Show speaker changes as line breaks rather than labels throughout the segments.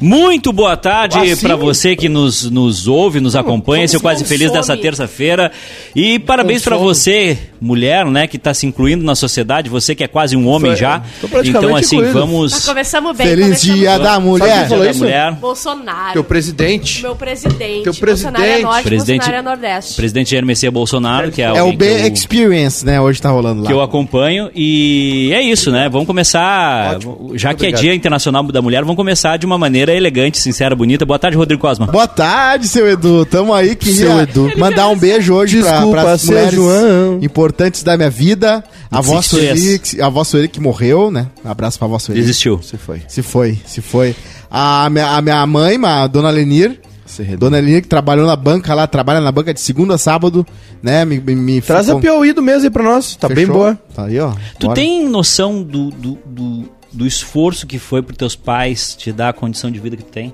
Muito boa tarde
Ah,
para você que nos, nos ouve,
Hum,
nos acompanha. Seu quase feliz dessa terça-feira. E parabéns para você, mulher, né, que tá se incluindo na sociedade, você que é quase um homem
Foi-
já.
tô praticamente
Então assim,
incluído.
Mas
vamos
Tá, começamos bem.
Feliz
começamos
dia
bem.
da mulher.
Sabe quem falou
da
isso?
mulher,
Bolsonaro.
Teu presidente.
Meu presidente.
Teu
Bolsonaro é
presidente.
norte,
Presidente-
Bolsonaro é nordeste.
presidente Jair Messias Bolsonaro, que é,
É o
alguém que eu-
B-Experience, né? Hoje tá rolando lá.
que eu acompanho e é isso, né? Vamos começar,
Ótimo.
já que é
Obrigado.
Dia Internacional da Mulher, vamos começar de uma maneira elegante, sincera, bonita. Boa tarde, Rodrigo Cosma.
Boa tarde, seu Edu. Tamo aí, queria
Seu Edu.
mandar um beijo hoje
Desculpa,
pra, pras
seu
mulheres
João.
importantes da minha vida. A
Existe
vossa Sueli, que- a vossa Sueli que morreu, né? abraço pra vossa Sueli.
Desistiu.
Você foi.
Se foi, se foi. A minha, a minha mãe, a dona Lenir.
Você redou.
Dona Lenir que trabalhou na banca lá, trabalha na banca de segunda a sábado, né? Me, me, me
Traz a
ficou-
Piauí do mês aí pra nós. Tá bem
Fechou?
boa.
Tá aí, ó.
Tu
Bora.
tem noção do, do, do, do esforço que foi pros teus pais te dar a condição de vida que tu tem?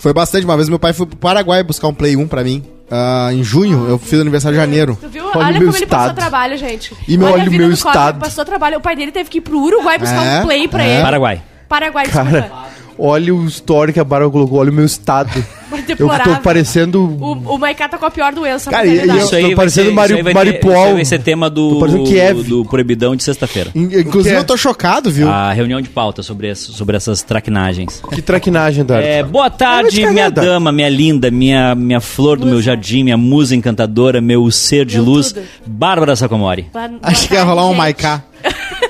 Foi bastante. Uma vez meu pai foi pro Paraguai buscar um Play 1 pra mim. Ah, em junho, eu fiz aniversário em janeiro.
Tu viu?
Olha
Olha,
o
como
meu
ele
estado.
passou trabalho, gente.
E meu-
Olha a
olha o
vida
meu
do Cosma,
estado.
ele Passou trabalho. O pai dele teve que ir pro Uruguai buscar
É,
um play pra
é.
ele.
Paraguai.
Paraguai, desculpa.
Cara, olha o story que a Bárbara colocou. Olha o meu estado.
Mas
Eu
deplorável.
tô parecendo...
O, o Maiká tá com a pior doença.
Cara,
maternidade.
e eu-
Isso aí,
Tá.
vai
tô parecendo
ser,
Mari-
isso aí vai ter,
Maripol.
isso aí vai ser tema
Tô
do,
parecendo Kiev.
do Proibidão de sexta-feira.
In- Inclusive,
O quê?
eu tô chocado, viu?
Ah.
A reunião de pauta sobre, ess- sobre essas traquinagens.
Que traquinagem, Dara.
É, boa
Mas
tarde,
cagada.
minha dama, minha linda, minha, minha flor do meu jardim, minha musa encantadora, meu ser de
Meu
luz,
tudo.
Bárbara Sacomori.
Boa- boa
Acho que ia
tarde,
rolar um
gente.
Maiká.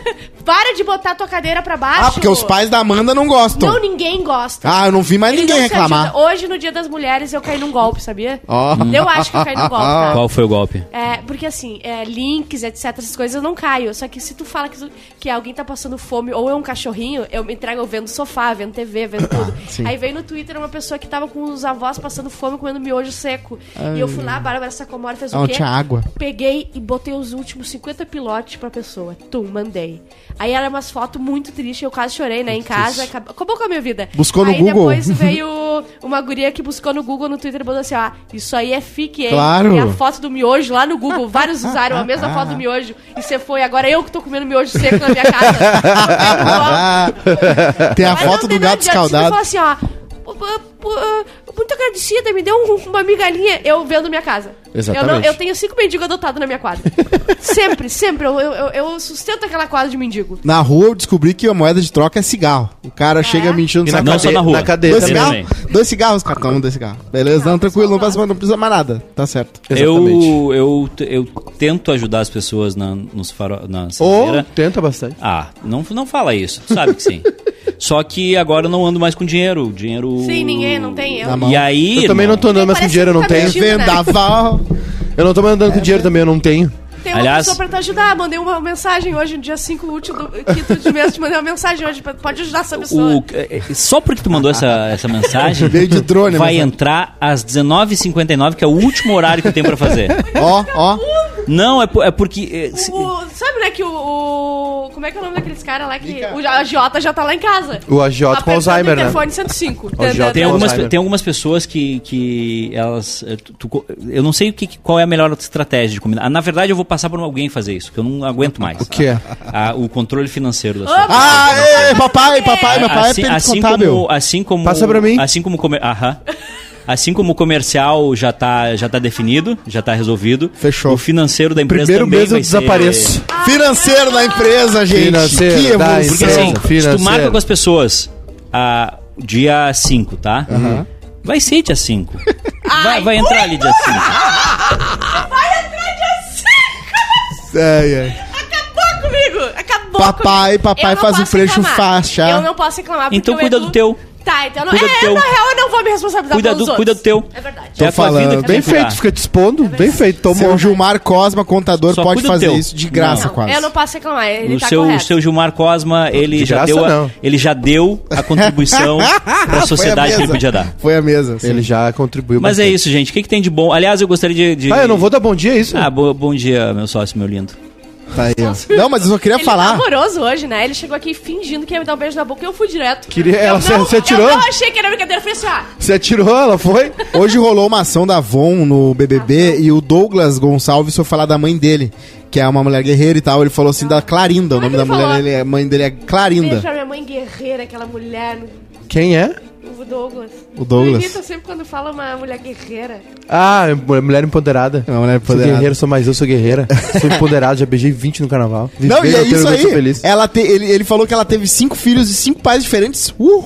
Para de botar tua cadeira pra baixo.
Ah, porque os pais da Amanda não gostam.
Não, ninguém gosta.
Ah, eu não vi mais
Ele
ninguém
não se
reclamar. Oh.
ajuda. Hoje, no Dia das Mulheres, eu caí num golpe, sabia?
Ó.
Eu acho que eu caí num golpe,
Ah.
tá?
Qual foi o golpe?
É, porque assim, é, links, etc, essas coisas eu não caio. Só que se tu fala que, tu- que alguém tá passando fome ou é um cachorrinho, eu me entrego vendo sofá, vendo TV, vendo tudo.
Sim.
Aí veio no Twitter uma pessoa que tava com os avós passando fome, comendo miojo seco. E eu fui lá, a Bárbara Sacomori fez
Não,
o quê?
tinha água.
Peguei e botei os últimos 50 pilotes pra pessoa. Tum, mandei. Aí era umas fotos muito tristes, eu quase chorei, né? Em casa, acabou, acabou com a minha vida.
Buscou no
Aí
Google.
depois veio uma guria que buscou no Google, no Twitter, e botou assim, ó, isso aí é fique, hein?
Claro.
E a foto do miojo lá no Google. Vários usaram a mesma foto do miojo. E você foi, agora eu que tô comendo miojo seco na minha É casa.
Tem a
Mas
foto
não
do
tem nada
gato
de antes,
escaldado.
Você fala assim, ó. "Pô, pô, pô, uh, Muito agradecida, me deu um- uma migalhinha, eu vendo minha casa.
Exatamente.
Eu, não- eu tenho cinco mendigos adotados na minha quadra. sempre, sempre. Eu, eu- eu- eu sustento aquela quadra de mendigo.
Na rua eu descobri que a moeda de troca é cigarro. O cara
Ah.
chega me enchendo
E
o
na
saco.
Não só
cadeia-
na rua.
na cadeia
Dois
também.
cigarros? Dois cigarros, cara. Toma dois cigarros. Beleza, não, tranquilo, não, passa- não precisa mais nada. Tá certo.
Exatamente.
Eu, eu, eu tento ajudar as pessoas na, nos faro, na
Ou
sexta-feira.
tenta bastante.
Ah, não, não fala isso. Tu sabe que sim. Só que agora eu não ando mais com dinheiro. o Dinheiro.
Sim, ninguém, é não tem eu.
Na mão.
E aí.
Eu também não tô andando mais com
Parece
dinheiro, eu não
que tá
tenho.
mentindo.
Vendaval.
Eu não tô mais
É,
andando com dinheiro também, eu não tenho.
Tem uma
Aliás-
pessoa pra te ajudar. Mandei uma mensagem hoje, no dia 5 útil do quinto de mês. Te mandei uma mensagem hoje. pra- Pode ajudar essa pessoa.
O, é, é, só porque tu mandou essa, essa mensagem,
Veio de drone,
né?
vai
mas-
entrar às 19h59, que é o último horário que eu tenho pra fazer.
Ó, ó.
Não, é, po- é porque. é, se-
O- sabe, né, que o, o- Como é que é o nome daqueles caras lá que. O agiota já tá lá em casa.
O agiota com
Apertando
Alzheimer,
o
né?
telefone 105.
agiota
Tem
com
algumas,
Alzheimer.
tem algumas pessoas que, que elas. é, tu- tu co- eu não sei o que, que- qual é a melhor estratégia de combinar. Ah, Na verdade, eu vou passar por alguém fazer isso, que eu não aguento mais. O
quê?
o controle financeiro da
Ah,
sua.
Ah, ei, papai, papai, meu pai
assim,
é perito
assim
contábil.
como, assim como.
Passa pra mim.
Assim como. Comer, aham. Assim como o comercial já tá, já tá definido, já tá resolvido.
Fechou.
O financeiro da empresa
Primeiro
também
mês eu
vai ser-
desapareço.
Financeiro da empresa, gente.
Financeiro
que
da
evolução.
Porque
empresa.
assim, se
financeiro.
tu marca com as pessoas ah, dia 5, tá? Vai ser dia 5. Vai, vai entrar ali dia 5.
Ai, ai.
Acabou comigo! Acabou
Papai,
comigo.
papai
Eu não
faz o
posso
preço
reclamar.
faixa.
Eu não posso reclamar porque
Então
o
cuida
Edu-
do teu.
Tá, então não.
Cuida
É,
do teu.
na real eu não vou me responsabilizar
Cuida
pelos
do,
Tá outros.
cuida do teu.
É verdade. É
É a tua
falando.
vida que
É
tem
Bem
que cuidar.
feito, fica te expondo. Bem feito, tomou.
é um
Seu Gilmar Cosma, contador,
Só
pode
cuida do
fazer
teu.
isso de graça,
Não,
Tá quase.
Eu não posso reclamar, ele
O
tá
seu, o
correto.
seu Gilmar Cosma, ele
De
já,
graça,
deu a,
não.
ele já deu a contribuição para a sociedade que ele podia dar.
Foi a mesa. sim.
Ele já contribuiu.
Mas é
bastante.
isso, gente. O que, que tem de bom? Aliás, eu gostaria de. de-
Ah, eu não vou dar bom dia, é isso?
Ah, bo- bom dia, meu sócio, meu lindo.
Tá aí, ó. Não, mas eu só queria
Ele
falar.
tá amoroso hoje, né? Ele chegou aqui fingindo que ia me dar um beijo na boca e eu fui direto.
Queria-
Eu
ela
não-
se- se atirou?
Eu não achei que era brincadeira. Eu falei assim, ah,
Você atirou, ela foi?
Hoje rolou uma ação da Avon no BBB e o Douglas Gonçalves foi falar da mãe dele, que é uma mulher guerreira e tal. Ele falou assim da Clarinda, o
Como é
nome
que
da
ele
mulher
falou?
dele, a mãe dele é
beijo
Clarinda.
pra minha mãe guerreira, aquela mulher.
Quem é?
Não vou Douglas.
O Douglas.
Me irrita sempre quando fala uma mulher guerreira.
Ah, é mu- mulher empoderada.
É uma mulher empoderada.
Sou guerreiro, sou mais eu, sou guerreira. sou empoderada, já beijei 20 no carnaval.
Não,
Viver
e é
eu tenho
isso
orgulho,
aí.
sou Feliz.
Ela te- ele, ele falou que ela teve cinco filhos de cinco pais diferentes. Uh!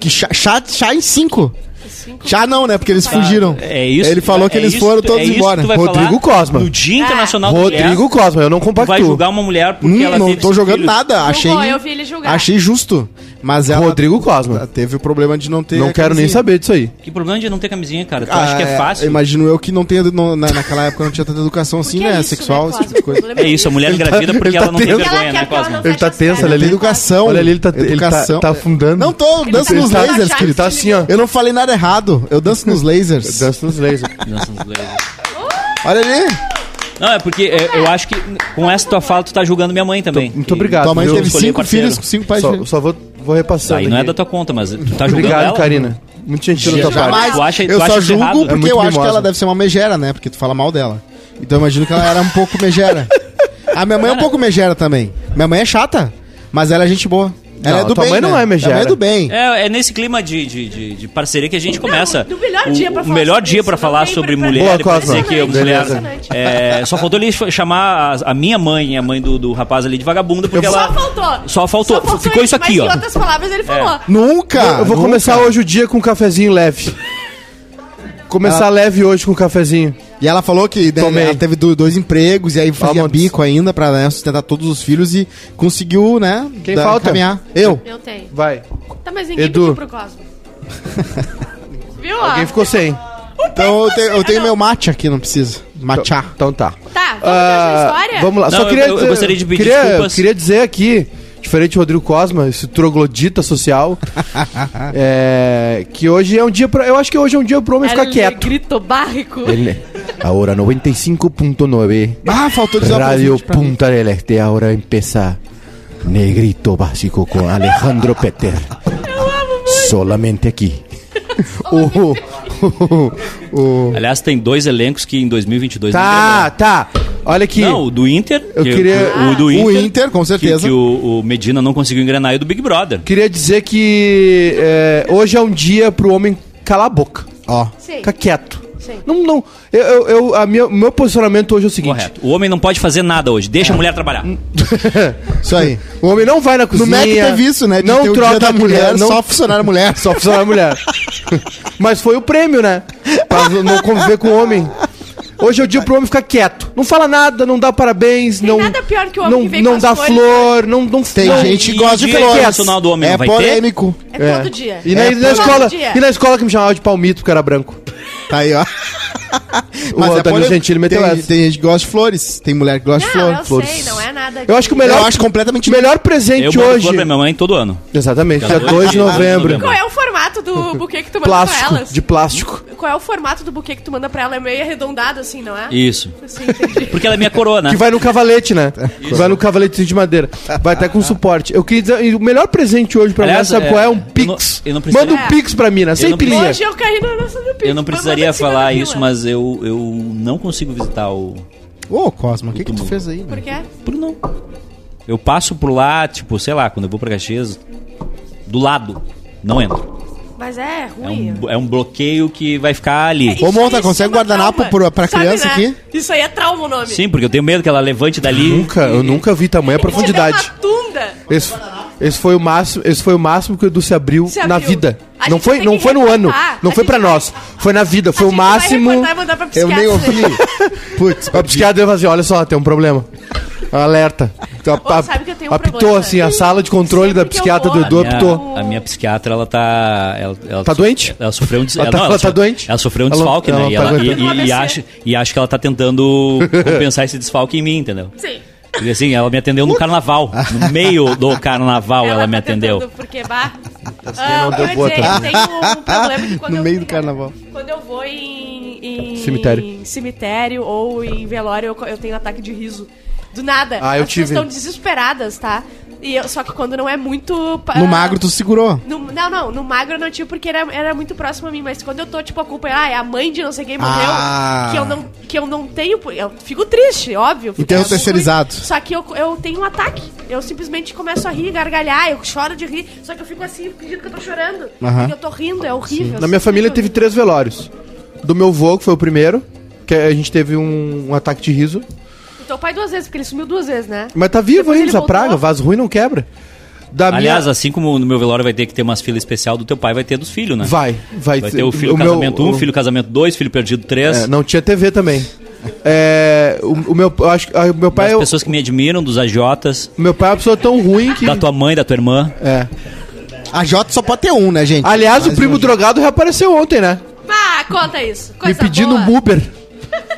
Que chá, chá, chá em cinco.
Cinco.
Chá não, né? Porque eles fugiram.
É isso.
Ele falou que
é
eles
isso-
foram
é
todos
isso que
embora.
tu vai falar
Rodrigo Cosma.
No
Ah.
Dia Internacional do Mulher,
Rodrigo Cosma, eu não
tu vai
compactuo.
julgar uma mulher porque
Hum,
ela
não
teve
tô
cinco
jogando
filhos.
nada. Achei,
Julgou, eu vi ele julgar.
achei justo. Mas ela
Rodrigo Cosma.
teve o problema de não ter.
Não quero nem
camisinha.
saber disso aí.
Que problema de não ter camisinha, cara? Tu
Ah,
acha que é fácil?
Imagino eu que não tenha. não- na- naquela época não tinha tanta educação assim,
Porque é
né?
isso,
Sexual,
né,
esse tipo de
Cosmo? O
coisa.
problema
É isso, a mulher é engravidada porque
tá
ela não tem
tenso.
vergonha,
Ela
né,
quer que ela
Cosma?
não-
Ele tá
Fecha as pernas.
tenso, olha ali.
Educação.
Olha ali, ele tá, ele
Educação.
tá, tá afundando.
Não tô, eu
tá
danço nos
tentando
lasers,
achar
querido.
Ele tá assim, ó.
Eu não falei nada errado. Eu danço nos lasers.
Dança nos lasers.
Nossa, os dois.
Olha ali.
Não, é porque é, eu acho que com essa tua fala tu tá julgando minha mãe também.
Muito
Que-
obrigado.
Tua mãe
viu?
teve
escolhi
cinco
parceiro.
filhos com cinco pais
Só,
diferentes.
só vou, vou repassando.
Aí não é
aqui.
da tua conta, mas tu tá julgando
Obrigado,
ela?
Karina. Muito gentil da
Gente,
tua parte.
jamais.
Mas
Tu acha- tu
eu
acha
só
isso errado?
julgo
É
porque
muito
eu acho que
mimosa.
ela deve ser uma megera, né? Porque tu fala mal dela. Então eu imagino que ela era um pouco megera. A minha mãe é um pouco megera também. Minha mãe é chata, mas ela é gente boa. Ela
Não,
é do
tua
bem,
mãe não
né?
é megera.
Ela é do bem.
É, é nesse clima de, de, de, de parceria que a gente começa.
do melhor
O-
dia pra
o
falar
melhor
sobre
dia
isso,
pra
não
falar
tem
sobre
pra-
mulher.
Boa,
depois
Cosma.
dizer que a mulher.
Beleza.
É, só faltou ele ch- chamar a, a minha mãe, a mãe do, do rapaz ali de vagabunda, porque
Só
ela.
faltou.
Só faltou. Ficou isso aqui,
mas
ó. É.
Em outras palavras, ele falou.
Nunca!
Eu vou
nunca.
começar hoje o dia com um cafezinho leve. Começar leve hoje com um cafezinho.
E ela falou que né,
Tomei.
ela teve do- dois empregos e aí fazia
Vamos.
bico ainda pra né, sustentar todos os filhos e conseguiu, né?
Quem falta?
Caminhar. Eu.
Eu tenho.
Vai.
Tá, mas ninguém
Edu.
pediu pro Cosmo. Viu? ó?
Alguém ficou sem.
Então eu tenho, eu tenho
Ah, não.
meu mate aqui, não precisa. Matcha.
Então tá.
Tá, vamos
Ah,
ah, história?
vamos lá.
Não,
Só
eu-
queria
eu- eu
dizer,
gostaria de pedir
queria,
desculpas.
queria dizer aqui, diferente do Rodrigo Cosma, esse troglodita social, é, que hoje é um dia pra. Eu acho que hoje é um dia pro homem ficar
Era um
quieto.
grito barrico.
Ele, a hora 95.9.
Ah, faltou dizer uma
Radio
coisa pra mim.
Punta del Este, ahora empieza Negrito Básico con Alejandro Peter. Solamente aquí. Uh,
O- o- o-
Aliás, tem dois elencos que em 2022
Tá, tá. Olha aqui.
Não, o do Inter.
Eu
que-
queria-
O, do
o
Inter.
Inter, com
que-
certeza.
Que, o, o Medina não conseguiu engrenar e o do Big Brother.
Queria dizer que é, hoje é um dia pro homem calar a boca.
Ó.
Sim.
Ficar quieto.
Sim.
Não, não. Eu, eu, eu- a minha, meu posicionamento hoje é o seguinte.
Correto. O homem não pode fazer nada hoje. Deixa a mulher trabalhar.
Isso aí.
O homem não vai na cozinha.
No Mac teve isso, né? De
não
ter o
troca
dia da mulher,
não
só funcionária mulher.
Só funcionária mulher. Mas foi o prêmio, né? Pra não conviver com o homem. Hoje é o dia pro homem ficar quieto. Não fala nada, não dá parabéns, não.
nada pior que o homem
não,
que vem
não
com as
dá
flores. né?
flor, não, não
Tem
não-
gente
e
que gosta
o
de
Dia
flores.
Internacional do Homem
é
não vai ter?
polêmico.
É, todo dia.
E na,
É,
e na
todo
escola,
dia.
e na escola que me chamava de palmito porque era branco.
Tá aí, ó. é
O Antônio
polêmico.
Gentili meteu
tem,
essa.
tem gente que gosta de flores. Tem mulher que gosta de
Não, eu
flores.
sei, não é nada.
Eu acho que o melhor,
Eu acho completamente...
melhor presente
Eu mando
hoje.
flor pra minha mãe todo ano.
Exatamente, dia
Cada
2 de
dois de
novembro.
novembro.
Qual é o formato do buquê que tu manda pra
Plástico,
elas?
de plástico.
Qual é o formato do buquê que tu manda pra ela? É meio arredondado, assim, não é?
Isso.
Assim, entendi.
Porque ela é minha coroa, né?
Que vai no cavalete, né? Vai no cavaletezinho de madeira. Vai até com suporte. Eu queria dizer, e o melhor presente hoje pra
Aliás,
nós, sabe
é,
qual é?
eu
Um
não-
Pix.
eu não precisaria-
Manda um Pix pra mina, sem
não preciso-
pilinha.
É. Hoje é eu caí na nossa do Pix.
Eu não precisaria
Mas assim, é manda em cima
falar
da
isso,
fila.
mas eu, eu não consigo visitar o.
Ô, Cosmo, o que que tu
bom.
fez aí? né?
Por quê?
Por não. Eu passo por lá, tipo, sei lá, quando eu vou pra Caxias, do lado. Não entro.
Mas é
É
ruim.
um, é um bloqueio que vai ficar ali.
Ô,
É Isso
Monta,
aí
consegue
chama
guardanapo
trauma.
pro- pra criança aqui?
Isso aí é trauma o nome.
Sim, porque eu tenho medo que ela levante dali.
Nunca, eu nunca vi tamanha
Se
profundidade.
der uma tunda.
Esse, esse foi o máximo, esse foi o máximo que o Edu se abriu,
Se abriu.
na vida.
A
Não
gente
foi,
tem
não
que
foi no ano,
recortar.
não
A
foi
gente
pra
vai-
nós. Foi na vida, foi
A
o
gente vai
máximo.
recortar e mandar pra
Eu nem
psiquiatra.
ouvi. Putz,
A psiquiatra ia falar assim, olha só, tem um problema. Alerta. Então,
Ô, sabe que eu tenho um
apitou
problema.
assim, a sala de controle
Sempre
da
que eu
psiquiatra do
vou,
A minha-
Edu
né?
apitou.
A minha psiquiatra, ela tá. Ela, ela
Tá
so-
doente?
Ela sofreu um des...
Ela tá-
não,
ela tá
so-
doente?
Ela sofreu um
Ela-
desfalque,
ela
né? E,
tá
ela, e,
aguentando.
e- e acha, e acha que ela tá tentando compensar esse desfalque em mim, entendeu?
Sim.
E assim, ela me atendeu no carnaval. No meio do carnaval ela, me
tá
atendeu.
tentando, Porque, bah.
não
ah,
Tá deu
eu ia
boa
dizer,
também.
tem um, um problema que quando
No
eu-
meio do carnaval.
Quando eu vou em, em-
Cemitério.
em cemitério ou em velório, eu, co- eu tenho ataque de riso. Do nada.
Ah, eu
As pessoas
tive.
estão desesperadas, tá? E eu- só que quando não é muito. pa-
No magro tu segurou.
No- não, não, no magro eu não tive porque era, era muito próximo a mim, mas quando eu tô, tipo, acompanhando, ah, é a mãe de não sei quem morreu,
Ah.
que, eu não, que eu não tenho. Eu fico triste, óbvio. fico
Enterro
muito triste.
Então é terceirizado.
Só que eu, eu tenho um ataque. Eu simplesmente começo a rir, gargalhar, eu choro de rir, só que eu fico assim, fingindo que eu tô chorando.
Aham.
Porque eu tô rindo, é horrível.
Na minha família teve três velórios. Do meu vô, que foi o primeiro, que a gente teve um, um ataque de riso.
O teu pai duas vezes, porque ele sumiu duas vezes, né?
Mas tá vivo
Depois ele
ainda essa
voltou.
praga, vaso ruim não quebra. Da
Aliás, assim como no meu velório vai ter que ter umas filas especial do teu pai, vai ter dos filhos, né?
Vai, vai.
Vai ter o filho casamento 1, um, filho casamento 2, filho perdido 3.
É, não tinha TV também. É, o, o meu, eu acho, que- ah, o meu
das
pai, é o-
pessoas que me admiram, dos agiotas,
o meu pai é uma pessoa tão ruim que
da tua mãe, da tua irmã.
é.
A Jota só pode ter um, né, gente?
Aliás, o
Mas
primo
hoje-
drogado reapareceu ontem, né?
Ah, conta isso.
Me
Coisa
pedindo
boa.
um Uber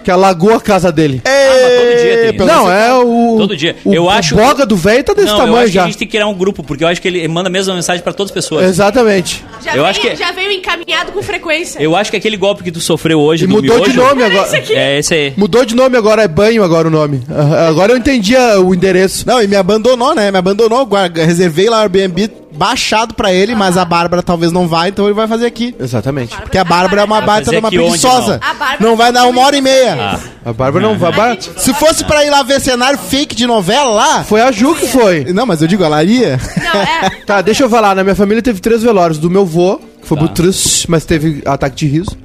que alagou a casa dele.
Ah, mas todo dia tem. isso.
não, é o
Todo dia.
o-
Eu
o
acho-
boga do velho tá desse
Não, eu
tamanho
acho que
já.
a gente tem que criar um grupo, porque eu acho que ele manda a mesma mensagem pra todas as pessoas.
Exatamente.
Já,
Eu
veio,
acho que- é-
já veio encaminhado com frequência.
Eu acho que aquele golpe que tu sofreu hoje
E
do
mudou
miojo...
de nome
Era
agora.
isso aqui.
É, esse aí.
Mudou de nome agora, é banho agora o nome. Ah, Agora eu entendi ah, o endereço.
Não, e me abandonou, né? Me abandonou. Guarda, reservei lá o Airbnb baixado pra ele, mas a Bárbara talvez não vai, então ele vai fazer aqui.
Exatamente.
Porque a Bárbara é uma baita
fazer
de uma
aqui onde,
preguiçosa.
não? A Bárbara tá
Não vai dar uma hora e
Ah.
meia.
A Bárbara
Uhum.
não vai.
A
Bar...
gente
Se fosse pra ir lá ver cenário fake de novela lá.
Foi a Ju que foi.
Não, mas eu digo, ela iria.
Não, é.
Tá, deixa eu falar. Na minha família teve três velórios. Do meu vô, que
Tá.
foi muito triste, mas teve ataque de riso.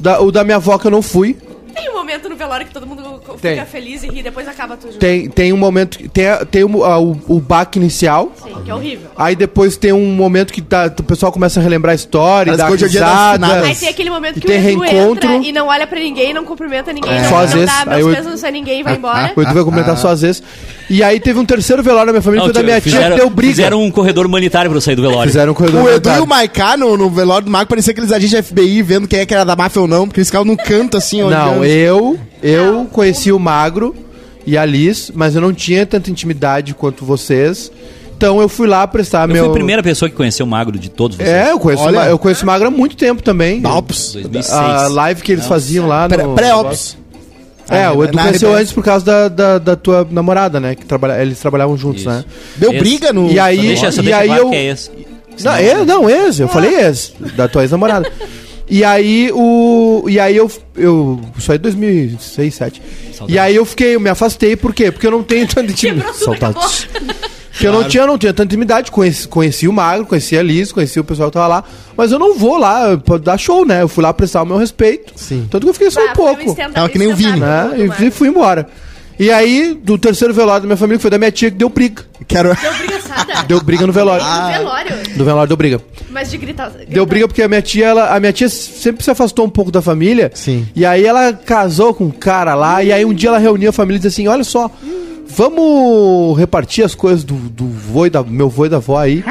Da- o da minha avó, que eu não fui.
Tem um momento no velório que todo mundo fica
Tem.
feliz e ri, depois acaba tudo junto.
Tem, tem um momento. que- Tem, a- tem um- ah, o, o baque inicial.
Sim, que é horrível.
Aí depois tem um momento que tá, o pessoal começa a relembrar a história,
Mas
dar
hoje é dia das
risada.
finadas.
Aí tem aquele momento
E
que
tem
o Edu
reencontro.
entra e não olha pra ninguém, não cumprimenta ninguém,
É.
não,
Só às
não
vezes,
dá
aí Ah,
meus
o-
pesos a ninguém e vai embora.
O Edu vai complementar
Ah.
só às vezes. E aí teve um terceiro velório na minha família,
Não,
foi da
tio,
minha tia, que deu briga.
Fizeram um corredor humanitário pra eu sair do velório.
Fizeram um corredor
O Edu e
humanitário.
o Maiká no, no velório do Marco parecia aqueles agentes da FBI vendo quem é que era da máfia ou não, porque eles ficavam num canto assim,
Não,
olhando.
eu, eu conheci o Magro e a Liz, mas eu não tinha tanta intimidade quanto vocês. Então eu fui lá prestar
Eu
meu.
fui a primeira pessoa que conheceu o Magro de todos vocês.
É, eu conheço,
Olha.
o Ma- eu conheço o Magro há muito tempo também.
Alps.
2006.
A live que eles faziam lá
Pré-
Tá no.
Pré-ops.
Ah,
É, o Edu
Na
conheceu
RBS.
antes por causa da, da, da tua namorada, né? Que trabalha, eles trabalhavam juntos,
Isso.
né?
Deu
Esse.
briga no.
E aí-
Só deixa, só
e
deixa
aí
claro
eu-
que é esse.
Não, ex, não, ex,
Ah.
eu falei ex, da tua ex-namorada. E aí o. E aí eu. eu isso aí é 2006, 2007. E aí eu fiquei, eu me afastei, por quê? Porque eu não tenho tanta
Quebrou
intimidade.
tudo, acabou.
Saudades. Porque eu não tinha, não tinha tanta intimidade. Conheci, conheci o Magro, conheci a Liz, conheci o pessoal que tava lá. Mas eu não vou lá pra dar show, né? Eu fui lá prestar o meu respeito.
Sim.
Tanto que eu fiquei só um
Bah, foi
pouco.
stand-up,
Tava que nem o
stand-up
Vini.
Né?
do
E
Marcos.
fui- fui embora. E aí, do terceiro velório da minha família, que foi da minha tia, que deu briga.
Quero...
Deu briga, sabe?
Deu briga no velório.
No velório,
Do velório deu briga.
mas de gritar.
Deu briga porque a minha tia, ela, a minha tia sempre se afastou um pouco da família.
Sim.
E aí ela casou com um cara lá, e aí um dia ela reuniu a família e disse assim: olha só, vamos repartir as coisas do, do vô e da, meu vô e da avó aí.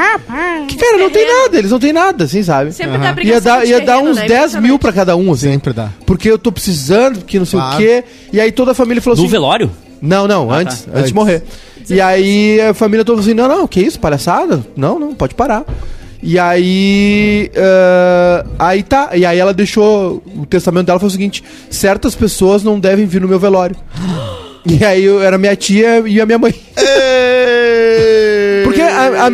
Que, cara, não tem nada, eles não tem nada, assim, sabe?
Sempre dá briga
Ia dar,
de
ia dar
terreno,
uns
né?
10 mil pra cada um, assim.
Sempre dá.
Porque eu tô precisando, porque não sei
Claro.
o quê. E aí toda a família falou
No
assim.
velório?
Não, não, antes, antes,
Antes.
de morrer. E aí a família toda assim, não, não, que isso, palhaçada? Não, não, pode parar. E aí. ah, aí tá. E aí ela deixou. O testamento dela foi o seguinte: certas pessoas não devem vir no meu velório. E aí eu, era minha tia e a minha mãe. Porque a- a- a-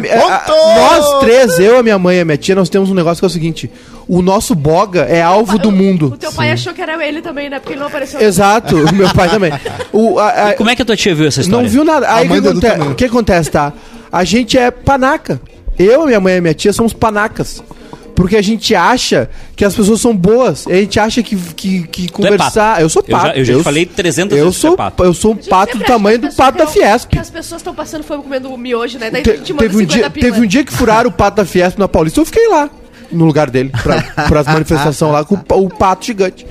a- nós três, eu, a minha mãe e a minha tia, nós temos um negócio que é o seguinte: o nosso boga é alvo do
O
mundo.
teu pai achou que era ele também, né? Porque ele não apareceu.
Exato, o meu pai também. O, a- a-
Como é que a tua tia viu essa história?
Não viu nada. Aí
A
o que,
mãe do Edu
aconte-
também.
o que acontece, tá? A gente é panaca. Eu, minha mãe e minha tia somos panacas. Porque a gente acha que as pessoas são boas. A gente acha que, que, que conversar.
é pato.
eu sou
Eu já-
pato.
eu já te falei 300
eu
vezes que
sou,
tu é pato.
Eu sou um
A gente
pato do
sempre acha
tamanho
que a
do
pessoa
pato da
tem um-
Fiesp.
Que as pessoas estão passando fome comendo miojo, né? Daí
Te-
a gente manda
teve, um
50
dia,
pila.
teve um dia que furaram o pato da Fiesp na Paulista. Eu fiquei lá, no lugar dele, pra, pras manifestações lá, com o pa- o pato gigante.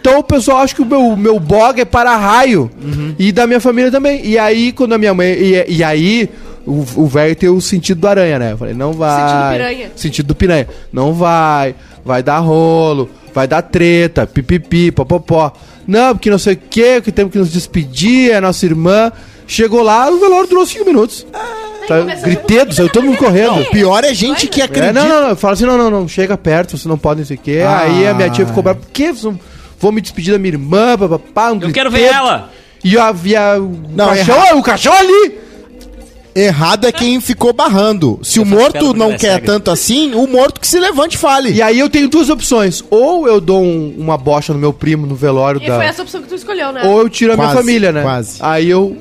Então o pessoal acha que o meu, o meu bog é para raio. E da minha família também. E aí, quando a minha mãe. E, e aí. O o velho tem o sentido do aranha, né? Eu falei, não vai.
Sentido piranha.
Sentido do piranha. Não vai. Vai dar rolo. Vai dar treta. Pipipi, popopó. Não, porque não sei o quê, que temos que nos despedir. É nossa irmã. Chegou lá, o velório durou cinco minutos. Tá,
começa,
gritedos, eu todo mundo correndo.
O pior é gente que acredita.
É, não, não, não. Fala assim, não, não, não. Chega perto, vocês não podem, não sei o quê.
Ah.
Aí a minha tia ficou brava. Por que? Vocês não- Vou me despedir da minha irmã, papapá. Um
Eu quero ver
griteto.
ela!
E a, e a- o,
Não,
caixão, é, o caixão ali!
Errado é quem ficou barrando. Se o
fico
morto
esperto
não
pela
quer
regra.
tanto assim, o morto que se levante e fale.
E aí eu tenho duas opções. Ou eu dou um- uma bocha no meu primo no velório
E
da.
foi assim essa opção que tu escolheu, né?
Ou eu tiro a minha
Quase,
família, né?
quase.
Aí eu.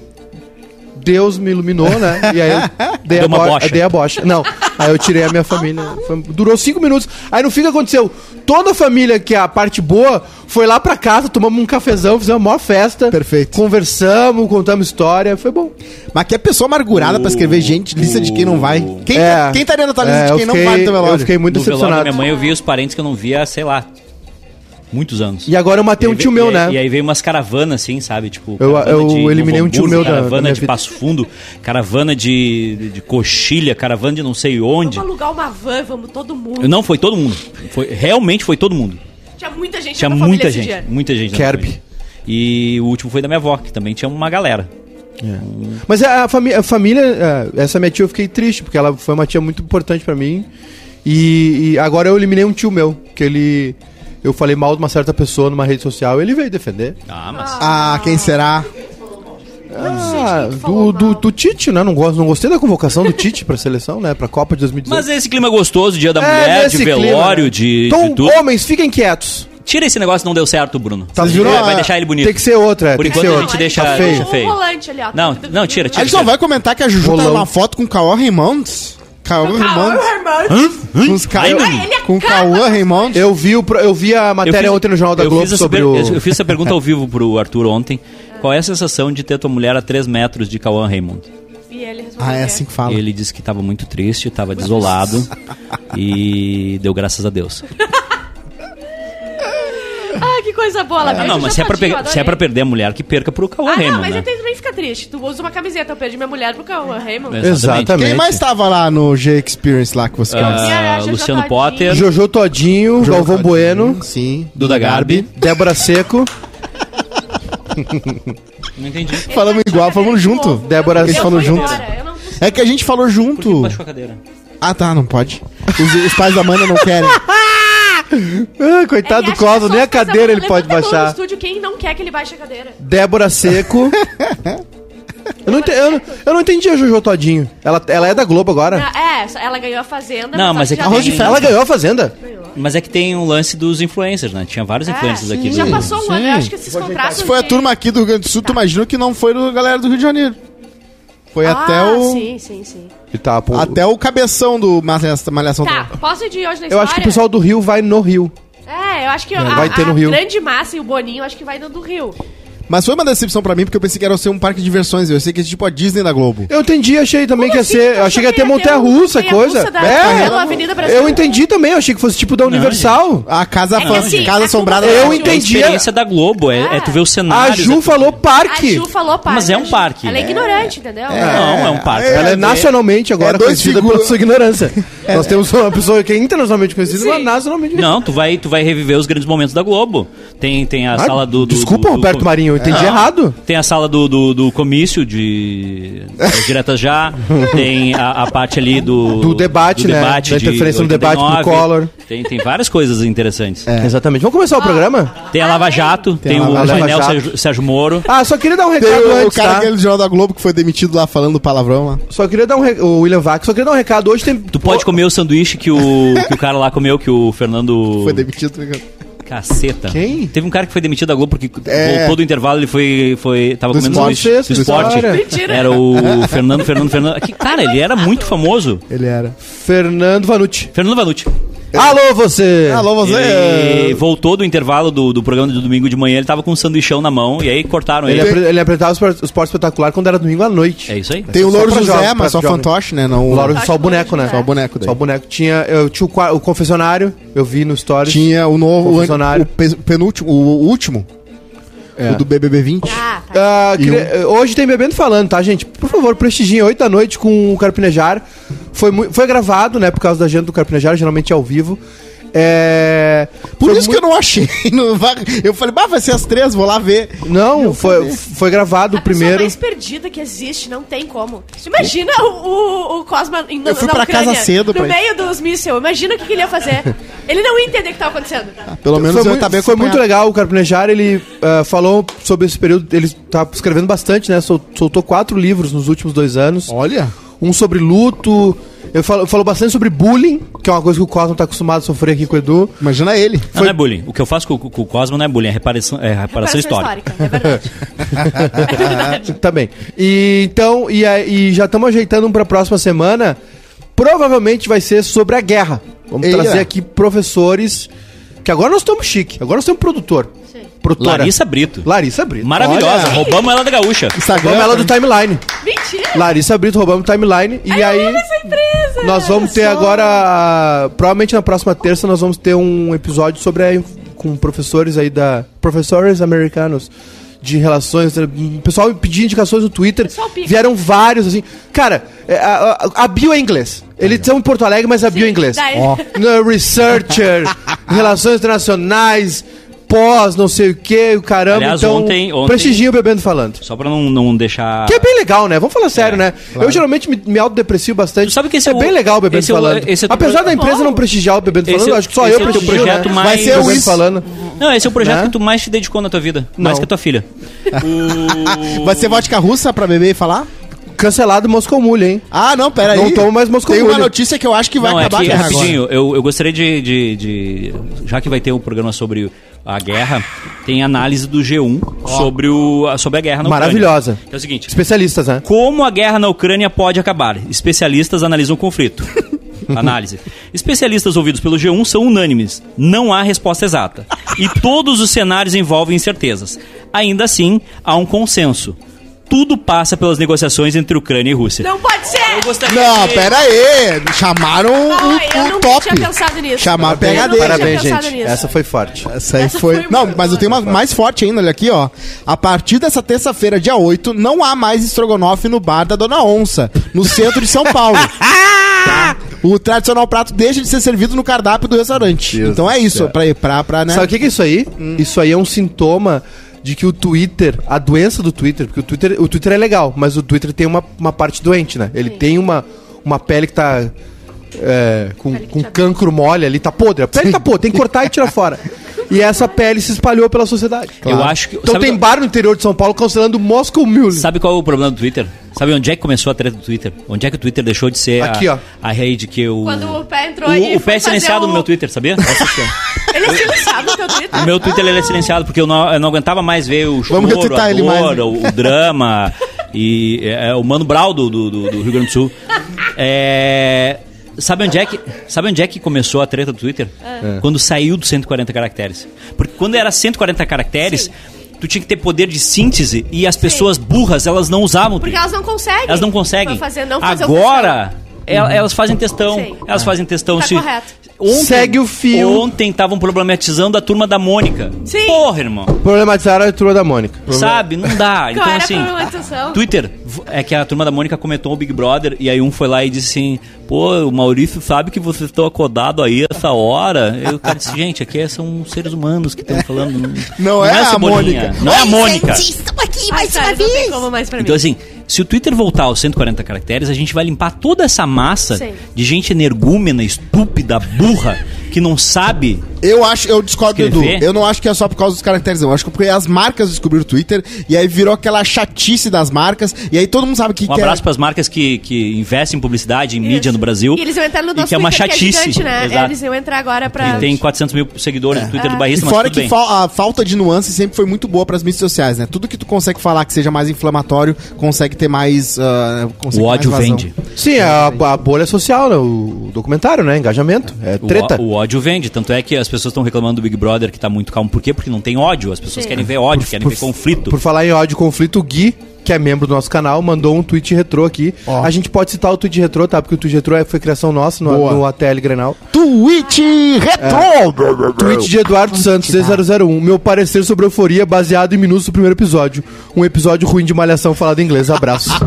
Deus me iluminou, né? E aí eu dei, a
Deu uma
bo-
bocha.
dei a bocha. Não. Aí eu tirei a minha família. Foi- durou cinco minutos. Aí no fim o que aconteceu? Toda a família, que é a parte boa, foi lá pra casa, tomamos um cafezão, fizemos a maior festa.
Perfeito.
Conversamos, contamos história. Foi bom.
Mas que é pessoa amargurada pra escrever gente, lista de quem não vai. Quem, tá-
É.
quem estaria na tua
É,
lista de
eu fiquei-
quem não vai no teu
Eu
velório?
fiquei muito
no velório da
decepcionado.
minha mãe eu via os parentes que eu não via, sei lá, muitos anos.
E agora eu matei um
E aí
tio
ve-
meu,
e é
né?
aí- E aí veio umas caravanas, assim, sabe? Tipo,
Eu-
caravana
eu
de Novo
eliminei um tio
Hamburgo,
meu da- da
Caravana
minha
de
vida.
Passo Fundo, caravana de, de, de coxilha, caravana de não sei onde.
Vamos alugar uma van, vamos todo mundo.
Não, foi todo mundo. Foi, realmente foi todo mundo.
Tinha muita gente
Tinha
na tua família
muita
esse
gente,
dia.
muita gente. na
Kerb.
família. E o último foi da minha avó, que também tinha uma galera.
Mas é, a, a fami- a família, eh, essa minha tia eu fiquei triste, porque ela foi uma tia muito importante pra mim. E, e agora eu eliminei um tio meu, que ele. Eu falei mal de uma certa pessoa numa rede social, ele veio defender.
Ah, mas...
Ah, quem será?
Ah,
que
do,
falou
do,
mal.
do Tite, né? Não, gosto, não gostei da convocação do Tite pra seleção, né? Pra Copa de 2018.
Mas esse clima gostoso, dia da
É,
mulher,
nesse
de
clima,
velório,
né?
de,
Então,
de tudo.
homens, fiquem quietos.
Tira esse negócio que não deu certo, Bruno.
Tá,
Vai-
virou-
Vai deixar ele bonito.
Tem que ser outra,
Por
tem que
enquanto
ser
a
outra.
gente deixa,
tá
deixa
feio.
Um
feio.
volante ali, ó.
Não, não, tira,
A
tira.
gente não vai comentar que a Juju tá
Rolão.
numa foto com o Cauã Raymonds? Cauã Raymonds? Com os Ca-
Ainda?
Com o Cauã Raymonds?
Eu vi, o pro- eu vi a
tá- Eu
matéria
fiz-
ontem no Jornal da
eu
Globo
fiz essa
sobre
per-
o.
Eu fiz essa pergunta ao vivo pro Arthur ontem. Qual é a sensação de ter tua mulher a 3 metros de Cauã Raymond?
E ele respondeu.
Ah, é
que
assim que fala.
Ele disse que tava muito triste, tava desolado e deu graças a Deus.
Ah, que coisa boa, ela
Ah, não, mas se é, pra pegar- se é pra perder a mulher, que perca pro Cauã
Ah, não,
Raymond,
mas
né?
eu tenho também fica triste. Tu usa uma camiseta, eu perdi minha mulher pro Cauã Raymond.
É.
Exatamente.
Quem mais tá- tava lá no G Experience lá que você conhece?
Ah,
Jojo
Luciano
Todinho.
Potter,
Jojo
Um
Todinho, Galvão
Todinho,
Bueno,
Sim.
Duda Garbi.
Débora Seco.
Não entendi.
Ele baixou
Falamos igual,
a cadeira
falamos
de
junto.
novo.
Débora,
Eu
eles
fui
falam junto.
embora, eu não consigo.
É que a gente falou
Uh.
junto.
Baixou a cadeira.
Ah, tá, não pode. Os, os pais da Amanda não querem.
Ah,
É
coitado do
que acho
Cosmo,
que
nem a
só as
cadeira
pessoas-
ele pode
Levanta a mão no
baixar.
estúdio quem não quer que ele baixe a cadeira.
Débora Seco. eu, não entendi, eu, não, eu não entendi a Jojo Todinho. Ela, ela é da Globo agora.
É, ela ganhou a Fazenda.
Não,
só
mas é
já
que
tem-
arroz de feira.
Ela ganhou a Fazenda.
Mas é que tem um lance dos influencers, né? Tinha vários influencers
É,
aqui.
Já
do-
passou um ano,
Sim.
eu acho que esses contratos.
Se foi a
de-
turma aqui do Rio Grande do Sul,
Tá.
tu imagina que não foi a galera do Rio de Janeiro. Foi
Ah,
até o.
Sim, sim, sim.
E tá, pô,
Até o cabeção do Malha- Malhação
Tá,
também.
posso ir de hoje na história?
eu acho que o pessoal do Rio vai no Rio.
É, eu acho que a,
vai ter no
a
Rio. Assim,
grande massa e o Boninho, eu acho que vai dando do Rio.
Mas foi uma decepção pra mim, porque eu pensei que era ser um parque de diversões. Eu sei que é tipo a Disney da Globo.
Eu entendi, achei também
Como
que ia
assim?
ser.
Tu achou
achei que ia
que
ter
ia ter
Montanha
um-
Russa,
montanha
coisa.
russa da-
é,
da Avenida Brasil.
eu entendi também, achei que fosse tipo da Universal.
A Casa
É que
Fan-
assim,
Casa
a
Assombrada.
Globo-
Eu
É a
entendi.
experiência da Globo, é, é tu ver o cenário.
a Ah, Ju falou
A
parque.
Ju falou parque.
Mas é um
A Ju-
parque.
Ela é ignorante, entendeu? Ah,
Não, é um parque.
Ela é nacionalmente agora
é dois
conhecida
figu-
pela sua ignorância. Nós temos uma pessoa que é internacionalmente conhecida, mas
Sim.
nacionalmente
Não, tu vai, tu vai reviver os grandes momentos da Globo. Tem, tem a
Ah,
sala do. do-
Desculpa,
do-
Roberto
do-
Marinho, eu entendi
É.
errado.
Tem a sala do, do, do comício de das diretas já, tem a, a parte ali do
Do debate, né? Da
de
interferência no debate do
89.
Collor.
Tem, tem várias coisas interessantes.
É.
Exatamente. Vamos
Ah.
começar o programa?
Tem a Lava Jato, tem,
a
o
Lava
painel
Jato.
Sérgio, Sérgio Moro.
Ah, só queria dar um
Tem
recado
o, o
antes,
cara
tá?
aquele do Jornal da Globo que é foi demitido lá falando palavrão lá.
Só queria dar um re- o William Vac, só queria dar um recado hoje tem
Tu pode comer o sanduíche que o, que o cara lá comeu, que o Fernando.
Foi demitido. tá
Caceta.
Quem?
Teve um cara que foi demitido da Globo porque
É.
voltou do intervalo, ele foi. foi tava
Do
comendo
esporte,
sanduíche
do
do esporte.
esporte.
Mentira.
Era o Fernando, Fernando, Fernando. Que, cara, ele era muito famoso.
Ele era.
Fernando Vanucci.
Fernando Vanucci.
Alô você.
Alô,
Ele
você.
voltou do intervalo do, do programa de domingo de manhã, ele tava com um sanduichão na mão e aí cortaram
Ele,
ele.
apre- ele apresentava o espor- o esporte espetacular quando era domingo à noite.
É isso aí.
Tem o
Tá Só
Louro
pra
José,
jovem, pra
mas só
jovem.
fantoche, né? Não,
O Lauro, só o
Fantástico
boneco, né?
José.
Só o boneco daí.
Só o boneco. Tinha, eu tinha o, qua- o confessionário, eu vi no stories.
Tinha o novo. O, an-
Confessionário.
o pe- penúltimo, o último.
É.
O do BBB 20.
Ah, tá.
Ah,
um-
queria- Hoje tem Bebendo Falando, tá, gente? Por favor, prestigiem, 8 da noite com o Carpinejar. Foi, mui- foi gravado, né, por causa da agenda do Carpinejar, geralmente é ao vivo. É...
Por
foi
isso que eu não achei. no va- Eu falei, bah, vai ser as três, vou lá ver.
Não,
Eu
foi,
falei.
foi gravado o
A
Ah, primeiro.
pessoa mais perdida que existe, não tem como. Imagina o, o, o Cosma em,
Eu fui pra casa cedo
no
pra ir.
meio dos mísseis. Imagina o que, que ele ia fazer. Ele não ia entender o que tava acontecendo.
Pelo menos
foi
eu
muito,
tá bem
foi muito
acompanhado.
legal o Carpinejar, ele ah, falou sobre esse período, ele tá escrevendo bastante, né? Sol- Soltou quatro livros nos últimos dois anos.
Olha.
Um sobre luto, eu falo, falou bastante sobre bullying, que é uma coisa que o Cosmo tá acostumado a sofrer aqui com o Edu.
Imagina ele.
Ah,
Não,
né?
não é bullying. O que eu faço com, com- com o Cosmo não é bullying, é reparação, é reparação histórica.
É verdade. é verdade.
Tá bem. E então, e, aí- e já estamos ajeitando um pra próxima semana. Provavelmente vai ser sobre a guerra. Vamos
Eia.
trazer aqui professores. Que agora nós estamos chique, agora nós temos produtor.
Sim.
Produtora.
Larissa Brito.
Larissa Brito.
Maravilhosa.
Olha.
Roubamos ela da gaúcha.
Instagram.
Vamos ela do timeline.
Mentira!
Larissa Brito roubamos timeline. E aí.
Olha essa empresa!
Nós vamos ter
é, Só-
agora. Provavelmente na próxima terça nós vamos ter um episódio sobre a, com professores aí da. Professores americanos de relações. O pessoal pediu indicações no Twitter.
Pessoal pica.
Vieram vários, assim. Cara, é, a, a- a bio é em inglês. Eles são em Porto Alegre, mas a bio é em inglês.
daí-
Ó. No Researcher, relações internacionais, pós, não sei o que, o caramba.
Aliás,
então,
ontem- ontem-
prestigia o bebendo falando.
Só pra não, não deixar.
Que é bem legal, né? Vamos falar sério, né? Eu geralmente me, me autodeprecio bastante.
Tu sabe que esse
é,
é o-
bem legal o Bebendo
esse é o-
Falando.
esse é o teu
Apesar da
projeto.
empresa não
Bom.
prestigiar o Bebendo
Esse
Falando,
é-
acho que só
esse
eu
é o teu
prestigio,
projeto
né?
mais-
Vai ser o
Bebendo
isso. Falando.
Não, esse é o projeto
Né?
que tu mais te dedicou na tua vida. Mais
Não.
que a tua filha. O-
Vai ser vodka russa pra beber e falar?
Cancelado Moscou Mulha, hein?
Ah, não, pera aí.
Não tomo mais né? Moscou
Tem uma
Mule.
notícia que eu acho que vai
não,
acabar
é que,
a guerra
rapidinho, eu, eu gostaria de, de- de- Já que vai ter um programa sobre a guerra, tem análise do G1 sobre, o, a- sobre a guerra na Ucrânia.
Maravilhosa.
É o seguinte:
Especialistas, né?
Como a guerra na Ucrânia pode acabar? Especialistas analisam o conflito. Análise. Especialistas ouvidos pelo G1 são unânimes. Não há resposta exata. E todos os cenários envolvem incertezas. Ainda assim, há um consenso. Tudo passa pelas negociações entre Ucrânia e Rússia.
Não pode ser!
Eu gostaria
Não,
de-
pera aí. Chamaram o
Ah, eu
o
não
top.
tinha pensado nisso. Eu
Chamaram
não
PHD.
tinha
Parabéns,
pensado
gente.
nisso.
Essa foi forte.
Essa aí
Essa
foi.
foi
Não,
muito
mas eu tenho uma mais forte ainda, olha aqui, ó. A partir dessa terça-feira, dia 8, não há mais estrogonofe no bar da Dona Onça, no centro de São Paulo. Tá? O tradicional prato deixa de ser servido no cardápio do restaurante.
Deus
então é
do
isso,
céu.
pra, pra, pra, né?
Sabe o que, que é isso aí?
Hum.
Isso aí é um sintoma de que o Twitter, a doença do Twitter, porque o Twitter, o Twitter é legal, mas o Twitter tem uma, uma parte doente, né? Ele tem uma, uma pele que tá é, com,
Pele que
com
tá
cancro mole ali, tá podre. A pele tá podre, tem que cortar e tirar fora. E essa pele se espalhou pela sociedade.
Claro. acho que-
Então
sabe
tem
que-
bar no interior de São Paulo cancelando Moscow Mule.
Sabe qual é o problema do Twitter? Sabe onde é que começou a treta do Twitter? Onde é que o Twitter deixou de ser
Aqui,
a,
ó.
a rede que eu.
Quando o pé entrou aí.
o, o pé é silenciado no meu Twitter, sabia? Essa que é.
Ele é silenciado no teu Twitter.
O meu Twitter ele é silenciado porque eu não, eu não aguentava mais ver o choro, a dor,
retweetar ele mais, né?
o, o drama e é, é, o Mano Brau do, do, do- do Rio Grande do Sul. É, sabe, onde é que, sabe onde é que começou a treta do Twitter?
Ah.
É.
Quando saiu dos 140 caracteres. Porque quando era 140 caracteres, tu tinha que ter poder de síntese e as pessoas burras, elas não usavam o
Porque
Twitter.
elas não conseguem.
Elas não conseguem.
Pra Fazer, não fazer o
Agora, el- elas fazem testão.
Sim.
Elas fazem testão.
Tá correto.
Segue o fio.
Ontem estavam problematizando a turma da Mônica.
Sim.
Porra, irmão.
Problematizaram a turma da Mônica.
Sabe? Não dá. Então,
Qual era a
assim.
problematização?
Twitter, v- é que a turma da Mônica comentou o Big Brother e aí um foi lá e disse assim: pô, o Maurício sabe que vocês estão acodados aí essa hora. Eu o cara disse: gente, aqui é, são seres humanos que estão falando. Não,
Não é a
Cebolinha,
Mônica.
Não é a Mônica.
Estou aqui
Ai,
mais
cara,
uma
não tem
vez.
como mais pra mim.
Então, assim, se o Twitter voltar aos 140 caracteres, a gente vai limpar toda essa massa
Sim.
de gente energúmena, estúpida, burra, que não sabe.
Eu acho, eu discordo, Edu.
Escrever?
Eu não acho que é só por causa dos caracteres, não. Eu acho que é porque as marcas descobriram o Twitter e aí virou aquela chatice das marcas. E aí todo mundo sabe o que, é
Um
é
que
abraço para as marcas que, que investem em publicidade, em mídia no Brasil.
E eles vão entrar no nosso
que é uma
Twitter,
chatice.
Que é gigante, né?
Exato.
Eles É. vão entrar agora pra...
E tem 400 mil seguidores no Twitter do
E
Barrista, mas
fora
tudo
que
bem.
fal- a falta de nuance sempre foi muito boa pras mídias sociais, né? Tudo que tu consegue falar que seja mais inflamatório, consegue ter mais. ah, consegue
O
ter
ódio
mais vazão.
vende.
Sim, a, a bolha social, né? o documentário, né? Engajamento. É
O
treta.
ó- O, ódio vende, tanto é que as pessoas estão reclamando do Big Brother que tá muito calmo. Por quê? Porque não tem ódio. As pessoas
Sim.
querem ver ódio, querem
por-
ver conflito.
Por falar em ódio e conflito, o Gui, que é membro do nosso canal, mandou um tweet retrô aqui.
Ó.
A gente pode citar o tweet retrô, tá? Porque o tweet retrô é- foi criação nossa no,
Boa.
no ATL Grenal.
Twitch Retro!
Tweet de Eduardo Santos, 6001. Meu parecer sobre euforia baseado em minutos do primeiro episódio. Um episódio ruim de malhação falado em inglês. Abraço.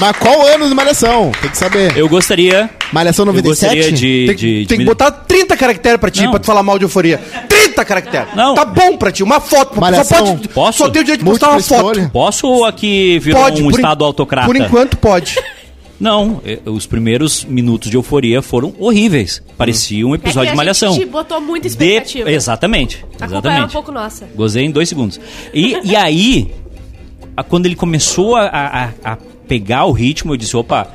Mas qual ano de Malhação? Tem que saber.
Eu gostaria.
Malhação
Eu
97?
gostaria de. de-
Tem,
de
tem
me-
que botar 30 caracteres pra ti,
Não.
pra tu falar mal de euforia. 30 caracteres!
Não.
Tá bom pra ti, uma foto.
Malhação.
Só, pode,
Posso?
só tem o direito de postar uma
Múltipla
foto.
escolha.
Posso aqui virar
Pode,
um
por en-
estado autocrata?
Por enquanto, pode.
Não, eh, os primeiros minutos de euforia foram horríveis. Parecia um episódio
É que a
de malhação.
gente botou
De-
muita expectativa.
Exatamente.
A culpa era um
exatamente.
pouco nossa.
Gozei em dois segundos. E, e aí, a- quando ele começou a, a- a pegar o ritmo, eu disse: opa,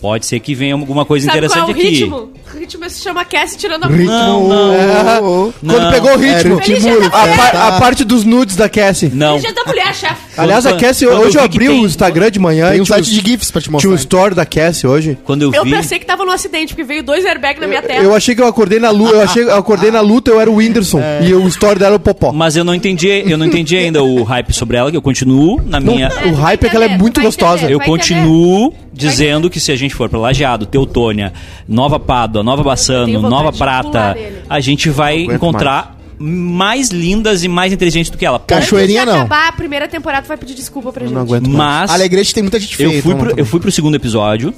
pode ser que venha alguma coisa
Sabe qual é
interessante
o
aqui.
ritmo? O ritmo se chama Cassie tirando a
Ritmo.
Não, não.
Oh, oh.
É. Quando pegou o ritmo.
Era o
Ele já
Timur,
A,
tá-
cara.
par- a parte dos nudes da Cassie.
Não. Ah,
Dia da mulher, chefe.
Aliás, a
Quando-
Cassie,
quando
hoje eu
vi que
abri
tem-
o Instagram de manhã
Tem
e
um
tinha
site de GIFs pra te mostrar.
tinha o story da Cassie hoje.
Quando eu,
Eu
vi.
pensei que tava num acidente, porque veio dois airbags na minha tela.
Eu achei que eu acordei na luta, eu achei eu acordei na luta, eu era o Whindersson. E o story dela era o Popó.
É. Mas eu não entendi, eu não entendi ainda o hype sobre ela, que eu continuo na minha.
o hype é que ela é muito gostosa.
Eu continuo
é
dizendo que se a gente for pra Lajeado, Teutônia, Nova Pádua, Nova
tenho
Bassano,
vontade
Nova
de pular
Prata,
nele.
a gente vai
aguento
encontrar mais. lindas e mais inteligentes do que ela. Ponto.
Cachoeira. Cachoeirinha,
Antes de
não.
acabar a primeira temporada, tu vai pedir desculpa pra gente.
Não aguento mais.
Mas
Alegrete tem muita gente feia.
eu fui,
né,
então,
pro, eu
também.
fui pro segundo episódio,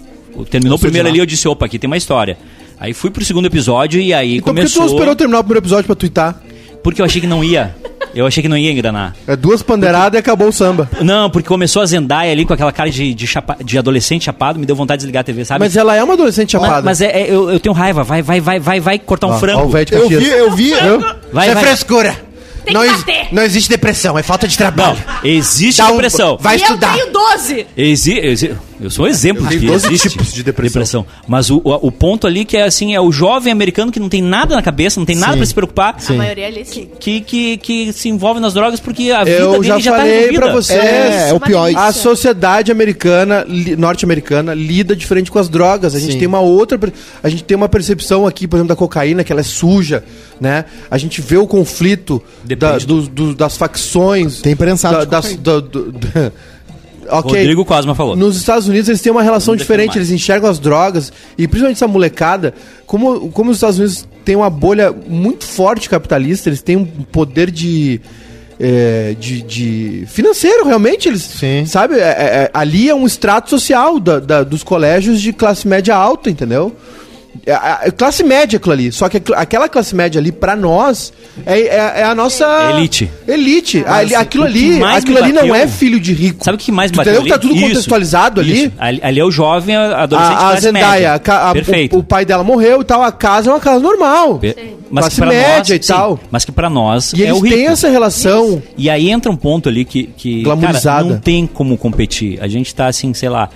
terminou o
sou de
primeiro
lá.
ali, eu disse, opa, aqui tem uma história. Aí fui pro segundo episódio e aí
Então por que tu
começou...
não esperou terminar o primeiro episódio pra twittar?
Porque eu achei que não ia. Eu achei que não ia engrenar.
É duas pandeiradas e acabou o samba.
Não, porque começou a Zendaya ali com aquela cara de, de, chapa- de adolescente chapado, me deu vontade de desligar a TV, sabe?
Mas ela é uma adolescente chapada.
Mas, mas é, é- eu, eu tenho raiva. Vai, vai, vai, vai, vai cortar um
Ó,
frango.
ó o velho de
Eu
Caxias.
vi, eu vi.
Viu?
Vai,
Isso é
vai.
frescura.
que
não, ex-
bater.
não existe depressão, é falta de
Não,
trabalho.
existe
Dá um-
depressão.
vai
e
estudar.
eu tenho 12!
Exi- exi- eu sou um exemplo de
tenho
que
12
existe
tipos de depressão.
Mas o, o, o ponto ali que é assim, é o jovem americano que não tem nada na cabeça, não tem nada
Sim.
pra se preocupar,
A
Sim.
maioria é ali, sim.
que, que, que se envolve nas drogas porque a vida
Eu
dele
já
já tá
falei
resolvida.
pra vocês.
É, é o
Mas
pior.
isso.
A sociedade americana, li- norte-americana, lida diferente com as drogas. A gente
Sim.
tem uma outra. per- A gente tem uma percepção aqui, por exemplo, da cocaína, que ela é suja, né? A gente vê o conflito
Depende
da- dos- dos- das facções.
Tem
da-
prensado de
das, da, do- da- Ok.
Rodrigo Cosma falou.
Nos Estados Unidos eles têm uma relação
Vamos
diferente,
defumar.
eles enxergam as drogas e principalmente essa molecada, como, como os Estados Unidos tem uma bolha muito forte capitalista, eles têm um poder de. é, de, de financeiro, realmente, eles.
Sim.
Sabe? É, é, é, ali é um extrato social da- da- dos colégios de classe média alta, entendeu? É, a- é classe média aquilo ali. Só que aqu- aquela classe média ali, pra nós, é, é- é a nossa.
Elite.
Elite. A-
assim,
aquilo
o que
ali,
mais me
aquilo ali não
bateu-
é filho de rico.
Sabe o que mais
Tu
bateu
entendeu que tá
ali?
tudo
Isso,
contextualizado ali?
isso. ali? ali é o jovem a- adolescente
A, a
classe
Zendaya,
média.
a ca- a-
Perfeito.
o, o pai dela morreu e tal, a casa é uma casa normal.
Pe-
Classe
pra
média e
sim,
tal.
mas que pra nós
E
é o
eles
rico.
têm essa relação.
E aí entra um ponto ali que, que cara,
Glamorizada.
não tem como competir. A gente tá assim, sei lá,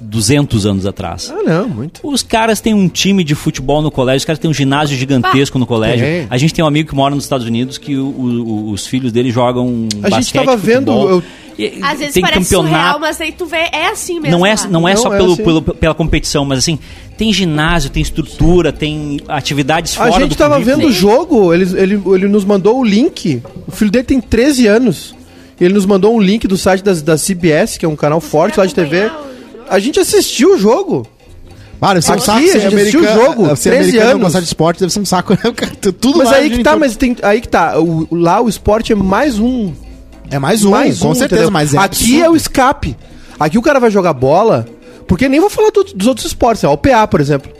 200 anos atrás.
Ah, não, muito.
Os caras têm um time de futebol no colégio, os caras têm um ginásio gigantesco no colégio.
Tem.
A gente tem um amigo que mora nos Estados Unidos que o- o- os filhos dele jogam
A gente
basquete,
tava vendo,
futebol.
eu-
E-
Às vezes
tem
parece surreal,
campeonato.
mas aí tu vê, é assim mesmo.
Não é,
lá.
não é
Não,
só
é
pelo,
assim.
pelo- pela competição, mas assim, tem ginásio, tem estrutura, tem atividades
A
fora
gente
do
tava
currículo.
vendo o jogo, ele, ele, ele nos mandou o link. O filho dele tem 13 anos. Ele nos mandou um link do site das- da CBS, que é um canal forte lá de TV. A gente assistiu o jogo.
Mano, isso é um
Aqui,
saco.
a
Ser
gente assistiu o
americano,
jogo,
ser
13
americano e não
anos.
gostar de esporte deve ser um saco. né? Tudo
Mas
lá
aí
de
que tá,
uniforme.
mas tem, aí que tá. O- lá o esporte é mais um
É mais um,
mais
com
um,
certeza.
entendeu?
Mas é
Aqui é o escape. Aqui o cara vai jogar bola, porque nem vou falar do- dos outros esportes, né? o PA, por exemplo.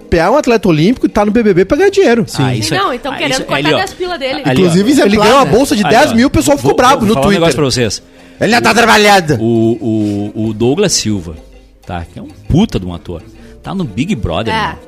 O PA é um atleta olímpico e tá no BBB pra ganhar dinheiro.
Ah, isso
Sim,
é-
não, então
ah,
querendo
isso-
cortar
ali, ó.
das pilas dele.
Ali, ó.
Inclusive,
Ele ganhou uma bolsa de
Aí,
10
ó.
mil, o pessoal ficou
Vou-
bravo
vou
no
falar um negócio pra
Twitter.
vocês.
Ele já tá trabalhado.
O, o, o Douglas Silva, tá? Que é um puta de um ator. Tá no Big Brother,
É.
mano.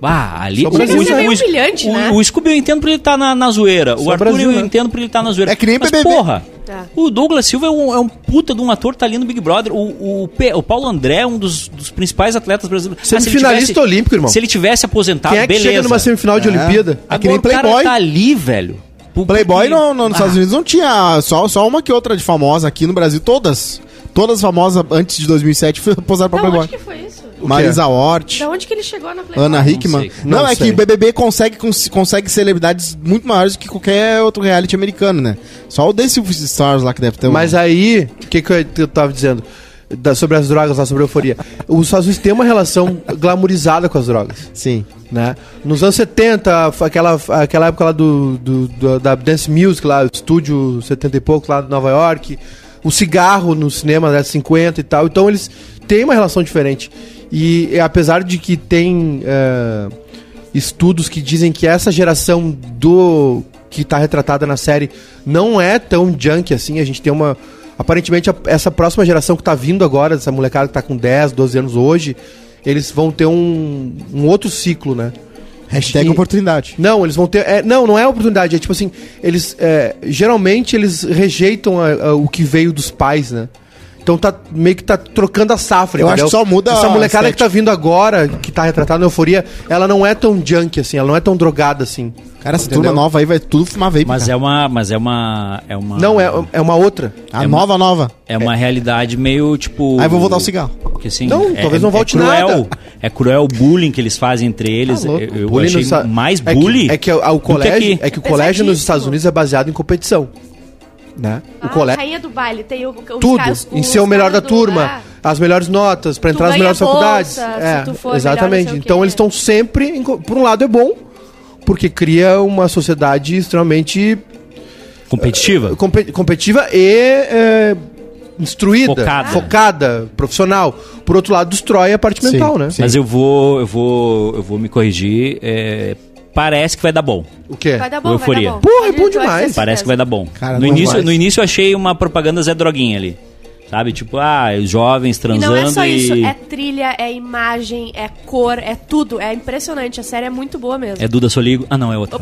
Ah, ali
Só Brasil, né?
Meio humilhante,
o,
né?
o Scooby eu entendo por ele estar na, na zoeira. o
Só
Arthur
Brasil,
eu
né?
entendo por ele estar na zoeira.
É que nem
Mas,
BBB.
porra,
Tá.
o Douglas Silva é um, é um puta de um ator, tá ali no Big Brother. O, o, Pe- o Paulo André é um dos, dos principais atletas brasileiros. Ah, ele
Semifinalista
tivesse-
olímpico, irmão.
Se ele tivesse aposentado,
Quem é que
beleza.
chega numa semifinal de Olimpíada?
É que nem
Agora o cara
Playboy.
tá ali, velho. Pro- porque-
Playboy não, não- nos
Ah,
Estados Unidos não tinha só, só uma que outra de famosa aqui no Brasil, todas. Todas famosas antes de 2007 foi- posaram pra
Da Então, onde
Playboy.
que foi isso?
Marisa Hort,
Da onde que ele chegou na Playboy?
Ana Hickman.
sei.
Não,
Não
é
sei.
que o BBB consegue, cons- consegue celebridades muito maiores do que qualquer outro reality americano, né? Só o The Silver Stars lá que deve ter um.
Mas é aí, o que, que eu- que eu tava dizendo? Da- sobre as drogas lá, sobre a euforia. Os Estados Unidos têm uma relação glamourizada com as drogas.
Sim.
né? Nos anos 70, f- aquela, aquela época lá do, do- do- da Dance Music, lá, estúdio 70 e pouco, lá de Nova York. o cigarro no cinema era 50 e tal. Então eles têm uma relação diferente. E eh, apesar de que tem eh, estudos que dizem que essa geração do que está retratada na série não é tão junk assim, a gente tem uma aparentemente a- essa próxima geração que tá vindo agora, essa molecada que tá com 10, 12 anos hoje, eles vão ter um, um outro ciclo, né?
Hashtag
E-
oportunidade.
Não, eles vão ter. é, não, não é oportunidade. É tipo assim, eles. é, geralmente eles rejeitam a- a- o que veio dos pais, né? Então tá meio que tá trocando a safra.
Eu acho que só muda
Essa
a
molecada que
estética.
tá vindo agora, que tá retratada na euforia, ela não é tão junk assim, ela não é tão drogada assim.
Cara, essa
Entendeu?
turma nova aí vai tudo fumar vape.
Mas
cara.
é uma. Mas é uma. É uma.
Não, é, é uma outra.
A
é
nova, nova.
É uma realidade meio tipo.
Ah,
Aí eu vou voltar o cigarro.
Que, assim,
Não,
é-
talvez não
é
volte
cruel,
nada.
É cruel o bullying que eles fazem entre eles.
Tá louco.
eu eu
Bullying
achei
nos Estados-
mais
é que-
bullying.
É que, a- o
do
colégio,
aqui.
é que o colégio nos Estados Unidos é baseado em competição. Né?
Ah,
o colégio.
rainha do baile, tem o, os
Tudo.
caras-
em
os
ser o melhor da
caras do-
turma,
ah,
as melhores notas, pra
Tu
entrar nas
ganha
melhores
bolsa,
faculdades.
se
É,
tu for melhor,
exatamente.
não sei o quê.
então eles estão sempre. em co- Por um lado é bom, porque cria uma sociedade extremamente
Competitiva.
compe- competitiva e. é, instruída,
Focada.
focada, profissional. Por outro lado, destrói a parte mental, né?
Mas eu vou, eu vou, eu vou me corrigir. é, parece que vai dar bom.
O quê?
Vai dar bom,
Euforia.
vai dar bom.
Porra, é bom
Pode- pode
demais.
ser
Parece que vai dar bom.
Cara,
no,
não
início,
vai.
no início eu achei uma propaganda Zé Droguinha ali. Sabe? Tipo, ah, os jovens
E não
transando e.
é só isso, é trilha, é imagem, é cor, é tudo. É impressionante, a série é muito boa mesmo.
É Duda Soligo. Ah, não, é outra.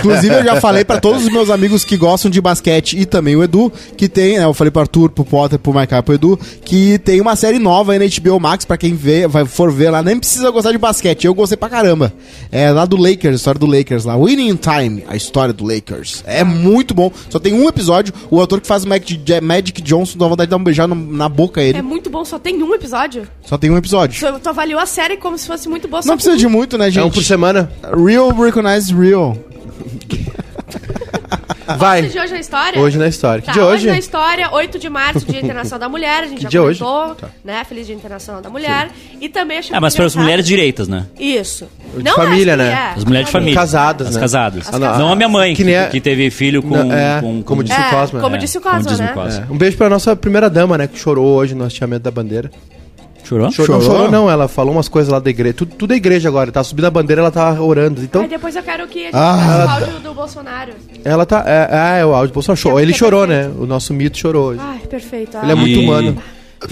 Inclusive, eu já falei pra todos os meus amigos que gostam de basquete e também o Edu, que tem, né, eu falei pro Arthur, pro Potter, pro Maikai, pro Edu, que tem uma série nova aí na HBO Max, pra quem vê, vai, for ver lá, nem precisa gostar de basquete, eu gostei pra caramba. É lá do Lakers, a história do Lakers lá, Winning Time, a história do Lakers. É muito bom, só tem um episódio, o ator que faz o Magic, J- Magic Johnson dá vontade de dar um beijão no- na boca a ele,
É muito bom, só tem um episódio.
só tem um episódio.
Tu, tu avaliou a série como se fosse muito boa, só
Não precisa de muito, né,
É um por
gente?
semana.
Real recognize real.
Ah,
Vai.
de hoje na história?
Hoje na história. Que
Tá,
dia hoje?
na história, 8 de março, Dia Internacional da Mulher, a gente
Que
já
dia hoje? Tá.
comentou, né? Feliz Dia Internacional da Mulher. E também achei
Ah, mas
muito
para as
engraçado-
mulheres direitas, né?
Isso.
De família, né?
é.
As mulheres de família.
Casadas,
As
né?
casadas.
As casadas.
Não a minha mãe,
Que
que,
nem a-
que teve filho com.
Não, é,
com- com-
como disse o
É,
Cosma.
como
é,
disse o Cosma,
como diz no
né?
Cosma.
É, Um beijo pra nossa primeira dama, né? Que chorou hoje no hasteamento da bandeira.
Chorou?
Chorou? Não
Chorou?
chorou, não. Ela falou umas coisas lá da igreja. Tudo, tudo é igreja agora. Tá subindo a bandeira, ela tá orando. Então,
Aí depois eu quero que a gente
Ah.
faça o áudio do Bolsonaro.
ela tá. É, ah, é o áudio do Bolsonaro. Chorou.
É,
Ele
porque
chorou,
é
né? O nosso mito chorou hoje.
Ai, perfeito.
Ele é
Ah,
muito
E
humano.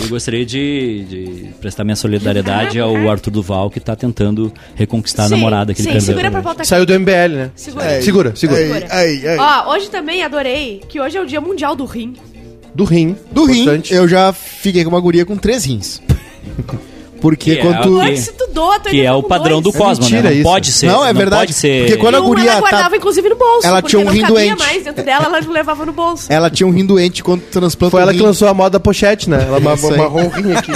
Eu gostaria de, de prestar minha solidariedade ao Arthur Duval, que tá tentando reconquistar a
É. sim,
namorada que ele
Sim,
perdeu.
segura pra pauta tá aqui.
Saiu do MBL, né?
Segura.
É, segura, segura.
Segura.
Ei, ei, ei.
Ó, hoje também adorei que hoje é o Dia Mundial do Rim.
Do rim.
Do rim,
Importante.
eu já fiquei com uma guria com três rins. Porque
Que é
quando.
o
tu-
quê?
Claro que se tu doa,
Que
tu
é
ainda tá
o
com
padrão do
dois.
Cosma, né?
mentira
Não
isso.
pode ser.
Não, é verdade,
Pode ser.
porque quando a
Um
guria
ela
tá-
guardava, inclusive, no bolso.
Ela
porque
tinha um
não
rim
cabia
doente.
mais dentro dela, ela levava no bolso.
Ela tinha um rim doente quando transplanta
Foi
o
ela
rim.
que lançou a moda pochete, né? Ela
Isso aí.
marrom o rim aqui.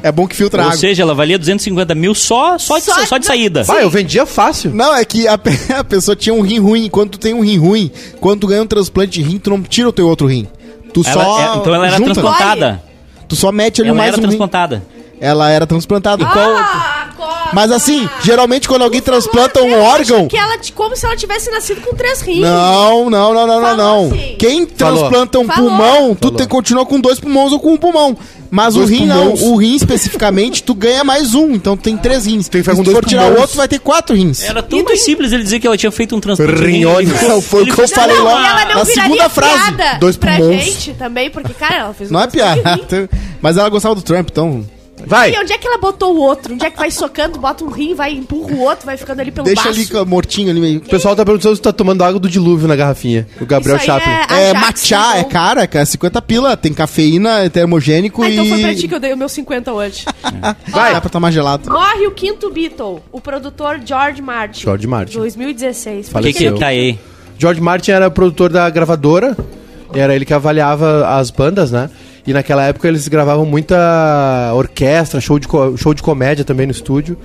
é bom que filtra
Ou
água.
seja, ela valia 250 mil só, só, de,
Só-
só de saída.
Vai, eu vendia fácil.
Não, é que a, pe- a pessoa tinha um rim ruim. Quando tu tem um rim ruim, quando tu ganha um transplante de rim, tu não tira o teu outro rim. Tu
Ela-
só.
é- então ela era
junta.
transplantada.
Tu só mete ali
Ela
mais
era
um rim.
transplantada.
Ela era transplantada.
Ah, Cosma!
É, Mas assim, geralmente quando alguém
Por favor,
transplanta um
eu acho
órgão.
Que ela, te- como se ela tivesse nascido com três rins.
Não, não, não, não,
Falou
não, não.
assim.
Quem
Falou.
transplanta um
Falou.
pulmão, tu
Falou.
te, continua com dois pulmões ou com um pulmão. Mas
Dois
o rim
pulmões.
não. O rim especificamente, tu ganha mais um. Então tu tem três rins.
que ficar
Se
com
tu
dois
for tirar o
pulmões.
outro, vai ter quatro rins.
Era tão mais simples ele dizer que ela tinha feito um transplante.
Rinhone.
Ele ficou-
Foi o
ele
que eu
ficou-
falei
Não,
lá.
e ela não
na
viraria
segunda frase,
piada
dois
pra
pulmões.
gente também, porque, cara, ela fez um
Não é
transplante de rim.
piada. Mas ela gostava do Trump, então.
Vai.
E onde é que ela botou o outro? Onde é que vai socando, bota um rim, vai, empurra o outro, vai ficando ali pelo
Deixa
baço.
ali com- mortinho ali meio.
O pessoal tá perguntando se tá tomando água do dilúvio na garrafinha. O Gabriel
Isso aí
Chaplin.
é-
É,
Ajax,
matcha, é
então.
cara, cara, 50 pila, tem cafeína, é termogênico
Ah,
e.
então foi pra ti que eu dei o meu 50 hoje.
Vai, dá pra tomar gelado.
Morre o quinto Beatle, o produtor George Martin.
George Martin.
2016.
O que
Faleceu.
Porque
que
ele-
tá aí?
George Martin era produtor da gravadora, era ele que avaliava as bandas, né? E naquela época eles gravavam muita orquestra, show de, co- show de comédia também no estúdio.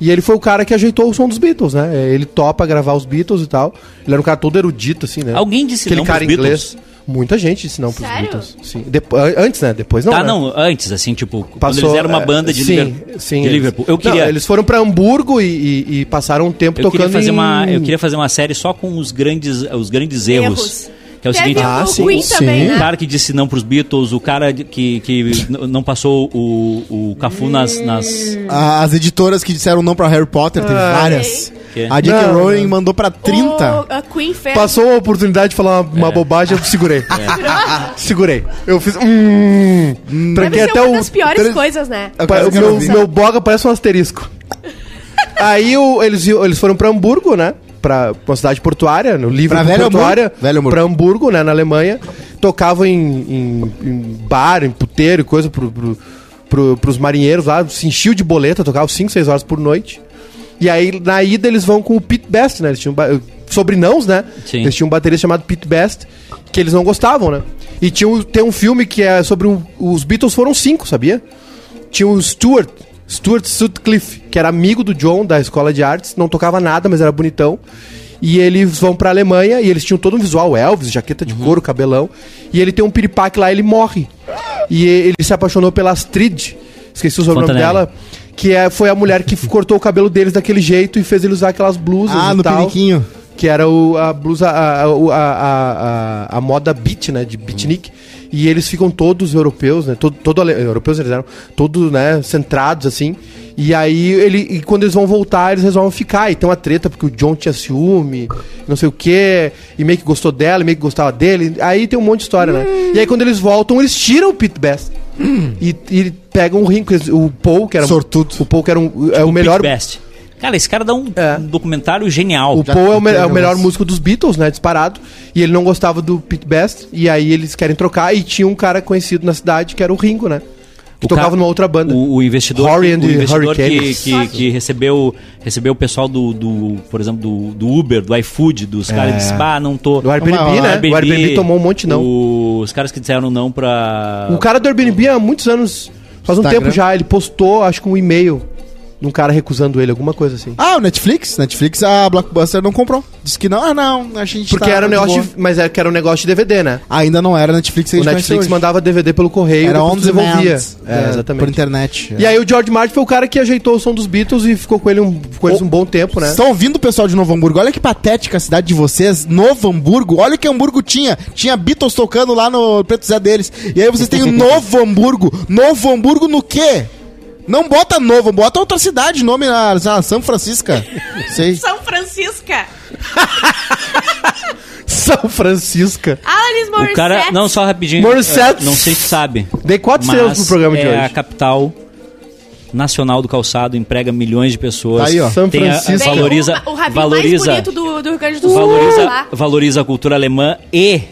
E ele foi o cara que ajeitou o som dos Beatles, né? Ele topa gravar os Beatles e tal. Ele era um cara todo erudito, assim, né?
Alguém disse
Aquele
não pros
cara inglês. Muita gente disse não pros
Sério?
Beatles. Sim. Depo- an- antes, né? Depois não.
Tá,
né?
não, antes, assim, tipo, quando
Passou,
eles eram uma
é,
banda de,
sim,
Liverpool,
sim,
de
eles-
Liverpool. Eu
Não,
queria,
eles foram pra Hamburgo e, e- e passaram um tempo
eu
tocando
queria fazer
em-
uma, eu queria fazer uma série só com os grandes, os grandes erros.
Erros.
Que é o seguinte.
Teve
Ah,
tipo o
sim,
Queen
sim.
também,
O
né?
cara que disse não pros Beatles, o cara de- que, que n- não passou o, o Cafu nas. nas-
As editoras que disseram não pra Harry Potter, teve
Ah,
várias.
Que?
A J.K.
Não,
Rowling mandou pra 30.
O, a Queen fez.
Passou a oportunidade de falar uma, uma bobagem, eu segurei. Segurei. Eu fiz. Hum,
Deve
tranquei
ser
até
é uma
o.
das piores
três-
coisas, né?
Eu
pa-
quero
o
que eu
meu,
vi.
meu boga parece um asterisco. Aí o- eles, iam- eles foram pra Hamburgo, né? Pra uma cidade portuária, no livro
Pra Velho
portuária.
Hamburgo. Velho Hamburgo.
pra Hamburgo, né? Na Alemanha. Tocavam em, em- em bar, em puteiro e coisa pro, pro, pro- pros marinheiros lá. Se enchiam de boleta, tocavam 5, 6 horas por noite. E aí, na ida, eles vão com o Pete Best, né? Eles tinham ba- sobrinãos, né?
Sim.
Eles tinham um baterista chamado Pete Best, que eles não gostavam, né? E tinha um, tem um filme que é sobre um- os Beatles foram cinco, sabia? Tinha o Stuart, Stuart Sutcliffe, que era amigo do John da escola de artes, não tocava nada, mas era bonitão. E eles vão pra Alemanha e eles tinham todo um visual Elvis, jaqueta de couro, cabelão. E ele tem um piripaque lá, ele morre. E e- ele se apaixonou pela Astrid, esqueci o sobrenome
Fontanelli.
dela, que é, foi a mulher que cortou o cabelo deles daquele jeito e fez ele usar aquelas blusas
Ah,
e
no
tal.
piniquinho.
Que era o, a blusa, a, a, o- a, a, a- a moda beat, né? De beatnik. E eles ficam todos europeus, né? Todo, todo ale- europeus eles eram, todos, né? Centrados, assim. E aí, ele, e quando eles vão voltar, eles resolvem ficar. E tem uma treta, porque o John tinha ciúme, não sei o quê, e meio que gostou dela, e meio que gostava dele. Aí tem um monte de história, né? E aí, quando eles voltam, eles tiram o Pit Best. E, e pegam o rinco. O Paul, que era.
Sortudo.
O Paul, que era um, é o melhor.
Pete Best. Cara, esse cara dá um,
É.
um documentário genial.
O Paul é o, me- é o
entendo,
melhor
mas-
músico dos Beatles, né? Disparado. E ele não gostava do Pete Best. E aí eles querem trocar. E tinha um cara conhecido na cidade que era o Ringo, né? Que
O
tocava
cara-
numa outra banda.
O, o investidor,
Horry and
o investidor
the
que,
Hurricanes.
que, que recebeu, recebeu o pessoal do, do, por exemplo, do, do Uber, do iFood, dos caras que disse, bah, não tô...
É. Do Airbnb,
Uma-
né?
Airbnb,
o Airbnb tomou um monte, não.
o- os caras que disseram não pra...
O cara do Airbnb há muitos anos, faz um
Instagram.
tempo já, ele postou, acho que um e-mail num cara recusando ele, alguma coisa assim.
Ah, o Netflix? Netflix, a Blockbuster não comprou. Disse que não, ah, não, a gente
Porque
tá
era um
de
negócio,
boa.
de, mas era, que era um negócio de DVD, né?
Ainda não era Netflix,
O
a gente conhece
Netflix
hoje.
mandava DVD pelo correio
Era
depois
on demand.
devolvia.
é,
É,
Por
exatamente.
internet. É.
E aí o George Martin foi o cara que ajeitou o som dos Beatles e ficou com, ele um, com eles um bom tempo, né?
Estão ouvindo o pessoal de Novo Hamburgo? Olha que patética a cidade de vocês, Novo Hamburgo. Olha o que Hamburgo tinha. Tinha Beatles tocando lá no Preto Zé deles. E aí vocês têm o Novo Hamburgo. Novo Hamburgo no quê? Não bota Novo, bota outra cidade, nome na, na São Francisca. Sei.
São Francisca.
São Francisca.
Alanis Morissette.
O cara, não, só rapidinho.
Morissette.
eh, Não sei se sabe.
Dei quatro estrelas pro programa de
é
hoje.
a capital nacional do calçado, emprega milhões de pessoas.
Tá aí, ó.
São
Tem a-
Francisco.
valoriza,
o, o rabinho
valoriza,
mais bonito do, do Rio Grande do Sul. tá?
valoriza,
lá.
valoriza a cultura alemã e,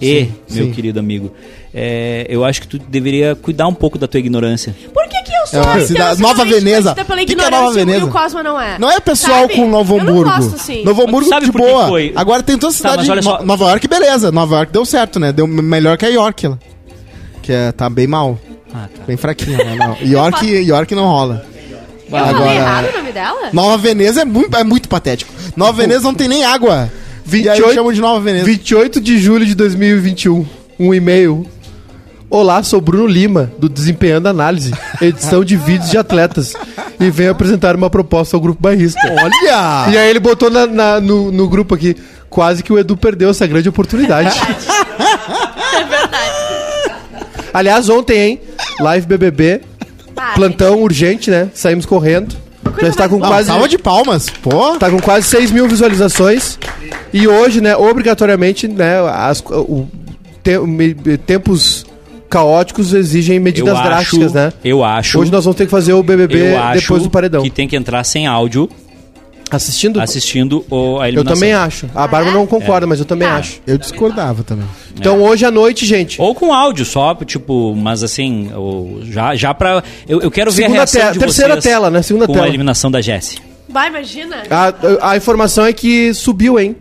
e meu querido amigo, é, eu acho que tu deveria cuidar um pouco da tua ignorância.
Por que, que eu sou
É uma
apenas
cidade- Nova
ignorante
Veneza.
conhecida Pela
Que que é
ignorância
Nova
e o-
Veneza?
E o Cosma não é.
Não é pessoal
Sabe?
com Novo Hamburgo.
Eu não gosto, assim. sim.
Novo Hamburgo
Sabe
de
por que
boa.
foi? Tá,
Agora tem toda cidade.
mas olha só.
No- Nova York, beleza. Nova York deu certo, né? Deu melhor que a York lá. Que é, tá bem mal.
Ah, cara.
Bem fraquinha, né? Não. York, York não rola.
Eu
Agora-
falei errado o nome dela?
Nova Veneza é muito, é muito patético. Nova Veneza não tem nem água. 28, e aí
28
chamam de Nova Veneza.
28 de julho de 2021. Um e-mail. Olá, sou Bruno Lima, do Desempenhando Análise, edição de vídeos de atletas, e venho apresentar uma proposta ao grupo barrista.
Olha!
E aí ele botou na- na- no, no grupo aqui, quase que o Edu perdeu essa grande oportunidade.
É verdade.
Aliás, ontem, hein? Live BBB,
Hum,
Vai.
plantão urgente, né? Saímos correndo. Já está com
Não, tá
quase...
salva de palmas. Pô.
Tá com quase 6 mil visualizações. E hoje, né, obrigatoriamente, né, as, o, te- me- tempos caóticos exigem medidas
eu
drásticas,
acho,
né?
Eu acho,
Hoje nós vamos ter que fazer o BBB
eu acho
depois do paredão.
que tem que entrar sem áudio
Assistindo?
assistindo o, a
eu
eliminação.
também acho. A Bárbara não concorda, mas eu também
Ah.
acho.
Eu discordava também.
Então
É.
hoje à noite, gente.
Ou com áudio só, tipo, mas assim, ou já, já pra. Eu, eu quero ver
Segunda
a reação
tela-
de
terceira
vocês
tela, né? Segunda
com
tela.
a eliminação da Jessie.
Vai, imagina.
Ah,
A, a informação é que subiu, hein?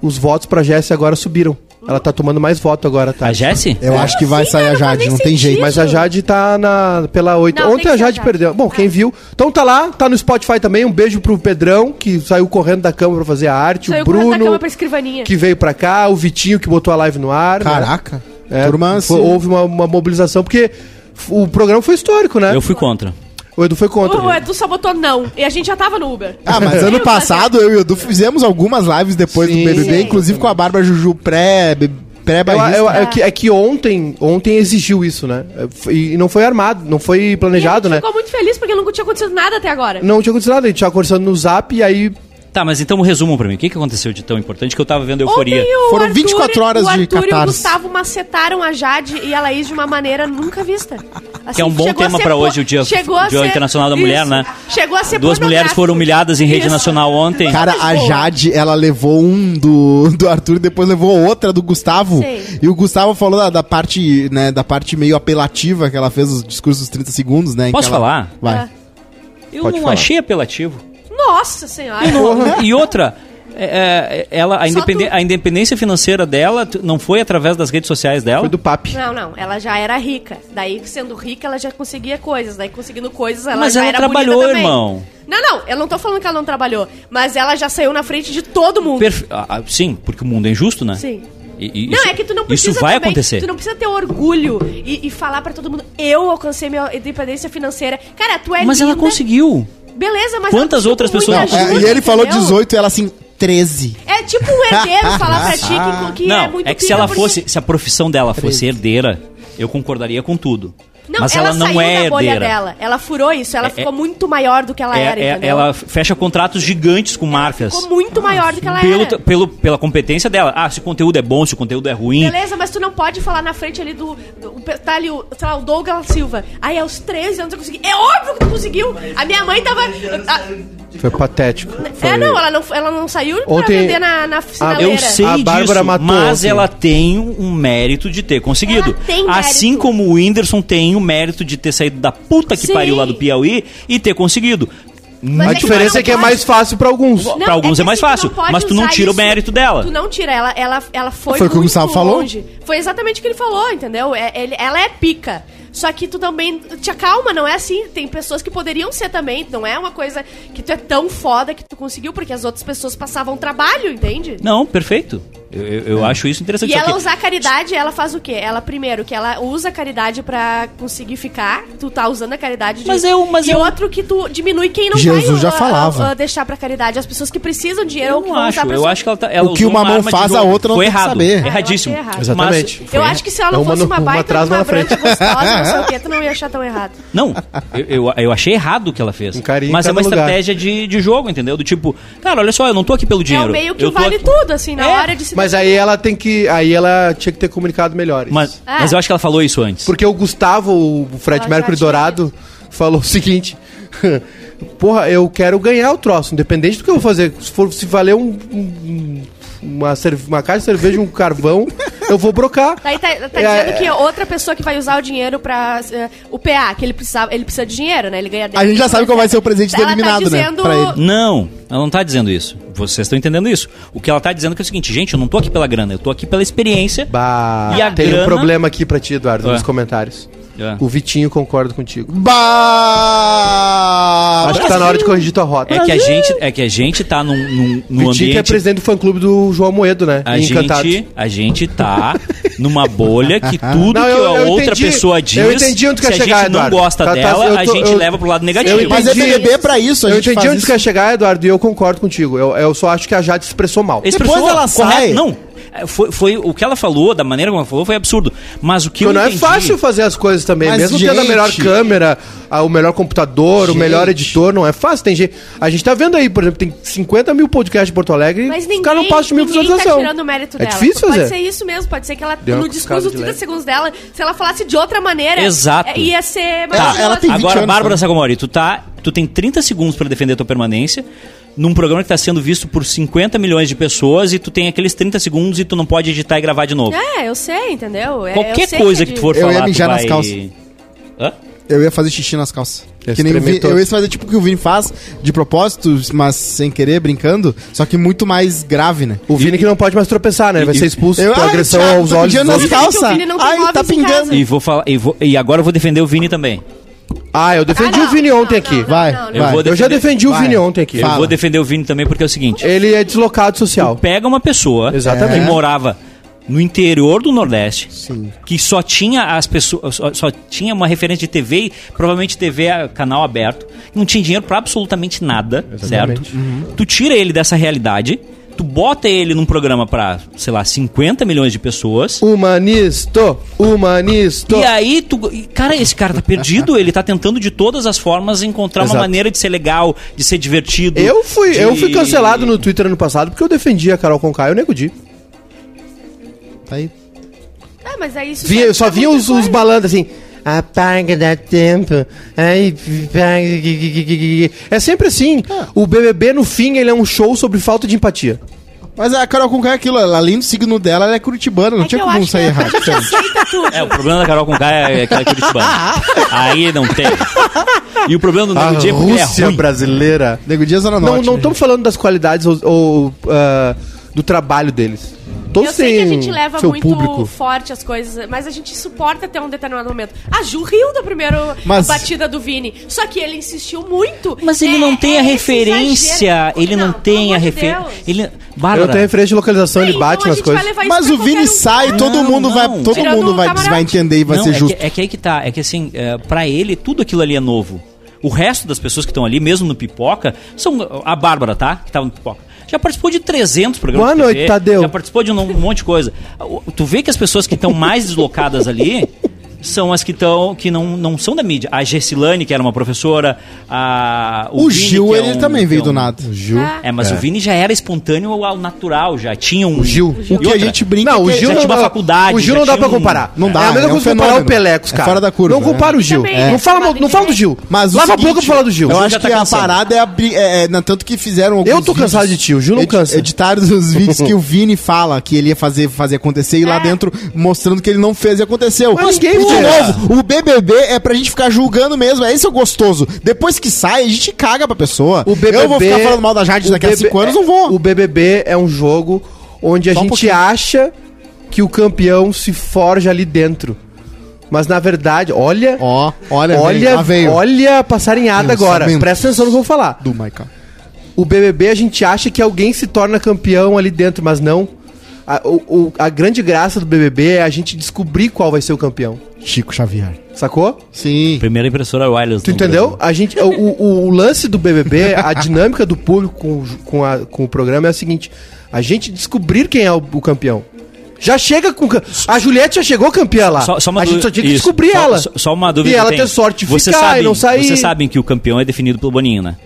Os votos pra Jéssica agora subiram. Ela tá tomando mais voto agora, tá?
A Jessie?
Eu acho que vai
É, sim,
sair
cara,
a
não faz
Jade,
nem
não tem
sentido.
jeito.
Mas a Jade tá na, pela 8.
Não, tem
Ontem
que
a
ser a
Jade
Jade. Ah.
perdeu. Bom, quem viu. Então tá lá, tá no Spotify também. Um beijo pro Pedrão, que saiu correndo da cama pra fazer a arte.
Saiu
o
correndo da
Bruno,
cama pra escrivaninha.
que veio pra cá. O Vitinho, que botou a live no ar. né?
Caraca.
É,
Turma,
foi-
assim,
houve uma, uma mobilização, porque f- o programa foi histórico, né?
Eu fui contra.
O Edu foi contra.
O Edu só botou não. E a gente já tava no Uber.
Ah, mas ano passado eu e o Edu fizemos algumas lives depois
Sim.
do BBB,
Sim.
inclusive com a Bárbara Juju pré pré
Eu- eu-
barrista
é,
né?
que, é que ontem, ontem exigiu isso, né? É, foi- E não foi armado, não foi
E a
planejado, né?
gente ficou muito feliz porque nunca tinha acontecido nada até agora.
Não tinha acontecido nada, a gente tava conversando no zap e aí.
Tá, mas então resumam pra mim. O que, que aconteceu de tão importante que eu tava vendo euforia?
Ontem o
Foram
Arthur,
24 horas
o
de
Arthur e o
catarse.
Gustavo macetaram a Jade e a Laís de uma maneira nunca vista. Assim,
Que é um bom
chegou a
tema
ser
pra
po-
hoje, o Dia-
chegou a
Dia
ser-
Internacional da Mulher, né?
Chegou a ser
Duas mulheres
pornográfico.
foram humilhadas em rede
Isso.
nacional ontem.
Cara, a
Mas, pô.
Jade, ela levou um do, do Arthur e depois levou outra do Gustavo.
Sim.
E o Gustavo falou da, da parte, né, da parte meio apelativa que ela fez os discursos dos 30 segundos, né? em
Posso
que ela-
falar?
Ah.
Vai.
Eu
Pode
não
falar.
achei apelativo.
Nossa senhora.
E outra, é, é, ela, a,
Só
independen-
tu.
a independência financeira dela t- não foi através das redes sociais dela.
Foi do papi.
Não, não, ela já era rica. Daí, sendo rica, ela já conseguia coisas. Daí, conseguindo coisas, ela
Mas
já
ela
era
trabalhou,
bonita também.
irmão.
Não, não, eu não tô falando que ela não trabalhou. Mas ela já saiu na frente de todo mundo.
Perfe- ah, ah, sim, porque o mundo é injusto, né?
Sim.
E- e
Não,
isso-
é que tu não precisa
Isso vai
também-
acontecer.
Tu não precisa ter orgulho e, e falar pra todo mundo, eu alcancei minha independência financeira. Cara, tu é
Mas ela
linda.
conseguiu.
Beleza, mas...
Quantas
ela
outras
precisa de
pessoas-
muita
Não,
ajuda,
É, e ele falou
entendeu?
18 e ela assim, 13.
É tipo um herdeiro falar pra ti que, que é
não,
muito
é que se
pica
ela
porque-
fosse, se a profissão dela fosse herdeira, eu concordaria com tudo.
Não,
Mas ela,
ela,
não
saiu
é
da bolha
herdeira.
dela. Ela furou isso. Ela
É-
ficou muito maior do que ela
É-
era,
é-
entendeu?
ela fecha contratos gigantes com marcas.
Ficou muito maior do que ela
Ah,
é.
Pelo,
era.
t- pelo, pela competência dela. Ah, se o conteúdo é bom, se o conteúdo é ruim.
Beleza, mas tu não pode falar na frente ali do. do o pe- tá ali, o, sei lá, o Douglas Silva. Aí aos 13 anos eu consegui. É óbvio que tu conseguiu! A minha mãe tava. a-
Foi patético. Foi-
é, não, ela não, ela não saiu pra
Ontem-
vender na, na sinaleira.
Ah, Eu sei
A Bárbara
disso,
matou
mas
ontem.
ela tem um mérito de ter conseguido.
Ela tem
assim
mérito.
como o Whindersson tem o mérito de ter saído da puta que
Sim.
pariu lá do Piauí e ter conseguido.
A
Mas
Muito
que
diferença
não
é que é
pode-
mais fácil pra alguns.
Pra alguns é mais fácil,
pode
mas tu não
usar
tira o mérito dela.
Tu não tira, ela, ela, ela foi,
Foi o que o
muito
Gustavo falou?
longe. Foi exatamente o que ele falou, entendeu? É- ele- ela é pica. Só que tu também. Te acalma, não é assim. Tem pessoas que poderiam ser também. Não é uma coisa que tu é tão foda que tu conseguiu, porque as outras pessoas passavam trabalho, entende?
Não, perfeito. Eu, eu- eu
É.
acho isso interessante.
E
só
ela
que-
usar caridade, ela faz o quê? Ela, primeiro, que ela usa a caridade pra conseguir ficar. Tu tá usando a caridade de...
Mas eu- mas
E
eu-
outro que tu diminui quem não
Jesus
vai
já
ah,
falava.
ah, deixar pra caridade. As pessoas que precisam de dinheiro
Eu
ou que
não
vão
acho,
usar pra
eu
sua-
acho que ela, tá, ela
O que
usou
uma mão
arma de
faz, a
jogo.
outra não
Foi
tem que
errado. É
saber.
Erradíssimo.
Eu achei errado.
Exatamente.
Mas-
Eu acho que se ela
É
não
uma
fosse
no-
uma
uma
baita,
atrás,
uma,
uma na
branca
frente.
gostosa, não sei o quê, tu não ia achar tão errado. É
Não, eu, eu, eu achei errado o que ela fez.
Um carinho em
mas é
cada
uma
lugar.
estratégia de, de jogo, entendeu? Do tipo, cara, olha só, eu não tô aqui pelo dinheiro.
é o meio que
eu tô
vale
aqui-
tudo, assim, na
É,
hora de se...
Mas aí ela tem que. Aí ela tinha que ter comunicado melhor. isso.
Mas,
É.
mas eu acho que ela falou isso antes.
Porque o Gustavo, o Fred
Ela já
Mercury
tinha
Dourado, falou o seguinte. Porra, eu quero ganhar o troço, independente do que eu vou fazer. Se, for, se valer um, um- uma, cerve- uma caixa de cerveja e um carvão, eu vou brocar.
Daí tá, tá
É,
dizendo que outra pessoa que vai usar o dinheiro pra... eh, o PA, que ele precisa, ele precisa de dinheiro, né? Ele ganha
A gente já sabe qual vai ser o presente do
Ela tá
eliminado, né?
dizendo-
Pra ele.
Não, ela não tá dizendo isso. Vocês estão entendendo isso. O que ela tá dizendo é, que é o seguinte, gente, eu não tô aqui pela grana, eu tô aqui pela experiência.
Bah,
E a
tem
grana?
um problema aqui pra ti, Eduardo,
Ué.
nos comentários.
É.
O Vitinho concorda contigo.
Bah!
Acho que tá na hora de corrigir tua rota.
É que a gente, é que a gente tá num, num, num
Vitinho que é
ambiente
presidente do fã-clube do João Moedo, né?
a
Em
gente, a gente tá numa bolha que tudo
Não,
que
eu-
a
eu
outra
entendi.
pessoa diz,
Eu entendi onde tu
se
quer
a
chegar,
gente não
Eduardo.
gosta
Tá, tá,
dela,
eu
a
tô-
gente
eu-
leva pro lado
Eu
negativo.
entendi.
Mas é BBB é pra isso, a
Eu
gente
entendi
faz
onde tu
isso.
quer chegar, Eduardo, e eu concordo contigo. Eu, eu só acho que a Jade se expressou mal.
Esse
Depois
pessoal,
ela
correto,
sai.
Não, É, foi, foi o que ela falou, da maneira como ela falou, foi absurdo. Mas o que
Porque
eu
não é
entendi-
fácil fazer as coisas também.
Mas,
Mesmo tendo a
gente-
melhor câmera, a- o melhor computador, o
Gente.
melhor editor, não é fácil. Tem gente... A gente tá vendo aí, por exemplo, tem 50 mil podcasts de Porto Alegre
Mas
e
ninguém,
os caras não passam de mil
ninguém
visualização.
tá tirando o mérito
é
dela.
difícil
pode
fazer.
ser isso mesmo, pode ser que ela,
Deu uma
no
cutucada
discurso dos
de
30
leve.
segundos dela, se ela falasse de outra maneira,
Exato.
é- ia ser mais
Tá,
valiosa.
ela tem 20
agora,
anos,
Bárbara
né?
Sacomori, tu, tá, tu tem 30 segundos pra defender tua permanência num programa que tá sendo visto por 50 milhões de pessoas e tu tem aqueles 30 segundos e tu não pode editar e gravar de novo.
É, eu sei, entendeu? É, eu
Qualquer
sei
coisa
é
que,
de-
tu for
Eu ia
falar,
mijar
tu
nas
vai...
calças.
Hã?
Eu ia fazer xixi nas calças.
Eu
Que nem o
espremei
Vi-
todo.
eu ia fazer tipo o que o Vini faz, de propósito, mas sem querer, brincando, só que muito mais grave, né?
O Vini que não pode mais tropeçar, né? Ele vai ser expulso
Eu-
por
Ai,
agressão
Thiago,
aos
tô
olhos.
mijando
dos
nas
outros.
outros.
calças.
Porque o Vini não tem
Ai, tá
móveis em
pingando.
casa.
E, vou falar, e, vou- e agora eu vou defender o Vini também.
Ah, eu
Ah,
defendi
não,
o Vini
não,
ontem
não,
aqui.
não,
Vai,
não,
vai.
vou
Eu já
defender-
defendi o
Vai.
Vini ontem aqui.
Eu
Fala.
vou defender o Vini também porque é o seguinte.
Ele é deslocado social.
Pega uma pessoa
Exatamente.
que morava no interior do Nordeste,
Sim.
que só tinha as pessoas, só, só tinha uma referência de TV, e provavelmente TV a- canal aberto, não tinha dinheiro pra absolutamente nada, certo?
Uhum.
Tu tira ele dessa realidade, tu bota ele num programa pra, sei lá, 50 milhões de pessoas.
Humanisto, humanisto.
E aí, tu, e, cara, esse cara tá perdido, ele tá tentando de todas as formas encontrar uma
Exato.
maneira de ser legal, de ser divertido.
Eu fui, eu
de-
fui cancelado no Twitter ano passado porque eu defendia a Carol Conká e o Nego Di.
Tá aí.
Ah, mas aí isso
Vinha,
serve
só
pra
vinha
muita
os, os
coisa.
malandros assim. Apaga da tempo. Ai, paga. É sempre assim. O BBB, no fim, ele é um show sobre falta de empatia.
Mas a Carol Conká é aquilo, ela, além do signo dela, ela é curitibana, não
É que
tinha
eu
como
acho
sair
que-
errado.
Aceita tudo.
É, o problema da Carol com é, é que ela é curitibana. Aí não tem. E o problema do Nego Di é porque ele é ruim.
brasileira.
Nego Dias era
Não,
norte,
não
né?
estamos falando das qualidades ou, ou, ah, do trabalho deles. Todos
Eu sei que a
têm
gente leva
seu
muito
público.
forte as coisas, mas a gente suporta até um determinado momento. A Ju riu da primeira
Mas-
batida do Vini, só que ele insistiu muito.
Mas ele
É-
não tem
é
a
esse
referência,
exagero.
ele não,
pelo
tem a
amor de
referência.
Deus.
Ele...
Eu tenho
Bárbara,
referência de localização, ele
Então
bate
a
nas
gente
coisas.
vai levar isso
Mas
pra
o Vini
qualquer um.
sai, todo
Não,
mundo vai,
não.
todo
Tirando
mundo
o
vai,
camarote.
vai entender e vai
não,
ser
é,
justo.
Que, é que aí que tá, é que assim, é, pra ele tudo aquilo ali é novo. O resto das pessoas que estão ali, mesmo no Pipoca, são a Bárbara, tá? Que tava no Pipoca. Já participou de 300 programas
Boa
de TV,
noite, Tadeu.
Já participou de um, um monte de coisa. O- Tu vê que as pessoas que estão mais deslocadas ali são as que estão que não, não são da mídia. A Gessilane, que era uma professora, a
O,
Vini,
Gil,
que é
ele
um-
também
que
veio
é
do
um-
nada. Gil.
É, mas o Vini já era espontâneo ao natural, já tinha um.
Gil.
E
O que a
outra,
gente brinca
Não, o
é que-
Gil
já
não
tinha uma
dá-
faculdade,
O Gil
já
não dá
tinha
pra
um-
comparar.
Não dá,
É a mesma
é um
coisa que comparar o
fenômeno.
Pelecos,
É
cara.
fora da curva,
Não compara o Gil.
Também,
É. Não, fala,
mas
mal- não fala do Gil.
Mas o
Lava
seguinte,
a boca pra falar do Gil.
Eu
Gil
acho
já tá
que a
cansando.
parada é, abrir, é, é, na- tanto que fizeram alguns
Eu tô cansado
vídeos-
de ti, o Gil não cansa.
Editaram os vídeos que o Vini fala que ele ia fazer, fazer acontecer e lá
É.
dentro mostrando que ele não fez e aconteceu.
Mas ninguém
e de
fez.
novo, o BBB é pra gente ficar julgando mesmo, é esse é o gostoso. Depois que sai, a gente caga pra pessoa.
O BBB,
eu vou ficar falando mal da Jade
o
daqui a
BB
cinco anos, não vou.
O BBB é um jogo onde a
Só um
gente
pouquinho.
acha que o campeão se forja ali dentro. Mas na verdade, olha,
Ó, olha,
olha,
lá veio. um
olha a passarinhada agora.
Pensamentos.
Presta atenção no que eu vou falar.
do Michael.
O BBB a gente acha que alguém se torna campeão ali dentro, mas não. A, o- o- a grande graça do BBB é a gente descobrir qual vai ser o campeão.
Chico Xavier.
Sacou?
Sim.
Primeira impressora wireless.
Tu
no
entendeu?
Brasil.
A gente, o, o- o lance do BBB, a dinâmica do público com, o ju- com, a- com o programa é a seguinte: a gente descobrir quem é o, o campeão. Já chega com. cam- A Juliette já chegou campeã lá.
Só, só uma
Ah, a gente
dúvida-
só tinha que
isso.
descobrir
Só-
ela.
Só, só uma dúvida.
E
que eu
ela
tenho.
ter sorte de
Vocês
ficar
sabem-
e não sair.
Vocês sabem que o campeão é definido pelo Boninho, né?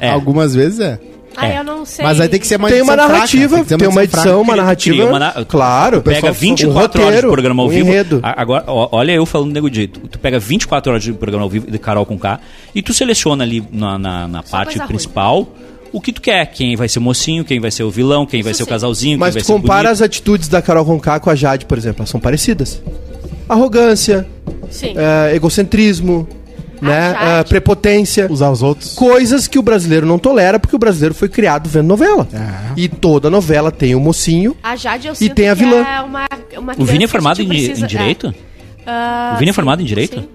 É.
Algumas vezes é.
Ah,
É.
eu não sei.
Mas aí tem que ser uma
Tem uma
edição fraca,
narrativa,
que ser
tem uma
edição fraca.
edição, uma
Cria-
narrativa.
cria uma na-
Claro,
Tu pega
o pessoal-
24
o
horas de
roteiro,
programa ao
o
vivo. Ah,
enredo.
A- Agora, ó, olha eu falando do Nego Di. Tu, tu pega 24 horas de programa ao vivo de Carol com K e tu seleciona ali na, na, na parte
coisa ruim.
principal o que tu quer. Quem vai ser o mocinho, quem vai ser o vilão, quem vai
Isso
ser o
sim.
casalzinho,
Mas
quem vai
tu
ser o
compara
é bonito.
as atitudes da Carol Conká com a Jade, por exemplo, elas são parecidas. Arrogância,
Sim.
é, egocentrismo,
A
né?
Jade.
é, prepotência.
Usar os outros.
coisas que o brasileiro não tolera porque o brasileiro foi criado vendo novela.
É.
E toda novela tem o mocinho.
A Jade eu sinto
tem a
que
vilã.
é uma, uma
O Vini
criança
é formado
que
em,
precisa-
em direito?
Ah,
O Vini é
sim,
formado em direito?
sim.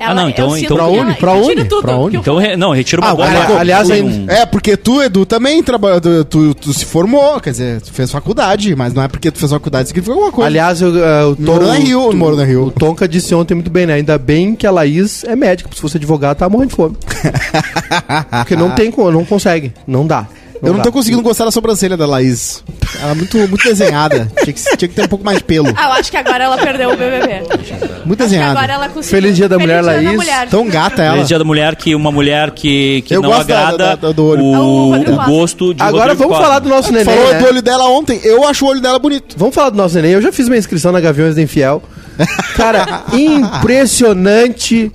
Ah, não,
eu
então-
sinto
então-
que
Pra
ela-
onde? Pra
eu tiro
onde?
tudo
Pra
que eu
onde?
Então, re- não, retira uma
Ah, o
bola.
cara-
que eu-
aliás,
um-
ainda-
É, porque tu, Edu, também trabalhou, tu, tu- tu se formou, quer dizer, tu fez faculdade, mas não é porque tu fez faculdade significa alguma
Hum.
coisa.
Aliás, Então eu, eh, o
Moro na Rio,
tu-
moro na Rio.
O Tonka disse ontem muito bem, né? Ainda bem que a Laís é médica, porque se fosse advogada, tá morrendo de fome. porque não tem como, não consegue. Não dá.
eu não
dá.
tô conseguindo gostar da sobrancelha da Laís. Ela é muito, muito desenhada. tinha, que, tinha que ter um pouco mais de pelo.
Ah, eu acho que agora ela perdeu o BBB.
Muito
Acho que agora
desenhada.
ela conseguiu.
Feliz Dia da Mulher,
Feliz Dia da
Laís.
Mulher.
Tão gata ela.
Feliz Dia da Mulher, que uma mulher que, que
Eu
não
gosto da-
agrada
da- da- do olho.
O,
Ah, o Rodrigo
o gosto de
Agora
Rodrigo
vamos
Costa.
falar do nosso
Tu
neném.
falou
né?
do olho dela ontem. Eu acho o olho dela bonito.
Vamos falar do nosso neném. Eu já fiz minha inscrição na Gaviões da Infiel. Cara, impressionante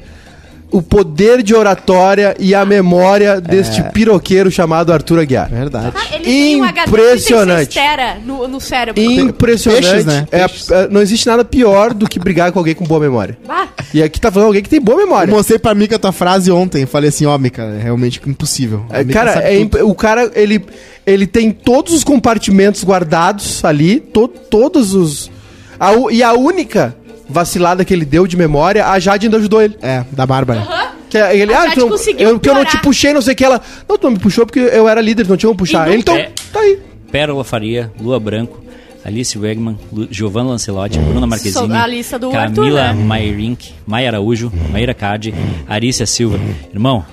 o poder de oratória e a memória deste
É.
piroqueiro chamado Arthur Aguiar.
Verdade.
Ele tem um HD de 36
Impressionante.
tera no, no cérebro.
Impressionante.
Peixes, né?
É, é, não existe nada pior do que brigar com alguém com boa memória.
Ah,
E aqui tá falando alguém que tem boa
Eu
é.
memória.
mostrei pra Mika a tua frase ontem. Falei assim, ó, Mika, é realmente impossível. A
É,
Mika
cara,
sabe
é
tudo.
imp- o cara, ele, ele tem todos os compartimentos guardados ali, to- todos os... a u- e a única vacilada que ele deu de memória, a Jade ainda ajudou ele.
É, da Bárbara.
Que ele,
A
ah,
Jade
então,
conseguiu
eu, porque eu não te
piorar.
puxei, não sei o que. Ela, não, tu não me puxou porque eu era líder, não tinha como puxar.
E é
Ele, então,
nunca-
tá aí.
Pérola Faria, Lua Branco. Alice Wegman, Lu- Giovanna Lancelotti,
Uhum.
Bruna Marquezine,
Sou a lista do
Camila
Arthur, né?
Mayrink, Maia Araújo,
Uhum.
Maíra Cade, Arícia Silva. Irmão,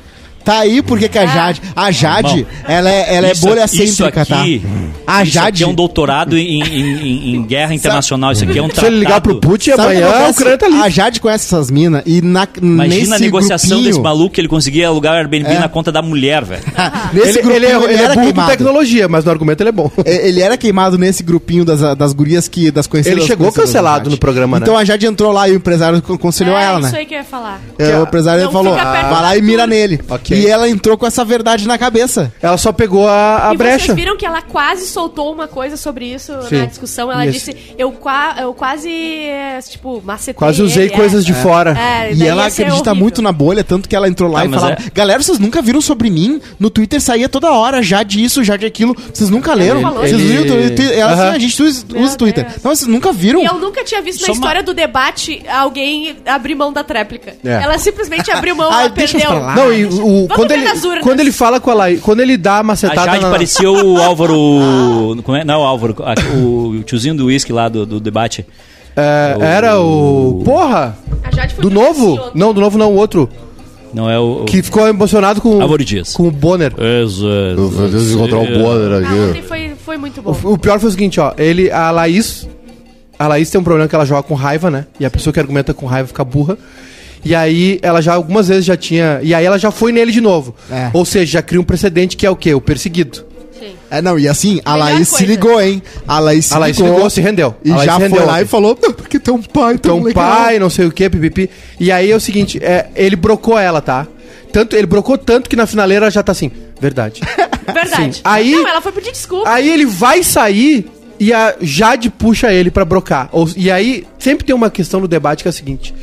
Tá aí porque
Ah.
que a Jade. A Jade,
Bom,
ela é, ela é
isso-
bolha
isso
cêntrica, tá?
aqui-
A
isso aqui
Jade.
é um doutorado em, em- em- em guerra internacional. Isso aqui é um
Se ele ligar pro
tratado.
Putin,
Sabe é o que
amanhã a
acontece?
Ucrânia tá ali.
A Jade conhece essas minas e na, nesse
Imagina a negociação
grupinho,
desse maluco que ele conseguia alugar o Airbnb
É.
na conta da mulher, velho.
Nesse
Ele,
grupinho
ele é, ele é
era
burro com
queimado.
tecnologia, mas no argumento ele é bom.
É, Ele era queimado nesse grupinho das, das gurias que das conhecidas.
Ele chegou
conhecidas
cancelado
da Jade.
no programa, né?
Então a Jade entrou lá e o empresário con- aconselhou
é,
ela, né?
isso aí que eu ia falar.
É, o empresário
Não
falou,
fica perto
vai lá e
do
mira
Arthur."
nele.
Ok.
E ela entrou com essa verdade na cabeça.
Ela só pegou a, a
e
brecha.
vocês viram que ela quase soltou uma coisa sobre isso na
Sim.
discussão. Ela
Isso.
disse, eu, qua- eu quase, é, tipo, macetei
Quase usei
ele, é.
coisas de fora.
É,
E
daí
ela
ia ser
acredita
horrível.
muito na bolha, tanto que ela entrou lá
Tá,
e
mas
falava:
é-
Galera, vocês nunca viram sobre mim? No Twitter saía toda hora, já de isso, já de aquilo. Vocês nunca leram?
falou
Vocês
isso.
viram? o Twitter?" Ela
Aham.
assim, a gente usa,
Meu
usa Twitter.
Deus.
Não, vocês nunca viram?
E eu nunca tinha visto
Só
na
uma-
história do debate alguém abrir mão da tréplica.
É.
Ela simplesmente abriu mão,
Ai,
ela
deixa
perdeu.
pra lá.
Não, e o,
Vamos
quando,
ver
ele,
nas urnas.
quando ele fala com a Laís, quando ele dá uma
A
setada
Jade
na-
parecia o Álvaro. como é? Não, é o Álvaro, a- o, o tiozinho do uísque lá do, do debate.
É, Era o... Porra!
A Jade foi
Do
muito
novo?
idiota.
Não, do novo não, o outro.
Não é o. o-
Que ficou emocionado com,
Álvaro Dias.
com o Bonner.
Ex-
Eu
ex-
vou ter que encontrar o Bonner
Ah, ontem
aqui.
foi, foi muito bom.
O, o pior foi o seguinte, ó. Ele, a Laís. A Laís tem um problema que ela joga com raiva, né? E a pessoa que argumenta com raiva fica burra. E aí ela já algumas vezes já tinha. E aí ela já foi nele de novo.
É.
Ou seja, já cria um precedente que é o quê? O perseguido.
Sim.
É, não, e assim, a
Melhor
Laís se
coisa.
ligou, hein? A Laís se,
A Laís se ligou, se rendeu.
E
A Laís
já
se
foi
rendeu
lá
ontem.
e falou: "Não, porque tem um pai, tão
Então, pai, não sei o quê, pipipi. E aí é o seguinte, é, ele brocou ela, tá? Tanto, ele brocou tanto que na finaleira ela já tá assim, verdade.
Verdade.
Sim. Aí-
Não, ela foi pedir desculpa.
Aí ele vai sair e a Jade puxa ele pra brocar. Ou- e aí sempre tem uma questão no debate que é a seguinte: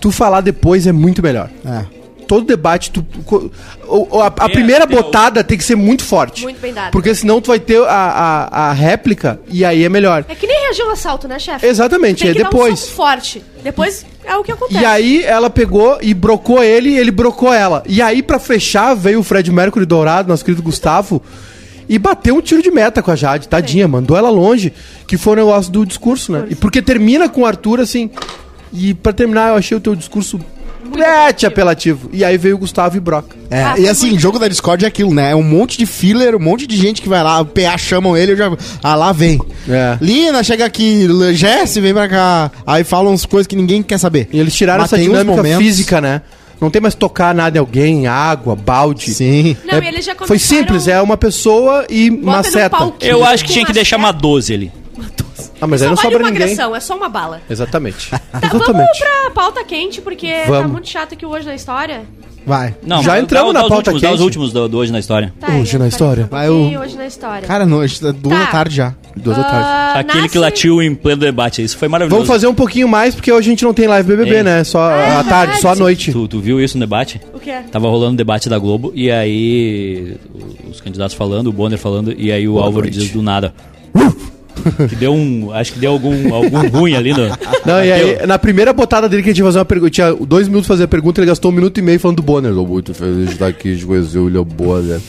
tu falar depois é muito melhor.
É.
Todo debate, tu, tu co- o- o- a, a primeira botada tem que ser muito forte.
Muito bem dada.
Porque senão tu vai ter a, a, a réplica e aí é melhor.
É que nem reagir ao assalto, né, chefe?
Exatamente,
Tem
é
que
depois.
Dar um soco forte. Depois é o que acontece.
E aí ela pegou e brocou ele e ele brocou ela. E aí, pra fechar, veio o Fred Mercury Dourado, nosso querido Gustavo, e bateu um tiro de meta com a Jade, tadinha, mandou ela longe, que foi o negócio do discurso, né? E porque termina com o Arthur assim. E pra terminar, eu achei o teu discurso pet apelativo. E aí veio o Gustavo e broca.
É,
Ah,
e
foi
assim,
muito-
jogo da Discord é aquilo, né? É um monte de filler, um monte de gente que vai lá, o PA chamam ele, eu já. Ah, lá vem.
É.
Lina, chega aqui, Le- Jesse, vem pra cá. Aí falam umas coisas que ninguém quer saber.
E eles tiraram
Mas
essa
tem uns
dinâmica
momentos-
física, né? Não tem mais tocar nada em alguém, água, balde.
Sim.
Não,
É-
e eles já
Foi
começaram-
simples, é uma pessoa e
Bota
uma
no
seta.
palquinho.
Eu acho que tinha que
Com uma
deixar
seta.
uma 12 ali.
Ah, mas
Só
aí não
vale
sobra
uma
ninguém.
agressão, é só uma bala.
Exatamente.
Tá, vamos pra pauta quente, porque tá
Vamos.
muito chato aqui hoje na história.
Vai.
Não,
Já
dá-
entramos
dá
na
os
pauta
últimos, dá os
quente.
últimos do, do hoje na história.
Tá,
Hoje
eu
na
falei
história?
um
Vai,
pouquinho
o-
Hoje na história.
Cara, não, é duas
Tá.
da tarde já.
Duas da é tarde.
Ah,
Aquele que
nasce-
latiu em pleno debate. Isso foi maravilhoso.
Vamos fazer um pouquinho mais, porque hoje a gente não tem live BBB,
É.
né? Só
Ah,
à tarde, só à
verdade.
noite.
Tu, tu viu isso no debate?
O que é?
Tava rolando o debate da Globo e aí o- os candidatos falando, o Bonner falando e aí o Álvaro diz do nada. "Uf!" que deu um, acho que deu algum algum ruim ali no.
Não, e
Bateu.
aí, na primeira botada dele que a gente ia fazer uma pergunta, tinha dois minutos pra fazer a pergunta, ele gastou um minuto e meio falando do Bonner.
Estou muito feliz de estar aqui, de conhecer o William Bonner.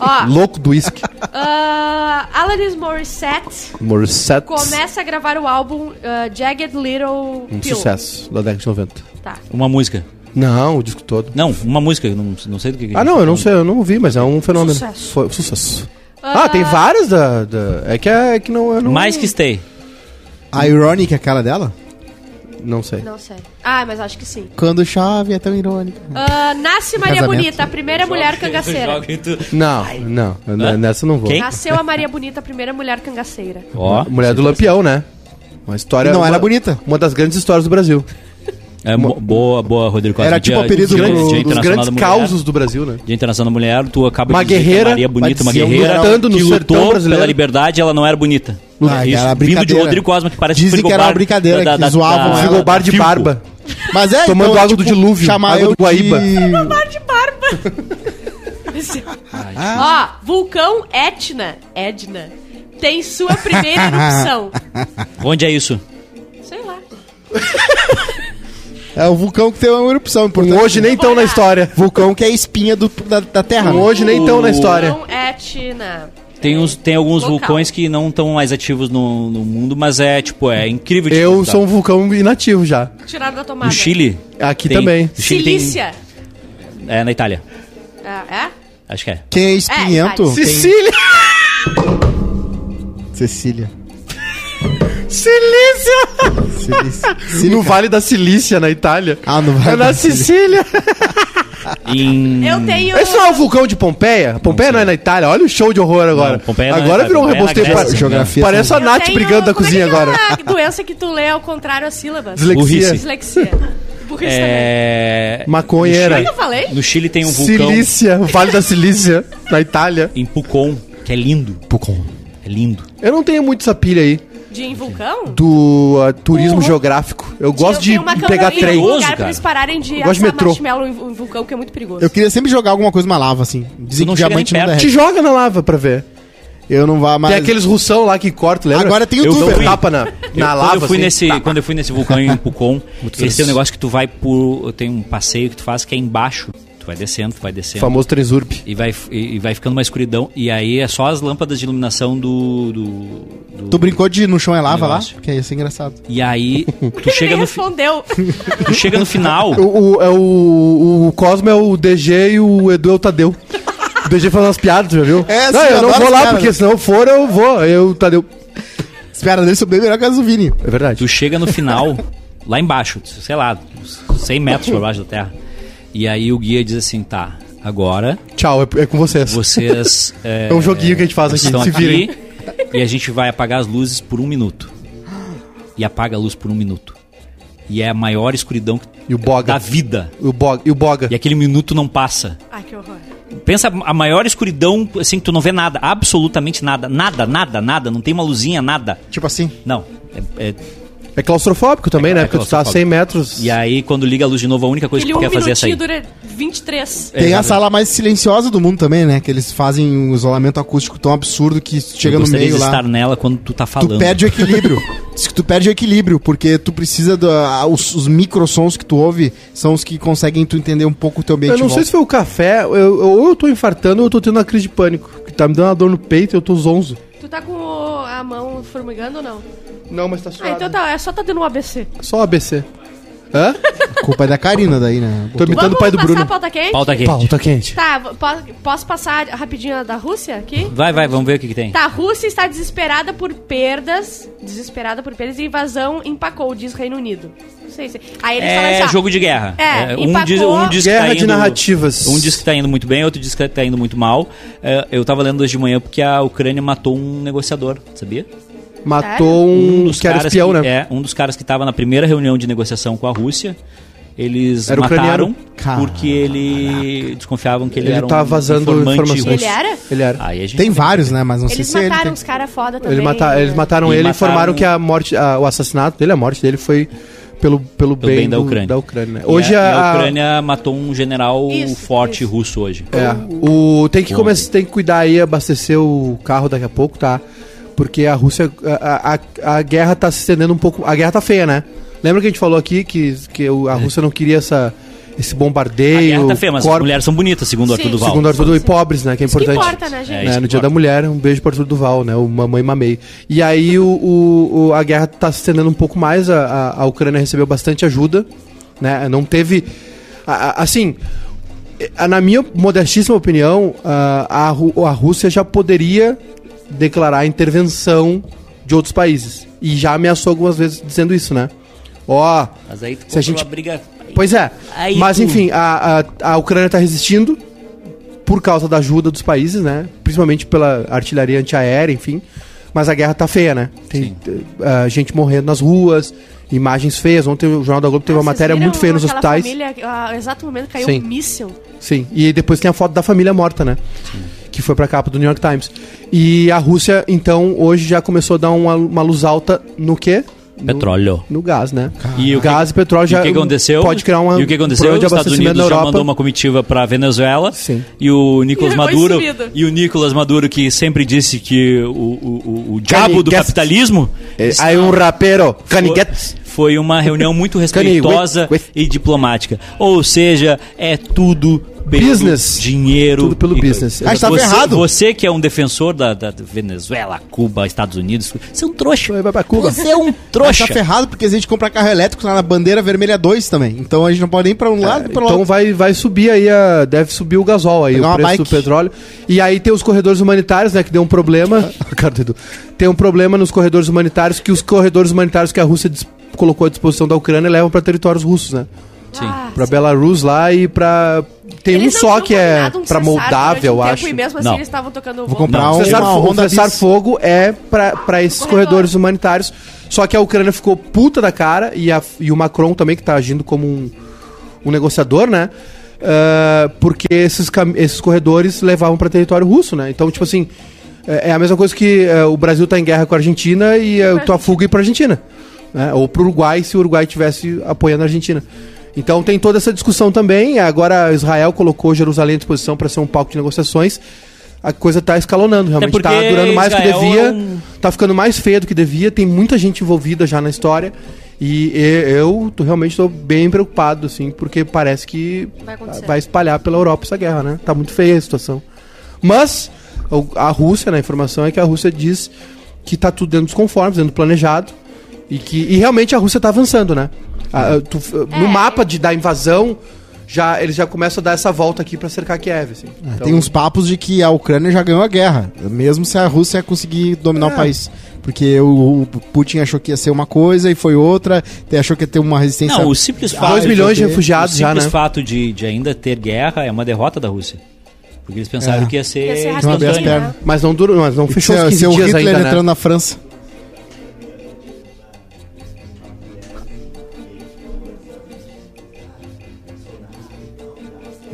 Ó,
Louco do uísque.
ah, Alanis Morissette
Morissette.
começa a gravar o álbum ah, Jagged Little
Um
Pill.
sucesso da década de 90.
Tá.
Uma música.
Não, o disco todo.
Não, uma música, não, não sei do que. que-
Ah, não, eu não sei, eu não vi, mas é um fenômeno.
Sucesso.
Foi sucesso. Ah, tem várias da. da- é, que é, é que não. Eu não
Mais que Stay.
A Ironic é aquela dela?
Não sei.
Não sei. Ah, mas acho que sim.
Quando chove é tão irônica.
Ah, nasce Maria
Casamento.
Bonita, a primeira mulher cangaceira.
Joga em tu-
Não, não, n- nessa eu não vou.
Quem?
Nasceu a Maria Bonita, a primeira mulher cangaceira.
Ó,
Mulher do Lampião, né? Uma história.
Não,
uma-
era bonita.
Uma das grandes histórias do Brasil.
é mo- boa, boa, Rodrigo Costa.
Era tipo o apelido
Dos
Dia-
grandes,
Dia
dos
Internacional
grandes
da Mulher.
causos do Brasil, né?
Dia Internacional da Mulher, tu acaba
Uma
de dizer que a
guerreira,
Maria é bonita, uma
mas eu
guerreira
lutando no
que
sertão
lutou
brasileiro.
pela liberdade, ela não era bonita.
Ah, era uma
vindo de
brincadeira.
Rodrigo Cosma, que parece
Dizem que era uma
frigobar
brincadeira, que zoavam ela.
Frigobar de
Filco.
barba.
Mas é,
Tomando
é
água do dilúvio,
Chamar
água
eu
do Guaíba.
De...
Mar de barba! Ó, vulcão Etna, Edna, tem sua primeira erupção.
Onde é isso?
Sei lá.
É o vulcão que tem uma erupção é
Um
importante.
hoje nem tão na história.
Vulcão que é a espinha do- da, da Terra.
Um hoje nem tão na então história.
Vulcão Etna.
Tem, uns, tem alguns
Local.
vulcões que não estão mais ativos no, no mundo, mas é tipo, é incrível. de
Eu
estudar.
sou um vulcão inativo já.
Tiraram da tomada.
No Chile.
Aqui
tem-
também.
no Chile tem-
Silícia.
é, na Itália.
Ah,
Acho que é.
Quem é espinhento?
É,
tem-
Sicília!
Cecília.
Silícia!
Cecília.
No Vale da Silícia, na Itália.
Ah, no
É
Vale
na
da
Sicília.
Em-
é?
Hum.
Eu tenho.
Esse não é o vulcão de Pompeia? Pompeia não, é na Itália. Olha o show de horror agora.
Não, Pompeia não é
agora
na
virou um
Itália,
rebosteio.
é na Grécia.
Parece-
Geografia.
Parece a
eu
Nath
tenho-
brigando da
como é que
cozinha agora.
chama A doença que tu lê ao contrário as sílabas.
Dislexia.
Burrice.
Dislexia. Burrice também.
É...
Maconheira.
No
Eu falei?
Chile, no Chile tem um vulcão
Silícia, Vale da Silícia, na Itália.
em Pucon, que é lindo. É lindo.
Eu não tenho muito essa pilha aí
De em vulcão?
do ah, turismo
Uhum.
geográfico. Eu gosto de
tenho uma câmera
pegar
em
trem.
algum
Perigoso,
lugar pra
cara.
eles pararem de
Eu gosto de
assar
metrô.
marshmallow em, em vulcão, que é muito perigoso.
Eu queria sempre jogar alguma coisa numa lava, assim.
Tu
Dizem que
não chega
diamante
nem
não
perto.
derrete.
Te joga na lava pra ver.
Eu não vá mais.
Tem aqueles russão lá que cortam, lembra?
Agora tem o
Eu
tubo.
dou um tapa na, na
Eu-
lava.
quando, eu fui
assim.
nesse, quando eu fui nesse vulcão em Pucon, eles têm um negócio que tu vai por. Tem um passeio que tu faz que é embaixo. Tu vai descendo, tu vai descendo.
Famoso Transurb.
E vai, e, e vai ficando uma escuridão. E aí é só as lâmpadas de iluminação do. do, do-
Tu brincou de no chão é lava lá?
Negócio.
Que ia ser engraçado.
E aí tu
Ele
chega,
nem
no, fi-
respondeu.
tu chega no final.
O, o, é o, o Cosmo é o DG e o Edu é o Tadeu. O DG faz umas piadas, tu já viu?
É,
não,
sim, eu
eu não
adoro
vou lá,
piada.
porque se não for, eu vou. Eu, o Tadeu.
Espera, dele sobrou melhor que a do Vini.
É verdade.
Tu chega no final, lá embaixo, sei lá, uns 100 metros pra baixo da terra. E aí o guia diz assim: tá, agora
Tchau, é, é com vocês.
vocês. É,
É um joguinho que a gente faz aqui,
estão
se virem.
aqui e a gente vai apagar as luzes por um minuto. E apaga a luz por um minuto. E é a maior escuridão que-
E o Boga.
da vida.
E o Boga. E o Boga.
E aquele minuto não passa.
Ai, que horror.
Pensa a maior escuridão, assim, que tu não vê nada, absolutamente nada. Nada, nada, nada. Não tem uma luzinha, nada.
Tipo assim.
Não. É- é-
É claustrofóbico também,
É
né? Porque tu tá a
claustrofóbico.
100 metros.
e aí, quando liga a luz de novo, a única coisa
Ele
que
um
tu quer fazer é
minutinho
sair.
dura 23.
É,
Tem a
exatamente.
sala mais silenciosa do mundo também, né? Que eles fazem um isolamento acústico tão absurdo que chega
eu
no
gostaria
meio
de
lá.
estar nela quando tu tá falando.
Tu perde o equilíbrio. Diz que tu perde o equilíbrio, porque tu precisa do, a- os, os microsons que tu ouve são os que conseguem tu entender um pouco o teu ambiente.
Eu não
em
sei se
volta.
foi o café, eu- eu- ou eu tô infartando ou eu tô tendo uma crise de pânico. Que tá me dando uma dor no peito e eu tô zonzo.
Tu tá com o- a mão formigando ou não?
Não, mas tá
Ah, então tá, é só tá dando um ABC.
Só ABC. Hã?
A culpa é da Karina daí, né?
Tô imitando
Vamos
o pai do
passar
Bruno.
a pauta quente?
Pauta quente.
Pauta
um
quente.
Tá, vo- po- posso passar rapidinho a da Rússia aqui?
Vai, vai, vamos ver o que, que tem.
Tá, a Rússia está desesperada por perdas, desesperada por perdas e invasão empacou, diz Reino Unido. Não sei se... Aí eles falam
É
assim, ó,
jogo de guerra.
É,
um diz,
empacou-
um diz que
Guerra
tá
de
indo-
narrativas.
Um diz que tá indo muito bem, outro diz que tá indo muito mal. É, eu tava lendo hoje de manhã porque a Ucrânia matou um negociador, sabia?
Matou um, que era
É? caras
espião,
que,
né?
É, um dos caras que tava na primeira reunião de negociação com a Rússia. Eles
Era
mataram
ucraniano.
porque ele desconfiavam que ele,
Ele
era um
tá vazando
informante
informações.
russo.
Ele era?
Ele era.
Aí a gente
Tem vários, né? Mas não
Eles
sei se
mataram
ele
os
tem...
caras foda também.
Ele mata, eles mataram
E
ele e
mataram-
informaram que a morte, a- o assassinato dele, a morte dele foi pelo, pelo, bem,
bem da
do-
Ucrânia.
né?
E
Hoje
a,
a,
e a Ucrânia matou um general
Isso,
forte
isso.
russo hoje.
É, o, tem, que começar, tem que cuidar aí, abastecer o carro daqui a pouco, tá? Porque a Rússia. A, a, a guerra tá se estendendo um pouco. A guerra tá feia, né? Lembra que a gente falou aqui que, que o- a Rússia não queria essa, esse
É. A
bombardeio.
guerra tá feia, mas as
corpo-
mulheres são bonitas, segundo o
Sim.
Arthur Duval.
Segundo Arthur Duval, e pobres, né? Que é
Isso que
importante.
importa, né, gente?
É, isso
no
que
Dia
importa.
da Mulher, um beijo para Arthur Duval, né? O Mamãe Mamei. E aí o, o- o- a guerra tá se estendendo um pouco mais, a, a, a Ucrânia recebeu bastante ajuda, né? Não teve. a- a- assim, a- na minha modestíssima opinião, a, a, Ru- a Rússia já poderia declarar intervenção de outros países. E já ameaçou algumas vezes dizendo isso, né? Ó,
Mas aí tu
Se a
comprou
gente-
uma briga.
Pois é.
Aí
Mas
tu-
enfim, a, a, a Ucrânia tá resistindo por causa da ajuda dos países, né? Principalmente pela artilharia antiaérea, enfim. Mas a guerra tá feia, né? Tem eh, gente morrendo nas ruas, imagens feias. Ontem o Jornal da Globo teve uma
Ah, Vocês
matéria
viram
muito feia nos
aquela
hospitais.
Família, ah, exato momento caiu
Sim.
um míssil.
Sim. E depois tem a foto da família morta, né? Que foi pra capa do New York Times. E a Rússia, então, hoje já começou a dar uma, uma luz alta no quê? No-
Petróleo.
No, gás, né?
E o que-
gás e petróleo
E
já
o que aconteceu?
pode criar uma, um
E o que aconteceu?
problema
Os
de
Estados
abastecimento
Unidos
na
já
Europa.
mandou uma comitiva pra Venezuela.
Sim.
E o Nicolas
E foi
Maduro.
sumido.
E o Nicolas Maduro, que sempre disse que o, o, o, o diabo do
Caniguetes.
capitalismo
É,
Aí um rapero, Caniguetes.
foi- foi uma reunião muito respeitosa
wait,
e diplomática. Ou seja, é tudo pelo
Business.
dinheiro.
Tudo pelo
e coisa.
business.
Ah, estava
você,
errado.
Você que é um defensor da, da Venezuela, Cuba, Estados Unidos, você é um trouxa.
Vai- vai pra Cuba.
Você é um
Mas tá
trouxa.
ferrado porque a gente compra carro elétrico lá na bandeira vermelha 2 também. Então a gente não pode nem pra um lado e pro
Então
outro.
vai, vai subir aí, a, deve subir o gasol aí,
Pegar
o
uma
preço
bike.
do petróleo. E aí tem os corredores humanitários, né, que deu um problema. Cara do Edu. tem um problema nos corredores humanitários, que os corredores humanitários que a Rússia dis- colocou à disposição da Ucrânia levam pra territórios russos, né?
Sim.
Ah,
Pra Belarus lá e pra... Tem um
eles não
só
tinham
que é
combinado um
pra
cessar
Moldávia, eu
durante um tempo
acho.
E mesmo assim
Não.
eles estavam tocando
Vou
o
comprar
Não.
um,
Cessar,
uma
fogo,
Honda
cessar
Bis.
fogo é pra, pra esses
Corredor.
corredores humanitários. Só que a Ucrânia ficou puta da cara e, a- e o Macron também, que tá agindo como um, um negociador, né? Ah, porque esses, cam- esses corredores levavam pra território russo, né? Então, tipo assim, é é a mesma coisa que eh, o Brasil tá em guerra com a Argentina e eh, tua fuga ir pra Argentina. Né? Ou pro Uruguai, se o Uruguai tivesse apoiando a Argentina. Então tem toda essa discussão também. Agora Israel colocou Jerusalém à disposição para ser um palco de negociações. A coisa tá escalonando, realmente. Tá
É porque
durando mais do que
Israel
devia.
é um-
Tá ficando mais feio do que devia. Tem muita gente envolvida já na história. E e- eu tô- realmente tô bem preocupado, assim, porque parece que
Vai acontecer.
vai espalhar pela Europa essa guerra, né? Tá muito feia a situação. Mas o- a Rússia, na informação, é que a Rússia diz que tá tudo dentro dos conformes, dentro do planejado. E que e realmente a Rússia tá avançando, né? A- a- tu- No
É.
mapa de, da invasão, já, eles já começam a dar essa volta aqui pra cercar Kiev, assim. Então-
Ah, Tem uns papos de que a Ucrânia já ganhou a guerra, mesmo se a Rússia conseguir
É.
dominar o país. Porque o, o Putin achou que ia ser uma coisa e foi outra, te- achou que ia ter uma resistência.
Não, o simples fato. é
2 milhões de
porque-
o
refugiados
simples
já, né?
fato de, de ainda ter guerra é uma derrota da Rússia. Porque eles pensaram
É.
que ia ser.
Ia ser
Vão abrir as
instantâneo.
pernas.
né?
Mas não durou, mas não fechou os
Se,
15
se o
dias
Hitler
ainda, né?
entrando na França.
né?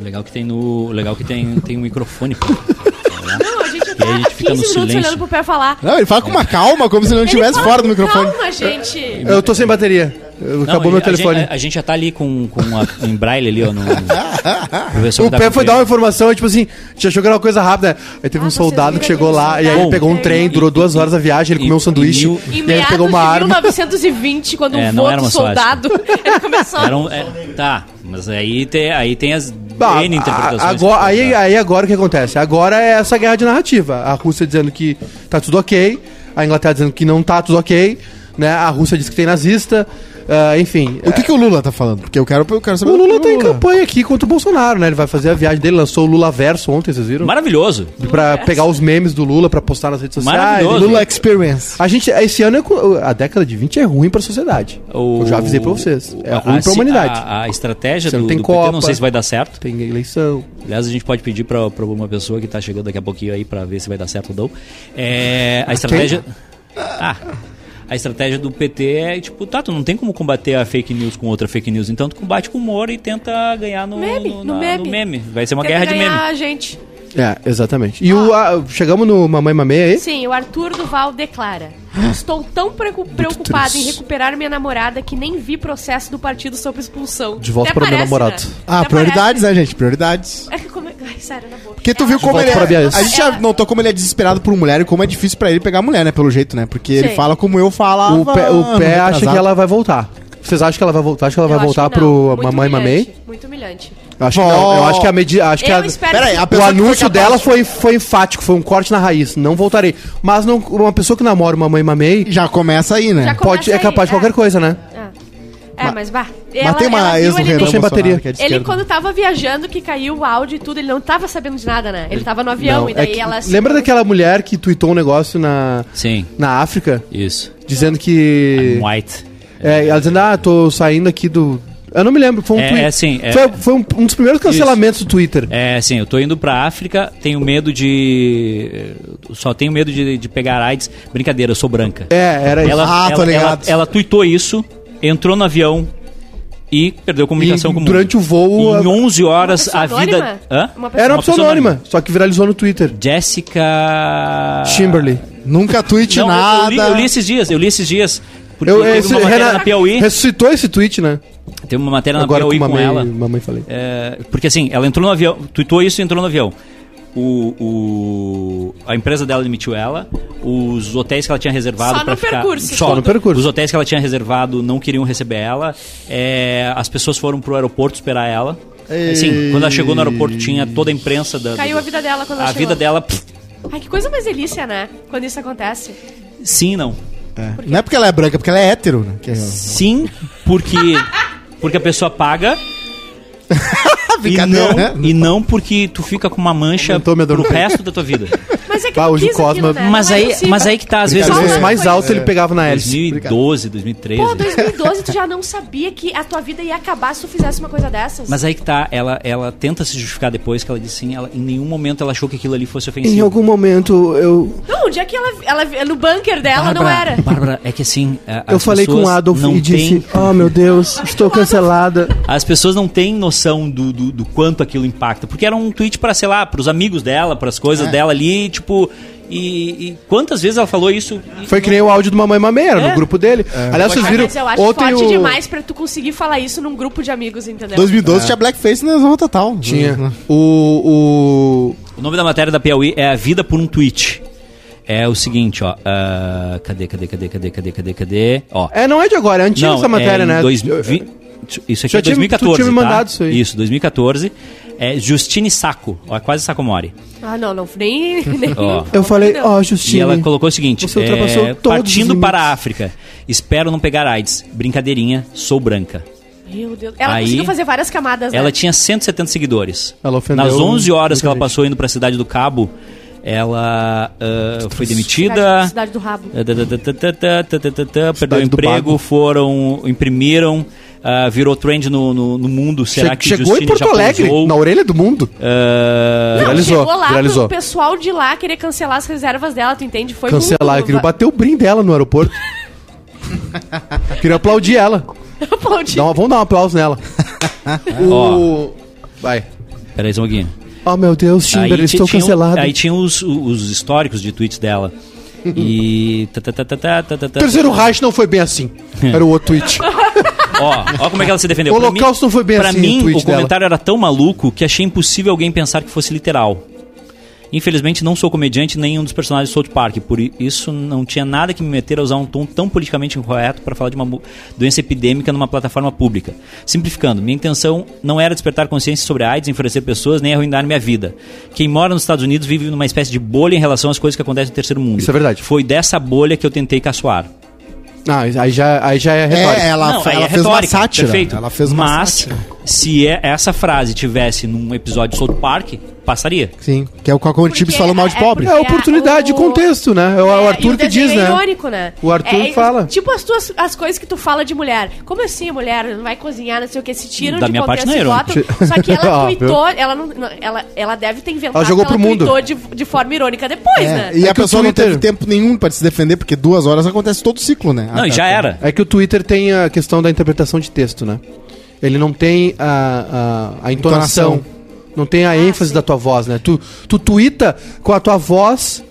Legal que tem no. Legal que tem, tem um microfone. pô.
Não, a gente tá
E aí a gente
15
fica no
minutos
silêncio.
olhando pro pé falar.
Não, ele fala com uma calma, como se ele não
Ele
estivesse
fala,
fora do microfone.
Calma, gente.
Eu tô sem bateria. Eu-
Não,
Acabou
a
meu
gente-
telefone.
A, gente- a gente já tá ali com, com a, em braille ali, ó. No, no- pra ver se eu
o
dá
pé
pra
foi dar
ver.
uma informação, tipo assim, a gente achou que era uma coisa rápida. Aí teve
Ah,
um
vocês
soldado que
viram
chegou
aquele
lá, e aí ele
soldado?
pegou um trem, durou duas horas a viagem, ele
E-
comeu um sanduíche,
e o-
é, Em
e aí ele
meados
pegou uma
de
arma.
1920, quando
É,
um
não
voo
era
do
uma
soldado ele começou a
Era um- é, tá, mas aí tem, aí tem as
Bah,
N interpretações. né?
a- Ah,
né?
agora, aí, aí agora o que acontece? Agora é essa guerra de narrativa. A Rússia dizendo que tá tudo ok, a Inglaterra dizendo que não tá tudo ok, né? A Rússia diz que tem nazista, ah, enfim.
O que, que o Lula tá falando? Porque eu quero, eu quero saber
O Lula tá tem campanha aqui contra o Bolsonaro, né? Ele vai fazer a viagem dele, lançou o Lula Verso ontem, vocês viram?
Maravilhoso.
Pra
é.
pegar os memes do Lula pra postar nas redes sociais.
Maravilhoso.
Lula Experience.
A gente, esse ano, é co- a década de 20 é ruim pra sociedade.
O-
Eu já avisei pra vocês. É
a-
ruim
a-
pra humanidade.
A, a estratégia
Você
do,
não
do
tem
PT, não
Copa.
sei se vai dar certo.
Tem eleição.
Aliás, a gente pode pedir pra, pra uma pessoa que tá chegando daqui a pouquinho aí pra ver se vai dar certo ou não. É, a estratégia. Ah, a estratégia do PT é tipo, tá, tu não tem como combater a fake news com outra fake news, então tu combate com humor e tenta ganhar no
Meme, no meme.
Vai ser uma
tentar
guerra de meme.
ganhar a gente.
É, exatamente. E o, a- chegamos no Mamãe Mamei aí?
Sim, o Arthur Duval declara: Estou tão precu- preocupado em recuperar minha namorada que nem vi processo do partido sobre expulsão.
De volta
Até
para o meu
parece,
namorado.
né?
Ah,
Até
prioridades, né, gente? Prioridades.
parece. É que como é- Ai, sério, na boa.
Porque tu viu como
volta
ele
pra
é,
Bias.
A gente já notou como ele é desesperado por mulher e como é difícil pra ele pegar mulher, né? Pelo jeito, né? Porque ele
Sim.
fala como eu falava.
O pé, o
ano
pé acha
retrasado.
que ela vai voltar. Vocês acham que ela vai voltar? Acho que ela
Eu
vai
acho
voltar
que não.
pro
Muito
Mamãe Mamei?
humilhante, Muito humilhante.
Acho que não. Eu
Vó.
acho que a medida. Acho que
Eu
a-
espero
Pera aí, a
que...
O
pessoa que foi
anúncio
capaz
dela
de-
foi, foi enfático, foi um corte na raiz. Não voltarei. Mas não, uma pessoa que namora uma mãe mamei
Já começa aí, né?
Já começa
pode, é
aí,
capaz de
é.
qualquer coisa, né?
Ah. É, mas vá.
Mas tem uma ex do Renan
Tô sem
Bolsonaro,
bateria.
que é de
Ele,
esquerda.
quando tava viajando, que caiu o áudio e tudo, ele não tava sabendo de nada, né? Ele tava no avião
Não,
e
é
daí
que-
ela. se-
Lembra daquela mulher que tweetou um negócio na,
Sim,
na África?
isso.
Dizendo que.
I'm white.
É, ela dizendo, ah, tô saindo aqui do. Eu não me lembro, foi um
É,
tweet.
é assim, é-
foi foi um, um dos primeiros cancelamentos do Twitter.
É, sim, eu tô indo pra África, tenho medo de. eh, Só tenho medo de, de pegar AIDS. Brincadeira, eu sou branca.
É, era isso.
Ela,
Ah, tô
ela, ela,
ligado.
ela tuitou isso, entrou no avião e perdeu a comunicação
E
com o mundo.
durante o voo,
Em
a-
11 horas,
pessoa
a vida.
anônima?
Hã?
Era uma,
Uma pessoa-
uma
pessoa
pessoa
anônima, só que viralizou no Twitter.
Jessica.
Timberley.
Nunca tweet
Não, eu-
nada.
eu li, eu li esses dias, eu li esses dias. Porque
Eu,
teve
esse-
uma matéria
Renan-
na Piauí.
Ressuscitou esse tweet, né?
Teve uma matéria na
Agora que
Piauí com
mamãe,
ela.
mamãe falei.
É, porque assim, ela entrou no avião, tuitou isso e entrou no avião. o, o- a empresa dela demitiu ela, os hotéis que ela tinha reservado
Só
pra
no
ficar-
percurso.
Só
Só no percurso.
Os hotéis que ela tinha reservado não queriam receber ela, é, as pessoas foram pro aeroporto esperar ela. Assim, quando ela chegou no aeroporto tinha toda a imprensa da...
Caiu a vida dela quando ela
A
chegou.
vida dela, pff,
Ai, que coisa mais delícia, né? Quando isso acontece.
sim e não.
É. Não é porque ela é branca, é porque ela é hétero, né? Que é-
Sim, porque porque a pessoa paga e não,
Brincadeira, né?
e não porque tu fica com uma mancha
Aumentou minha dor
pro
no peito.
resto da tua vida.
Mas é que
Bah,
não
hoje o
quis
Cosma-
aquilo, né?
Mas
Não é
aí,
possível.
mas aí que tá, às vezes
Se
Só
tu-
fosse
uma
mais
coisa.
alto, ele pegava na hélice.
2012, 2013.
Pô, 2012 tu já não sabia que a tua vida ia acabar se tu fizesse uma coisa dessas.
Mas aí que tá, ela, ela tenta se justificar depois que ela disse sim, ela, em nenhum momento ela achou que aquilo ali fosse ofensivo.
Em algum momento eu,
Não, onde é que ela, ela no bunker dela
Bárbara,
não era.
Bárbara, é que assim, a-
eu
as
falei com o
pessoas
Adolf
não
e disse:
têm-
Oh meu Deus, estou cancelada.
as pessoas não têm noção do, do, do quanto aquilo impacta, porque era um tweet pra sei lá, pros amigos dela, pras coisas
É.
dela ali, tipo, e, e quantas vezes ela falou isso? E-
Foi que nem o áudio do Mamãe Mameira, no grupo dele.
É.
Aliás, vocês
Ah,
viram.
É. Mas eu acho
Ontem
forte
o...
demais pra tu conseguir falar isso num grupo de amigos, entendeu?
2012 tinha blackface na Uhum. Zorra Total.
É. Tinha. O. o...
O nome da matéria da Piauí é A Vida por um Tweet. É o seguinte, ó. ah, cadê, cadê, cadê, cadê, cadê, cadê, cadê? Ó.
É, não é de agora, é antiga
Não,
essa matéria,
é em
né?
dois-
Eu-
vi- isso aqui
Já
é
tinha- tu
2014.
tinha me
tá?
mandado isso aí.
2014. É Justine Saco. Ó, é quase Sacomori.
Ah, não, não. Nem. nem
Ó.
Eu falei, ó,
E
Justine.
ela colocou o seguinte:
Você
é,
ultrapassou todos os
partindo
limites.
para a África. Espero não pegar AIDS. Brincadeirinha, sou branca.
Meu Deus. Ela
Aí-
conseguiu fazer várias camadas, né?
Ela tinha 170 seguidores.
Ela ofendeu
Nas 11 horas que ela
muita
passou indo para a cidade do Cabo, ela ah, foi demitida.
Cidade, cidade do rabo.
É, Tatatatatatatatatatá, Perdeu o
do
emprego,
Bago.
foram, imprimiram, ah, virou trend no, no, no mundo. Será
Che-
que
chegou em
Justine
Porto
já
Alegre,
pousou?
na orelha do mundo.
Ah,
Não,
Viralizou,
chegou lá
viralizou.
pro pessoal de lá querer cancelar as reservas dela, tu entende? Foi
Cancelar, eu
muito...
queria bater o brim dela no aeroporto. queria aplaudir ela.
Aplaudi.
Dá uma- vamos dar um aplauso nela. o... Vai.
Peraí, só um pouquinho.
Oh meu Deus, Tinder,
ti-
estou
tinha, um,
cancelado.
Aí tinha os, os históricos de tweets dela. E. tatatatá, tatatá.
Terceiro Reich não foi bem assim. Era o outro tweet.
Ó, ó como é que ela se defendeu.
O
Pra
Holocausto
mim-
foi bem
pra
assim,
mim,
o tweet
o comentário era tão maluco que achei impossível alguém pensar que fosse literal. Infelizmente, não sou comediante nem um dos personagens do South Park, por i- isso não tinha nada que me meter a usar um tom tão politicamente incorreto para falar de uma mu- doença epidêmica numa plataforma pública. Simplificando, minha intenção não era despertar consciência sobre a AIDS, enfurecer pessoas, nem arruinar minha vida. Quem mora nos Estados Unidos vive numa espécie de bolha em relação às coisas que acontecem no terceiro mundo.
Isso é verdade.
Foi dessa bolha que eu tentei caçoar.
Ah, aí já, aí já é retórica.
É, ela,
Não,
fe-
aí
ela
é
fez uma
retórica,
sátira.
Perfeito.
Ela fez uma
Mas,
sátira.
se é- essa frase tivesse num episódio de South Park, passaria.
Sim, que é o que a Cocoa Chips falou mal de
é
pobre.
É oportunidade,
o-
contexto, né? É o, o
É, e
Arthur
o
que
desenho
diz,
é
né?
irônico, né?
O Arthur
É, é,
fala.
Tipo as tuas as coisas que tu fala de mulher. Como assim, mulher? Não vai cozinhar, não sei o que, se tiram
Da
de
minha parte,
contexto e
não é
botam.
irônico.
Só que ela
Ah,
tweetou, ela, não, não- ela, ela deve ter inventado
Ela jogou
que
pro mundo.
tweetou de, de forma irônica depois, né?
É, e
É
a
que o
pessoa não teve
Twitter-
tempo nenhum pra se defender, porque duas horas acontece todo o ciclo, né?
Não, e já era.
É que o Twitter tem a questão da interpretação de texto, né? Ele não tem a, a, a entonação, não tem
Ah,
a ênfase da tua voz, né? Tu, tu tuita com a tua voz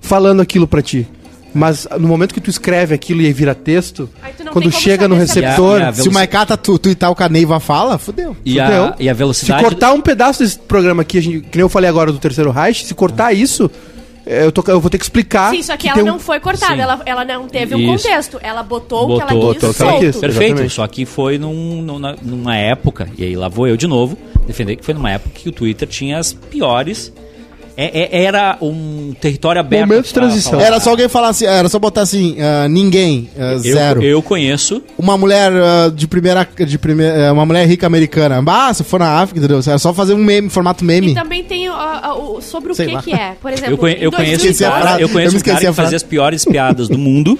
falando aquilo pra ti. Mas no momento que tu escreve aquilo e aí vira texto,
Aí tu não
quando
tem como
chega no
saber se é
receptor,
verdade.
Se o Maicata tu, tuitar o Caneiva fala, fudeu.
E a,
Fudeu.
e a
se
velocidade.
cortar um pedaço desse programa aqui, a gente, que nem eu falei agora do terceiro Reich, se cortar isso, eh, eu, tô- eu vou ter que explicar.
Sim, só que,
tem
ela
um-
não foi cortada,
Sim.
ela, ela não teve um
Isso.
contexto. Ela botou, o que ela
Botou,
quis
botou o que ela
solto.
quis.
Perfeito,
Exatamente.
só que foi num- num- na- numa época, e aí lá vou eu de novo, defender que foi numa época que o Twitter tinha as piores. é- é- era um território aberto.
Momento de
pra
transição.
falar.
Era só alguém falar assim, era só botar assim, ah, ninguém, ah,
Eu,
zero.
eu conheço.
Uma mulher ah, de primeira. De primeira ah, uma mulher rica americana. Ah, se for na África, entendeu? Era só fazer um meme, formato meme.
E também tem ó, ó, o, sobre o
Sei
que
lá.
que é. Por exemplo,
Eu, conhe- eu
em
conheço um
2012,
a
cara,
frase.
eu conheço
Eu me
um cara
esqueci a
que fazia
frase.
as piores piadas do mundo.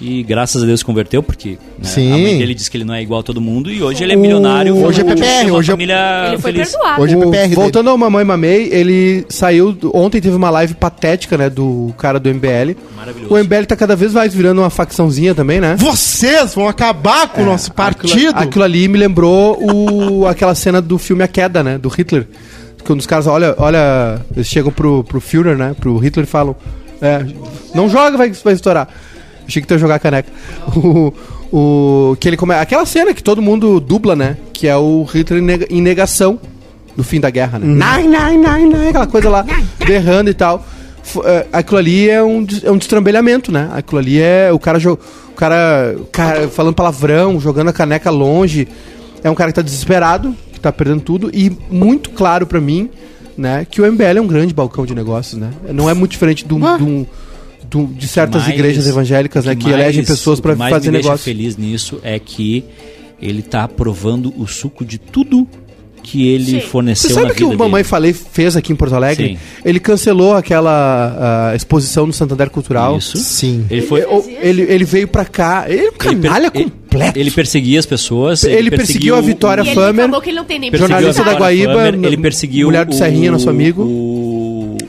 E graças a Deus se converteu, porque né,
Sim.
a mãe dele disse que ele não é igual a todo mundo. E hoje ele é milionário.
Hoje é
uma
PPR, hoje é-
família
Ele foi
feliz.
perdoado.
Hoje- é
O-
PPR dele.
voltando ao Mamãe Mamei, ele saiu. do- Ontem teve uma live patética, né? Do cara do MBL.
Maravilhoso.
O MBL tá cada vez mais virando uma facçãozinha também, né?
Vocês vão acabar com o nosso partido!
É, Aquilo, aquilo ali me lembrou o, aquela cena do filme A Queda, né? Do Hitler. Quando os caras, olha, olha, eles chegam pro, pro Führer, né? Pro Hitler e falam: é, Não joga, vai, vai estourar. Achei que tu ia jogar a caneca. O, o, que ele come... Aquela cena que todo mundo dubla, né? Que é o Hitler em nega- em negação. do fim da guerra, né? Nai, nai, nai, nai, aquela coisa lá, berrando e tal. F- é, aquilo ali é um, des- é um destrambelhamento, né? Aquilo ali é o cara, jo- o cara, o cara falando palavrão, jogando a caneca longe. É um cara que tá desesperado, que tá perdendo tudo. E muito claro pra mim, né, que o MBL é um grande balcão de negócios, né? Não é muito diferente de um- de um- de um- de certas
mais-
igrejas evangélicas, né? Que
mais-
elegem pessoas pra
o que mais
fazer
me deixa
negócio.
feliz nisso é que ele tá provando o suco de tudo que ele
Sim.
forneceu
Você
na
sabe o que
vida
o Mamãe
dele.
Falei fez aqui em Porto Alegre?
Sim.
Ele cancelou aquela ah, exposição no Santander Cultural.
Isso.
Sim.
Ele foi...
Ou- Ele, ele veio pra cá. Ele é um canalha
per-
completo.
Ele perseguia as pessoas.
Ele perseguiu a
o-
Vitória
o-
E ele
Famer,
reclamou que ele não tem nem
perseguiu a
é jornalista
Vitória
da Guaíba,
Famer, ele
m-
perseguiu
mulher do Serrinha, nosso amigo.
O,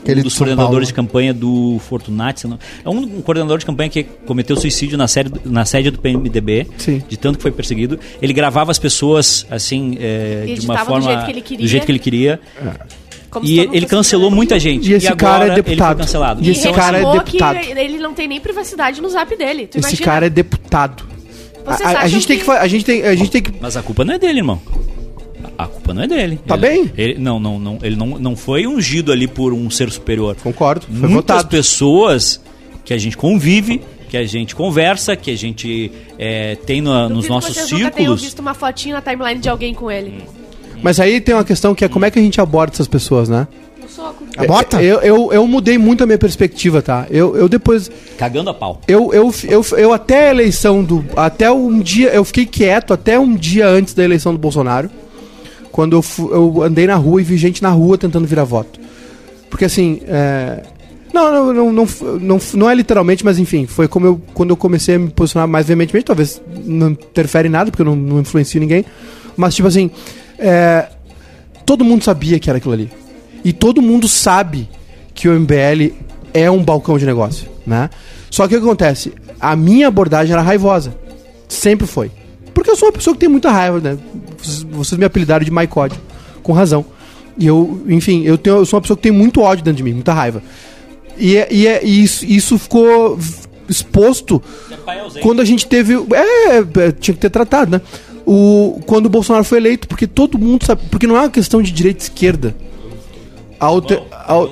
Aquele
um
de
dos
São Paulo.
coordenadores de campanha do Fortunati, se não- é um coordenador de campanha que cometeu suicídio na sede, na sede do PMDB,
Sim.
de tanto que foi perseguido. Ele gravava as pessoas assim é,
E
de uma
editava do
forma
jeito que ele queria.
do jeito que ele queria.
Como se
E
todo mundo
ele
fosse
cancelou
brasileiro.
muita gente.
E esse
agora
cara é
Ele foi
deputado.
cancelado.
E
E
esse
Então,
cara é
reclamou
deputado.
que ele não tem nem privacidade no zap dele. Tu
Esse
imagina?
cara é deputado.
Vocês
A, a- a
acham
gente tem que...
que-
fa- A gente tem, a gente tem que...
Mas a culpa não é dele, irmão. A a culpa não é dele.
Tá
Ele-
bem?
ele- não, não, não, ele não, não foi ungido ali por um ser superior.
Concordo, foi
Muitas
votado.
pessoas que a gente convive, que a gente conversa, que a gente é, tem na-
Duvido
nos
que
nossos
vocês nunca tenham
círculos. Hum.
visto uma fotinha na timeline de alguém com ele.
Mas aí tem uma questão que é como é que a gente aborda essas pessoas, né? É,
Um soco.
Aborta?
Eu, eu, eu mudei muito a minha perspectiva, tá? Eu, eu depois...
Cagando a pau.
Eu, eu, eu, eu até a eleição do. Até um dia. Eu fiquei quieto até um dia antes da eleição do Bolsonaro. Quando eu, fu- eu andei na rua e vi gente na rua tentando virar voto. Porque assim. é, Não, não, não, não, f- não, f- não é literalmente, mas enfim, foi como eu, quando eu comecei a me posicionar mais veementemente, talvez não interfere em nada, porque eu não, não influencio ninguém. Mas tipo assim. é, todo mundo sabia que era aquilo ali. E todo mundo sabe que o MBL é um balcão de negócio, né? Só que o que acontece? A minha abordagem era raivosa. Sempre foi. Porque eu sou uma pessoa que tem muita raiva, né? Vocês- Vocês me apelidaram de Maicode, com razão. E eu, enfim, eu, tenho, eu sou uma pessoa que tem muito ódio dentro de mim, muita raiva. E, é- e é- e isso, isso ficou v- exposto quando a gente teve. É, é, tinha que ter tratado, né? O, quando o Bolsonaro foi eleito, porque todo mundo sabe. Porque não é uma questão de direita e esquerda. A, alter- a-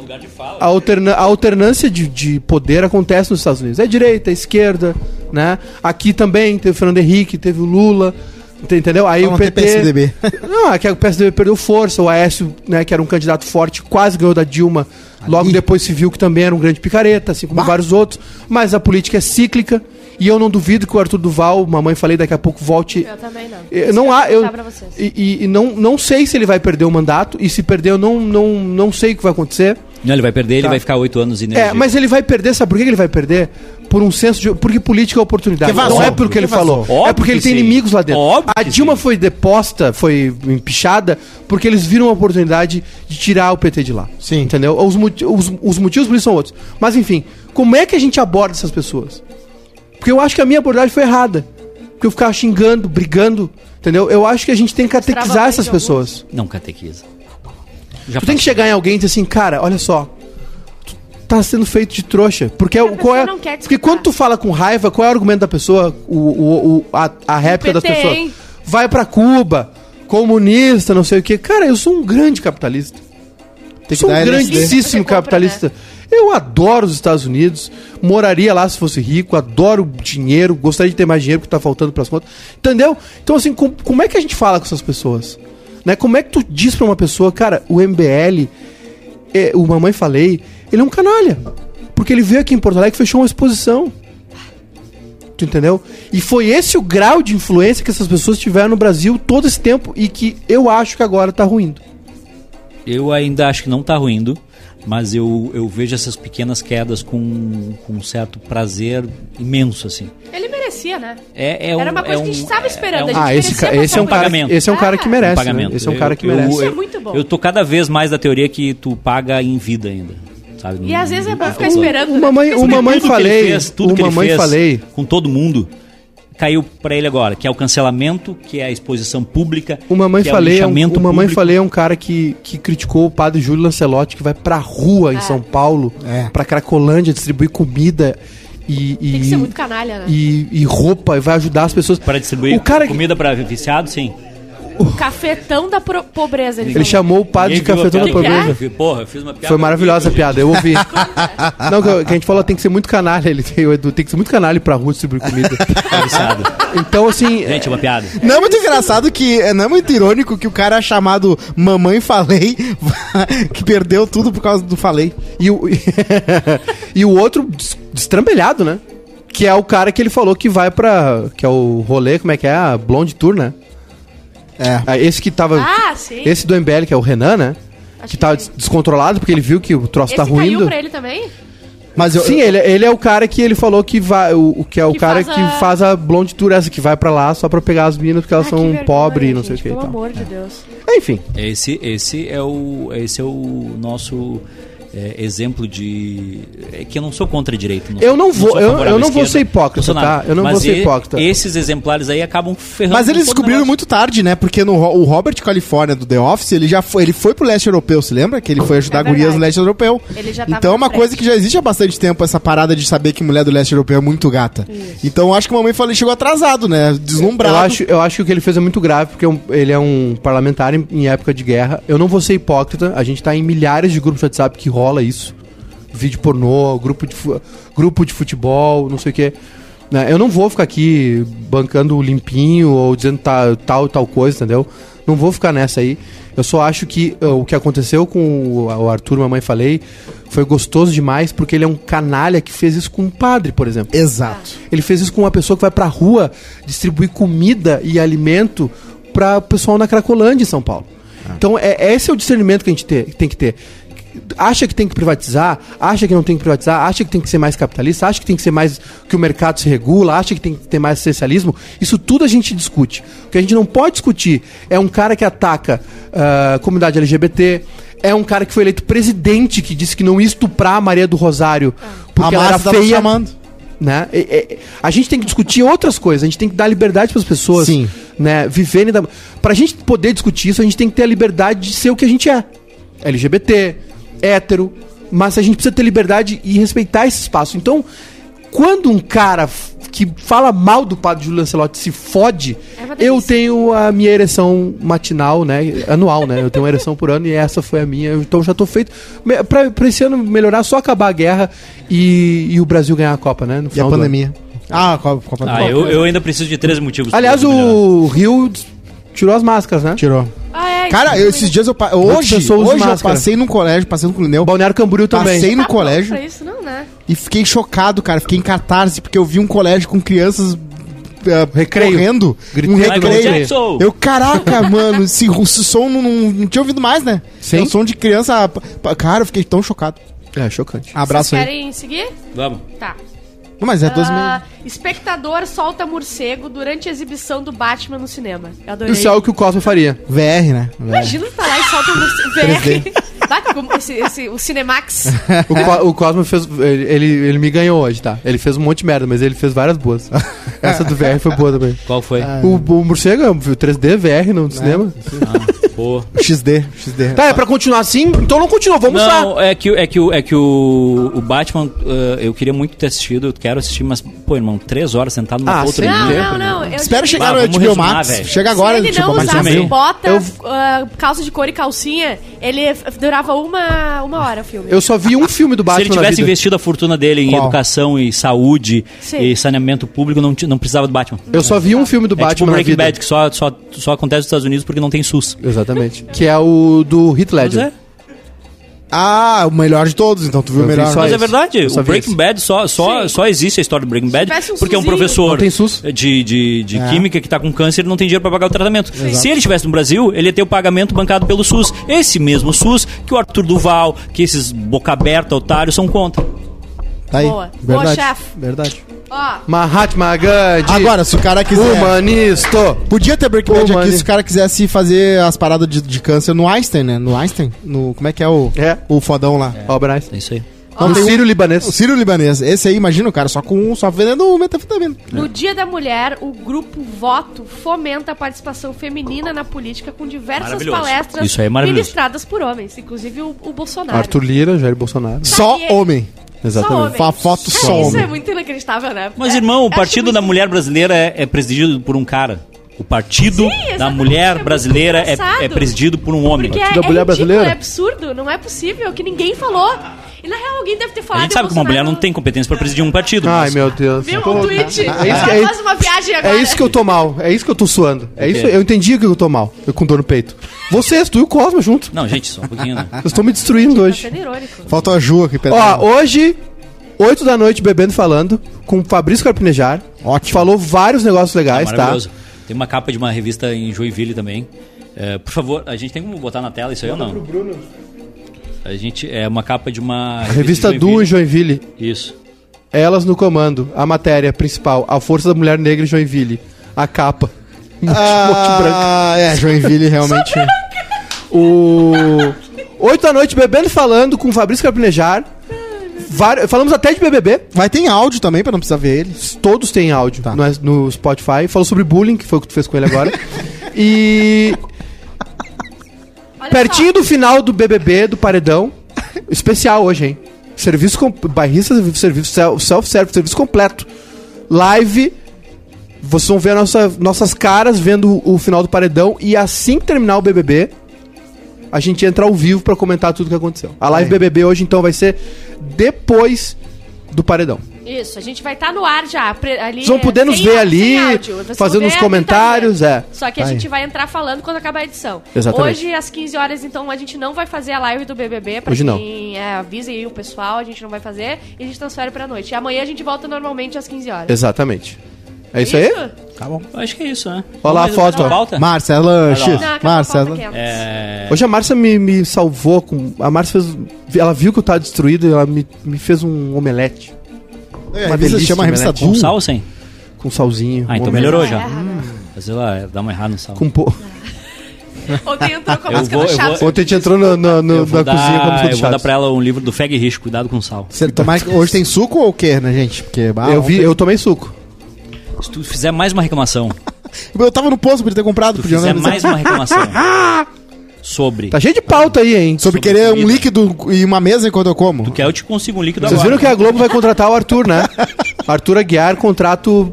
a alterna- a alternância de, de poder acontece nos Estados Unidos. É direita, é esquerda, né? Aqui também teve o Fernando Henrique, teve o Lula. ent- Entendeu? Aí
Só
o
não tem
PT.
PSDB.
Não, é que o PSDB perdeu força. O Aécio, né, que era um candidato forte, quase ganhou da Dilma. Logo depois se viu que também era um grande picareta, assim como
Bah.
vários outros. Mas a política é cíclica. E eu não duvido que o Arthur Duval, mamãe falei daqui a pouco, volte.
Eu também não.
Eu
Isso
não
que
há. Eu,
perguntar pra vocês.
e e- e não, não sei se ele vai perder o mandato. E se perder, eu não, não, não sei o que vai acontecer.
Não, ele vai perder, ele
Tá.
vai ficar oito anos e
É, mas ele vai perder, sabe por que ele vai perder? Por um senso de. Porque política é oportunidade.
Porque vazou.
Não é pelo que ele
Porque vazou.
falou. é
Óbvio
porque ele
que
tem
sim.
inimigos lá dentro.
Óbvio
a
que
Dilma foi deposta, foi empichada, porque eles viram a oportunidade de tirar o PT de lá.
Sim.
Entendeu? Os, moti- os- os motivos por isso são outros. Mas enfim, como é que a gente aborda essas pessoas? Porque eu acho que a minha abordagem foi errada. Porque eu ficava xingando, brigando, entendeu? Eu acho que a gente tem que catequizar
bem
essas
de alguns.
pessoas.
Não catequiza. Já
Tu tem que chegar em alguém e dizer assim, cara, olha só. tu Tá sendo feito de trouxa. Porque, o-
a
qual é,
pessoa não quer te
porque
escutar.
quando tu fala com raiva, qual é o argumento da pessoa, o, o, o- a, a réplica das
PT,
pessoas?
hein?
Vai pra Cuba, comunista, não sei o quê. Cara, eu sou um grande capitalista.
Tem que
sou
dar
um
LSD.
Você
grandíssimo
compra,
capitalista. Eu adoro os Estados Unidos, moraria lá se fosse rico, adoro dinheiro, gostaria de ter mais dinheiro porque tá faltando pras contas. Entendeu? Então, assim, com- como é que a gente fala com essas pessoas? Né? Como é que tu diz pra uma pessoa, cara, o MBL, é, o Mamãe Falei, ele é um canalha. Porque ele veio aqui em Porto Alegre e fechou uma exposição. Tu entendeu? E foi esse o grau de influência que essas pessoas tiveram no Brasil todo esse tempo e que eu acho que agora tá ruindo.
Eu ainda acho que não tá ruindo, mas eu, eu vejo essas pequenas quedas com, com um certo prazer imenso, assim.
Ele merecia, né?
É, é um,
Era uma coisa
é
que a
um-
gente tava
é-
esperando.
é um-
a gente
Ah, esse,
merecia
ca-
passar
esse é um
por
cara
isso.
que,
pagamento.
esse é um cara que
Ah,
merece.
um
né?
pagamento.
Esse é um
Eu-
cara que
eu-
merece.
Isso é muito bom.
Eu tô cada vez mais da teoria que tu paga em vida ainda. Sabe?
E às vezes é bom ficar
Tudo
esperando.
O
né?
Hum. mamãe,
Fica
o
esperando.
mamãe
que ele
falei,
fez, tudo
o
que ele
mamãe
fez
falei.
com todo mundo caiu pra ele agora, que é o cancelamento, que é a exposição pública,
O mamãe
que
falei, é um,
linchamento
o mamãe
público.
falei é um cara que, que criticou o padre Júlio Lancelotti que vai pra rua em
É.
São Paulo,
É.
pra Cracolândia distribuir comida e e,
Tem que ser muito canalha, né?
e, e roupa e vai ajudar as pessoas
para distribuir
O cara que-
comida para viciados, sim.
O cafetão da pro- pobreza, ele,
Ele
falou.
chamou o padre de
Ninguém viu a
cafetão da
piada que eu
pobreza.
é?
fiz. Porra, eu fiz uma piada.
Foi maravilhosa a
horrível,
piada, eu ouvi. Não, que, que a gente falou tem que ser muito canalha, ele tem, o Edu, tem que ser muito canalha pra rua distribuir comida. Então, assim.
Tá Gente, Gente, é uma piada.
Não é muito engraçado que. é, Não é muito irônico que o cara chamado Mamãe Falei, que perdeu tudo por causa do Falei.
E o, e o outro des- destrambelhado, né? Que é o cara que ele falou que vai pra. Que é o rolê, como é que é? A Blonde Tour, né?
É.
Ah, Esse que tava.
Ah, sim.
Esse do MBL, que é o Renan, né?
Acho
que tava
que
des- descontrolado porque ele viu que o troço
Esse
tá
caiu
ruindo.
pra ele também?
Mas eu.
Sim, ele, ele é o cara que ele falou que vai. O, o que é o
Que
cara
faz
que
a-
faz a blonde tour, essa que vai pra lá só pra pegar as meninas porque elas
Ah,
um
que
são
vergonha,
pobres e não sei o
gente,
que e
tá.
Pelo
tal.
amor
É.
de Deus.
Enfim.
Esse, esse, é o, esse é o nosso é, exemplo de. É que eu não sou contra a direita.
Eu não vou-
sou
eu-
favorável
eu não
à
vou
esquerda.
ser hipócrita,
Bolsonaro.
tá? Eu não
Mas
vou ser
e-
hipócrita.
Esses exemplares aí acabam ferrando.
Mas
todo
eles
o
descobriram
negócio.
muito tarde, né? Porque no, Ro- o Robert California do The Office, ele já foi, ele foi pro leste europeu, se lembra? Que ele foi ajudar
É
gurias
verdade.
no leste europeu.
Ele já tava
então é
na
uma
frente.
coisa que já existe há bastante tempo, essa parada de saber que mulher do leste europeu é muito gata. Então eu acho que a mamãe falei chegou atrasado, né? Deslumbrado.
Eu acho, eu acho que o que ele fez é muito grave, porque é um- ele é um parlamentar em, em época de guerra. Eu não vou ser hipócrita, a gente tá em milhares de grupos de WhatsApp que rola isso. Vídeo pornô, grupo de, fu- grupo de futebol, não sei o quê. Né, Eu não vou ficar aqui bancando o limpinho ou dizendo ta- tal tal coisa, entendeu? Não vou ficar nessa aí. Eu só acho que uh, o que aconteceu com o, o Arthur, mamãe falei, foi gostoso demais, porque ele é um canalha que fez isso com um padre, por exemplo.
Exato.
Ele fez isso com uma pessoa que vai pra rua distribuir comida e alimento pra pessoal na Cracolândia em São Paulo.
Ah.
Então, é, esse é o discernimento que a gente ter- tem que ter. Acha que tem que privatizar, acha que não tem que privatizar, acha que tem que ser mais capitalista, acha que tem que ser mais que o mercado se regula, acha que tem que ter mais socialismo. Isso tudo a gente discute. O que a gente não pode discutir é um cara que ataca ah, a comunidade LGBT, é um cara que foi eleito presidente que disse que não ia estuprar a Maria do Rosário porque
a
ela era
Márcia tava
feia
chamando.
né? E- e- a gente tem que discutir outras coisas, a gente tem que dar liberdade para as pessoas,
Sim.
né, viverem da Pra gente poder discutir isso, a gente tem que ter a liberdade de ser o que a gente é. LGBT, hétero, mas a gente precisa ter liberdade e respeitar esse espaço. Então, quando um cara f- que fala mal do padre Júlio Lancelotti se fode,
É uma delícia.
eu tenho a minha ereção matinal, né? Anual, né? Eu tenho uma ereção por ano e essa foi a minha. Então já tô feito. Me- Pra, pra esse ano melhorar, só acabar a guerra e, e o Brasil ganhar a Copa, né? No
E a
final do
pandemia. Ah, com a, com a
Ah,
pandemia.
eu, eu ainda preciso de três motivos.
ano. Aliás,
pra melhorar.
o Rio des- tirou as máscaras, né?
Tirou.
Ah, é,
Cara, eu- esses dias eu. pa- Hoje,
pessoas usam
hoje eu
máscara.
passei num colégio, passei no Cluneu.
Balneário Camboriú também.
Passei no
Tá pronto
colégio.
pra isso não, né?
E fiquei chocado, cara. Fiquei em catarse, porque eu vi um colégio com crianças. eh,
Recreio.
Correndo,
Gritando
um
Michael
recreio.
Jackson.
Eu, caraca, mano, esse, ru- esse som não, não- não tinha ouvido mais, né?
Sim.
É um som de criança. pa- pa- Cara, eu fiquei tão chocado.
É, chocante.
Abraço
Vocês
aí.
querem seguir?
Vamos.
Tá.
Não, Mas é 12
Ah,
mil.
espectador solta morcego durante a exibição do Batman no cinema. Eu adorei.
Isso é o que o Cosmo faria.
VR, né?
Imagina tu tá lá e solta um morcego. VR. Bate como esse, esse, o Cinemax.
O, Co- o Cosmo fez. Ele, ele, ele me ganhou hoje, tá? Ele fez um monte de merda, mas ele fez várias boas. Essa do VR foi boa também.
Qual foi?
Ah.
O, o morcego é um 3D VR
Né?
no cinema.
Pô.
XD, XD.
Tá, é pra continuar assim? Então não continua, vamos lá.
Não, é que, é que, o- é que o, o Batman, eh, eu queria muito ter assistido, eu quero assistir, mas, pô, irmão, três horas sentado numa
Ah,
poltrona.
sim.
Não,
tempo,
não, não. Eu
Espera
digo-
chegar
Bah,
no
vamos
HBO
resumar,
Max.
velho.
Chega agora,
Se ele não
mas
usasse
também.
Brasil.
bota,
Eu-
ah, calça de couro e calcinha, ele f- durava uma, uma hora o filme.
Eu só vi um filme do
Se
Batman
ele
na
tivesse
vida.
investido a fortuna dele em
Qual?
educação e saúde
Sim.
e saneamento público, não, ti- não precisava do Batman.
Eu só vi um filme do
é tipo o
Batman na
Breaking
vida.
Bad, que só, só, só acontece nos Estados Unidos porque não tem SUS.
Exatamente. Que é o do
Mas
Heath
é,
Ledger.
Ah, o melhor de todos, então tu viu
Eu
o
vi
melhor.
só
né?
mas é
esse.
verdade,
Eu só
o
vi
Breaking
esse.
Bad só, só,
Sim.
só existe a história do Breaking Bad
tivesse um
porque é um
SUSzinho.
professor
Não tem SUS. É.
de, de, de química que está com câncer e não tem dinheiro para pagar o tratamento. Se ele estivesse no Brasil, ele ia ter o pagamento bancado pelo SUS. Esse mesmo SUS que o Arthur Duval, que esses boca aberta, otários, são contra.
Tá aí.
Boa. Boa,
Verdade.
chefe.
Verdade.
Ó,
Mahatma Gandhi.
Agora, se o cara quiser.
Humanisto.
Podia ter Breaking
Pô,
Bad aqui
mano.
se o cara quisesse fazer as paradas de, de câncer no Einstein, né? No Einstein? No, como é que é o,
É.
o fodão lá?
Obra nice.
É isso aí.
Não,
O
tem um-
Sírio Libanês.
O Sírio Libanês. Esse aí, imagina o cara só com um, só vendendo metafetamina.
no Dia da Mulher, o grupo Voto fomenta a participação feminina na política com diversas
Maravilhoso.
palestras
Isso aí é maravilhoso.
ministradas por homens, inclusive o, o Bolsonaro.
Arthur Lira, Jair Bolsonaro.
Só
Sabe, é-
homem.
Exatamente.
Fa- foto
Cara,
só
isso é
homem.
muito inacreditável, né?
Mas,
É,
irmão, o
acho
Partido
muito-
da Mulher Brasileira é, é presidido por um cara. O Partido
Sim,
da
exatamente, é
Mulher
muito
Brasileira é,
engraçado.
é presidido por um homem.
Porque é,
da mulher
é ridículo,
brasileira?
é absurdo, não é possível, que ninguém falou. E na real alguém deve ter
A
falado.
gente sabe
e
que uma mulher
Bolsonaro-
não tem competência pra presidir um partido.
Ai,
mas-
meu Deus.
Viu?
Tô-
Um tweet.
É isso que- é-
Faz uma viagem agora.
É isso que eu tô mal. É isso que eu tô suando. É isso.
quê?
Eu entendi que eu tô mal. Eu com dor no peito. Vocês, tu e o Cosmo junto.
Não, gente, só um pouquinho, né?
Vocês estão me destruindo
Tá
hoje.
sendo irônico.
Faltou a Ju aqui, Pedro.
Ó, hoje, 8 da noite, bebendo e falando, com o Fabrício Carpinejar.
Ótimo.
Falou vários negócios legais, tá?
Ah, Maravilhoso. Tem uma capa de uma revista em Joinville também. É, por favor, a gente tem como botar na tela isso aí ou não? A gente é uma capa de uma
A Revista
em
Du em
Joinville.
Joinville.
Isso.
Elas no comando. A matéria principal. A força da mulher negra em Joinville. A capa. Um monte- monte branco.
Ah, é, Joinville realmente.
O. 8 da noite, bebendo e falando, com o Fabrício Carpinejar. Vari- Falamos até de BBB.
Vai ter em áudio também, pra não precisar ver ele.
Todos têm áudio
Tá.
no, no Spotify. Falou sobre bullying, que foi o que tu fez com ele agora. e
Olha
pertinho do final do BBB, do Paredão, especial hoje, hein? Serviço com... barrista, serviço self- self-service, serviço completo. Live. Vocês vão ver a nossa- nossas caras vendo o final do Paredão. E assim que terminar o BBB, a gente entra ao vivo pra comentar tudo que aconteceu. A live BBB hoje, então, vai ser depois do Paredão.
só. Isso, a gente vai estar no ar já. pre- Ali,
Vocês vão poder nos
sem-
ver
sem
ali,
áudio, vocês vão
fazendo
ver
os
a
comentários,
vitória.
é.
Só que a
Aí.
gente vai entrar falando quando acabar a edição.
Exatamente.
Hoje, às 15 horas, então, a gente não vai fazer a live do BBB. Pra
Hoje não.
quem, é, avisa aí o pessoal, a gente não vai fazer. E a gente transfere pra noite. E amanhã a gente volta normalmente às 15 horas.
Exatamente. É isso, aí?
Tá bom.
Eu acho que é isso, né?
Olha lá a
Vamos
foto, ó.
na pauta?
Marcela
Vai lá, ó.
X.
Não, acabou a pauta,
Marcela.
Kenos.
É,
Hoje a Márcia me, me salvou com. A Márcia fez. Ela viu que eu tava destruído e ela me, me fez um omelete
É, a
Uma
revista
delícia,
chama a revista
omelete.
Du.
Né? com sal ou sem?
com salzinho.
Ah,
um
então
omelete
melhorou já.
erra,
Mas sei lá, dá uma errada no sal.
Com po...
Ontem entrou com a
Eu
música
vou-
do
eu
Chaves.
vou-
Ontem a gente entrou na, na, na-
Eu vou,
na
dar,
cozinha como
eu
todo
vou dar
chato.
pra ela um livro do Feg Risco, cuidado com o sal.
Você tomar- hoje tem suco ou o quê, né, gente? Porque, bah,
Eu, vi,
Ah,
ontem-
eu tomei suco.
Se tu fizer mais uma reclamação,
eu tava no posto, podia ter comprado.
tu
Podia né? é
fizer
não-
mais uma reclamação sobre.
Tá cheio de pauta aí, hein?
Sobre
sobre
querer um
comida.
líquido e uma mesa enquanto eu como.
Que aí eu te consigo um líquido
Vocês viram
agora.
que a Globo vai contratar o Arthur, né? Arthur Aguiar, contrato,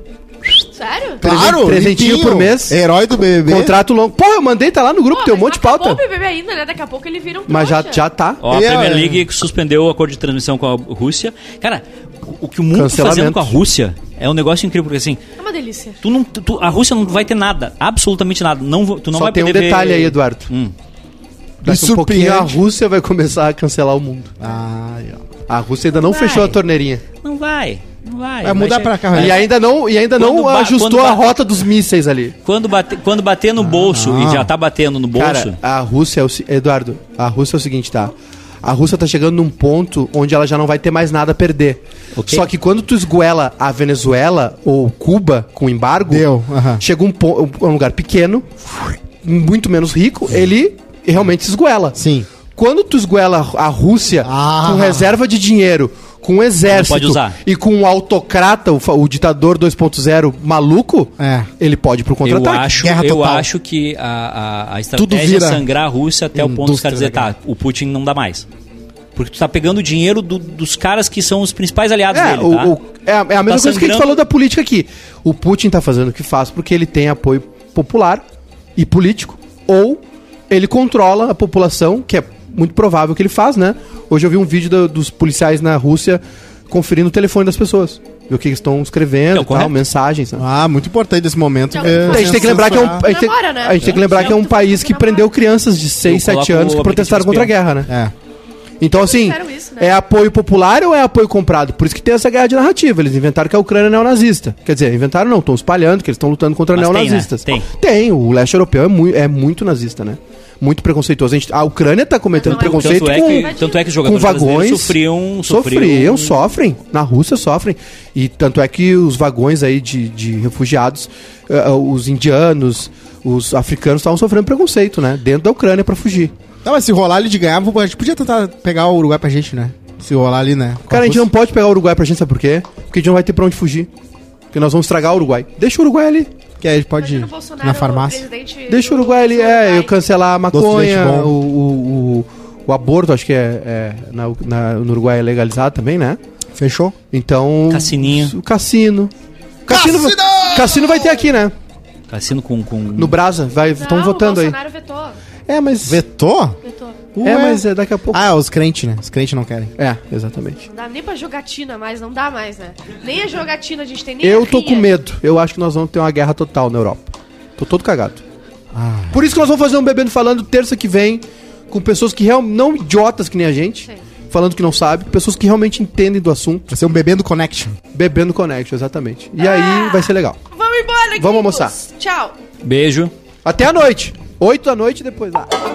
Sério?
Presen- presentinho
limpinho. É
por mês.
Herói do BBB.
contrato longo. Pô, eu mandei, tá lá no grupo,
Pô,
tem um
mas
monte de
não acabou
pauta.
o BBB ainda, né? Daqui a pouco ele vira um
Mas já,
trouxa.
já tá.
Ó, a
E a-
Premier League que suspendeu o acordo de transmissão com a Rússia. Cara, o, o que o mundo tá
Cancelamento.
fazendo com a Rússia é um negócio incrível, porque assim,
É uma delícia.
tu não, tu- a Rússia não vai ter nada, absolutamente nada. Não, vo- tu não
Só
vai
tem um
poder ver-
detalhe aí, Eduardo.
Hum.
Daqui
Me
um pouquinho a
surpreende.
Rússia vai começar a cancelar o mundo.
Ai, ó.
A Rússia ainda não
Vai.
fechou a torneirinha.
Não vai, não vai.
Vai mudar
che-
pra cá, vai.
E
É.
ainda não, e ainda
Quando
não
ba-
ajustou
quando
a
ba-
rota dos mísseis ali.
Quando bater, quando bater no bolso, e já tá batendo no bolso,
Cara, a Rússia é o se- Eduardo, a Rússia é o seguinte, tá? A Rússia tá chegando num ponto onde ela já não vai ter mais nada a perder.
Ok.
Só que quando tu esguela a Venezuela ou Cuba com embargo,
Deu, aham.
chega um, po- um lugar pequeno, muito menos rico, ele realmente esguela.
Sim.
Quando tu esguela a Rússia
Ah.
com reserva de dinheiro, com um exército
pode usar.
e com um autocrata, o, fa- o ditador 2.0 maluco,
É.
ele pode ir pro
eu
contra-ataque.
acho,
guerra
eu
total.
acho que a, a, a estratégia
Tudo
é
vira
sangrar a Rússia até o ponto dos
indústria
caras dizer,
da guerra.
tá, o Putin não dá mais. Porque tu tá pegando o dinheiro do- dos caras que são os principais aliados
É,
dele,
o-
tá?
o- é a- é a mesma coisa que a gente
sangrando.
falou da política aqui. O Putin tá fazendo o que faz porque ele tem apoio popular e político. Ou ele controla a população, que é muito provável que ele faz, né? Hoje eu vi um vídeo do- dos policiais na Rússia conferindo o telefone das pessoas. Ver o que eles estão escrevendo
Não,
e tal,
correto.
mensagens. Né?
Ah, muito importante esse momento.
Não,
É,
a gente tem que lembrar que é um, a
censurar.
gente tem,
Namora, né?
a gente tem que lembrar que é um país que prendeu crianças de 6,
Eu
7
coloco
anos
o
que protestaram contra a guerra, né?
É.
Então, assim,
fizeram isso, né?
é apoio popular ou é apoio comprado? Por isso que tem essa guerra de narrativa. Eles inventaram que a Ucrânia é neonazista. Quer dizer, inventaram não, estão espalhando que eles estão lutando contra
Mas tem,
neonazistas.
né?
Tem, o leste europeu é, mui- é muito nazista, né? Muito preconceituoso. A, gente- a Ucrânia tá cometendo
Não, é muito.
preconceito
tanto, é
com,
que, tanto é que os jogadores
com vagões,
brasileiros sofriam, sofriam,
Sofriam, sofrem. Na Rússia sofrem. E tanto é que os vagões aí de, de refugiados, eh, os indianos, os africanos estavam sofrendo preconceito, né? Dentro da Ucrânia pra fugir.
Não, Então, mas se rolar ali de ganhar, vou- a gente podia tentar pegar o Uruguai pra gente, né? Se rolar ali, né? Com
Cara, a gente não
Rússia.
pode pegar o Uruguai pra gente, sabe por quê? Porque a gente não vai ter pra onde fugir. Porque nós vamos estragar o Uruguai. Deixa o Uruguai ali.
Que aí a gente pode
Imagina o
ir
Bolsonaro,
na farmácia.
presidente
Deixa o
do-
Uruguai ali.
do
É,
Uruguai.
eu cancelar a
Doce de leite
maconha,
bom.
o, o, o, o aborto, acho que é, é na, na- no Uruguai é legalizado também, né?
Fechou?
Então.
Cassininho.
O cassino. Cassino,
Cassino!
cassino vai ter aqui, né?
Assino com. com...
No Brasa, vai, estão
Não,
votando
o
aí.
Bolsonaro vetou.
É, mas.
Vetou?
Vetou.
É, mas é daqui a pouco.
Ah, os crentes, né? Os crentes não querem.
É, exatamente.
Não dá nem pra jogatina mais, não dá mais, né? Nem a jogatina a gente tem nem
Eu
a
tô
rinha.
com medo. Eu acho que nós vamos ter uma guerra total na Europa. Tô todo cagado. Por isso que nós vamos fazer um Bebendo Falando terça que vem com pessoas que realmente não idiotas que nem a gente,
Sim.
falando que não sabe, pessoas que realmente entendem do assunto,
Vai ser um bebendo connection.
bebendo connection, exatamente. E aí vai ser legal.
Vamos embora,
Vamos
Kikos.
almoçar.
Tchau.
Beijo.
Até a noite. 8 da noite e depois lá.